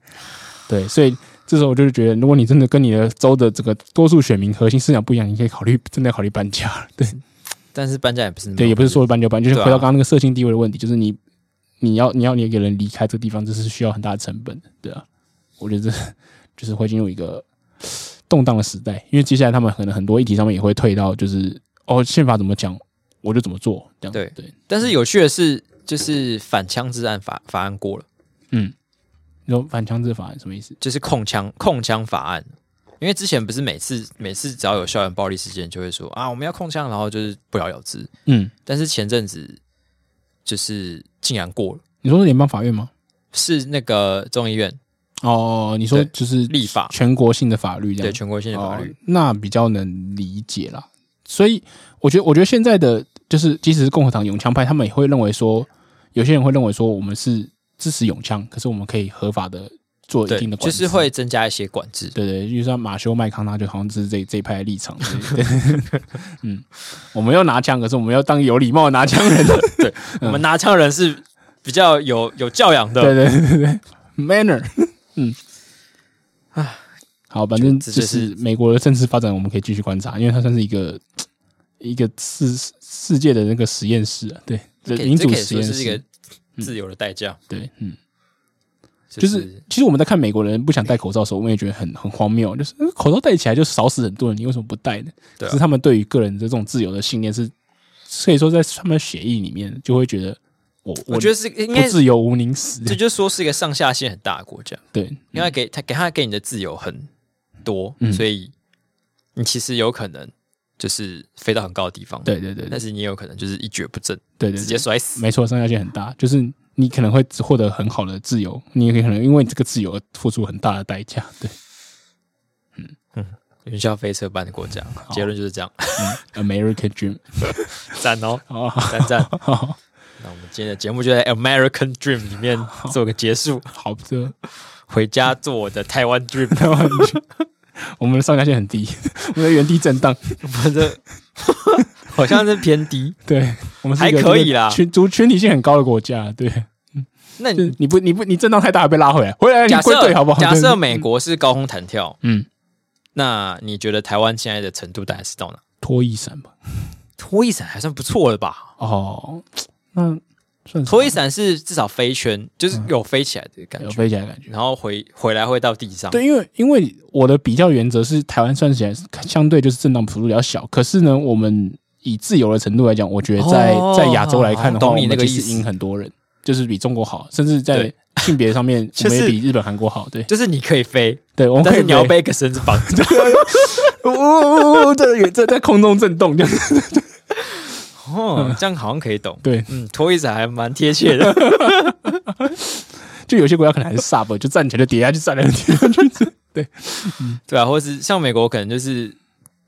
A: 对，所以。这时候我就是觉得，如果你真的跟你的州的这个多数选民核心思想不一样，你可以考虑真的考虑搬家
B: [laughs]
A: 了。对，
B: 但是搬家也不是那么
A: 对，也不是说搬就搬，就是
B: 对啊
A: 回到刚刚那个社经地位的问题，就是你你要你要你一个人离开这个地方，这是需要很大的成本的，对啊。我觉得这就是会进入一个动荡的时代，因为接下来他们可能很多议题上面也会退到就是哦，宪法怎么讲我就怎么做这样。
B: 对
A: 对，
B: 但是有趣的是，就是反枪支案法法案过了，
A: 你说反枪制法案什么意思？
B: 就是控枪控枪法案。因为之前不是每次每次只要有校园暴力事件，就会说啊我们要控枪，然后就是不了了之。
A: 嗯，
B: 但是前阵子就是竟然过了，
A: 你说是联邦法院吗？
B: 是那个众议院
A: 哦，你说
B: 对
A: 就是
B: 立法，
A: 全国性的法律这样
B: 对。全国性的法律，
A: 哦，那比较能理解啦。所以我觉得，我觉得现在的就是，即使是共和党永枪派，他们也会认为说，有些人会认为说，我们是支持永枪，可是我们可以合法的做哦一
B: 对
A: 定的，管
B: 就
A: 制，
B: 是会增加一些管
A: [laughs]
B: 制。
A: 对对，就像马修麦康纳就好像是这这一派的立场，对对嗯，我们要拿枪，可是我们要当有礼貌的拿枪人，
B: 我们拿枪人是比较有有教养的，
A: 对对对对对，manner，嗯，好，反正
B: 就
A: 就
B: 这就是
A: 美国的政治发展，我们可以继续观察，因为它算是一个一个世世界的那个实验室啊，对，
B: 这可以
A: 民
B: 这
A: 主
B: 可以
A: 实
B: 说
A: 验
B: 是一
A: 室
B: 个，自由的代价，
A: 对，嗯，
B: 就
A: 就是其实我们在看美国人不想戴口罩的时候，我们也觉得很很荒谬，就是呃口罩戴起来就少死很多人，你为什么不戴呢？
B: 对啊
A: 只是他们对于个人的这种自由的信念是，所以说在他们的血液里面就会觉得我
B: 我觉得是应
A: 不
B: 该，
A: 自由嗯无宁死，
B: 这就说是一个上下限很大的国家，
A: 对，
B: 因为给他给他给你的自由很多，
A: 嗯
B: 所以你其实有可能就是飞到很高的地方，，
A: 对对对对
B: 但是你也有可能就是一蹶不振，
A: 对对
B: 直，接摔死。
A: 没错，上下限很大，就是你可能会只获得很好的自由，你也可能因为这个自由而付出很大的代价。 [laughs] 对
B: 云霄飞车般的国家，结论就是这样，
A: 嗯，American Dream，
B: 赞哦，
A: 好好
B: 赞赞。
A: 好
B: [laughs] 那我们今天的节目就在《American Dream》里面做个结束，
A: 好的，
B: 回家做我的台湾 Dream。 [laughs]
A: 台湾剧，我们的上下限很低， [laughs] 我们的原地震荡， [laughs]
B: 反正 [laughs] 好像是偏低。
A: 对我们是一个
B: 还可以啦
A: 群族群体性很高的国家，对，
B: 那
A: 就
B: 你
A: 是你不你不你震荡太大被拉回来，回来你
B: 假
A: 归
B: 设
A: 队好不好？
B: 假
A: 对
B: 设美国是高空弹跳，
A: 嗯
B: 那你觉得台湾现在的程度大概是到哪？
A: 脱衣伞吧，
B: 拖衣伞还算不错了吧？
A: 哦，那算
B: 拖衣
A: 衣
B: 伞是至少飞圈，就是有飞起来的感
A: 嗯有
B: 觉，
A: 飞起来的感觉。
B: 然后回回来会到地上。
A: 对，因为因为我的比较原则是台湾算起来是相对就是震荡幅度比较小，可是呢，我们以自由的程度来讲，我觉得在、
B: 哦
A: 在亚洲来看的话，
B: 懂你那个
A: 我们其
B: 意思
A: 实赢很多人，就是比中国好，甚至在
B: 对
A: [laughs] 性别上
B: [laughs]
A: 面，
B: 就
A: 我
B: 是
A: 们也比日本、韩国好。对，
B: 就是你可以飞，
A: 对，我们
B: 但
A: 可
B: 是
A: 以
B: 你要
A: 飞
B: 被一个绳子绑
A: [laughs]
B: 住。
A: 呜呜呜，这这在空中震动，这样子。
B: 哦，这样好像可以懂。
A: 对，
B: 嗯，拖椅子还蛮贴
A: [laughs]
B: 切的。
A: 就有些国家可能还是 sub，就站起来就跌下去，站起来就跌下去。对，
B: 对啊，或是像美国，可能就是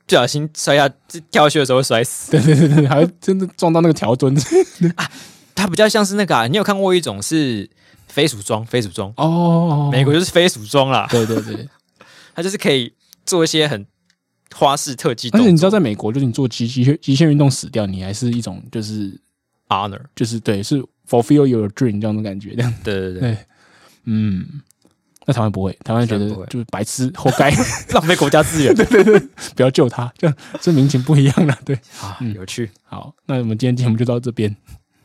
B: 不小心摔下跳下去的时候会摔死。
A: 对对对对，还真的撞到那个条墩。
B: 它比较像是那个、啊，你有看过一种是飞鼠装？飞鼠装，
A: 哦，
B: 美国就是飞鼠装啦，
A: 对对对，
B: 它就是可以做一些很花式特技
A: 而
B: 动
A: 且你知
B: 作
A: 道，在美国，就是你做极极限极限运动死掉，你还是一种就是
B: ，honor。
A: 就是对，是 fulfill your dream 这样的感觉。这样，
B: 对对对，
A: 对嗯，那台湾不会，台湾觉
B: 台
A: 得
B: 湾不会
A: 就是白痴，活该， [laughs]
B: 浪费国家资源
A: 不要救他，这样这民情不一样了。对，
B: 啊，有趣。
A: 好，那我们今天节目就到这边。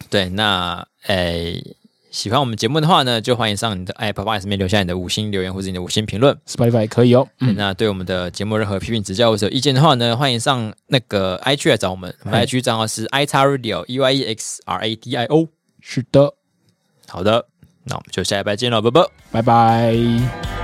B: 对，那诶。喜欢我们节目的话呢，就欢迎上你的 Apple Podcast 里面留下你的五星留言或者你的五星评论。
A: Spotify 可以哦，
B: 对
A: 嗯，
B: 那对我们的节目任何批评指教或者有意见的话呢，欢迎上那个 IG 来找我们。我
A: 嗯
B: 们的 IG 账号是 i x radio e y e x r a d i o。
A: 是的，
B: 好的，那我们就下一拜见了，拜拜。
A: 拜拜。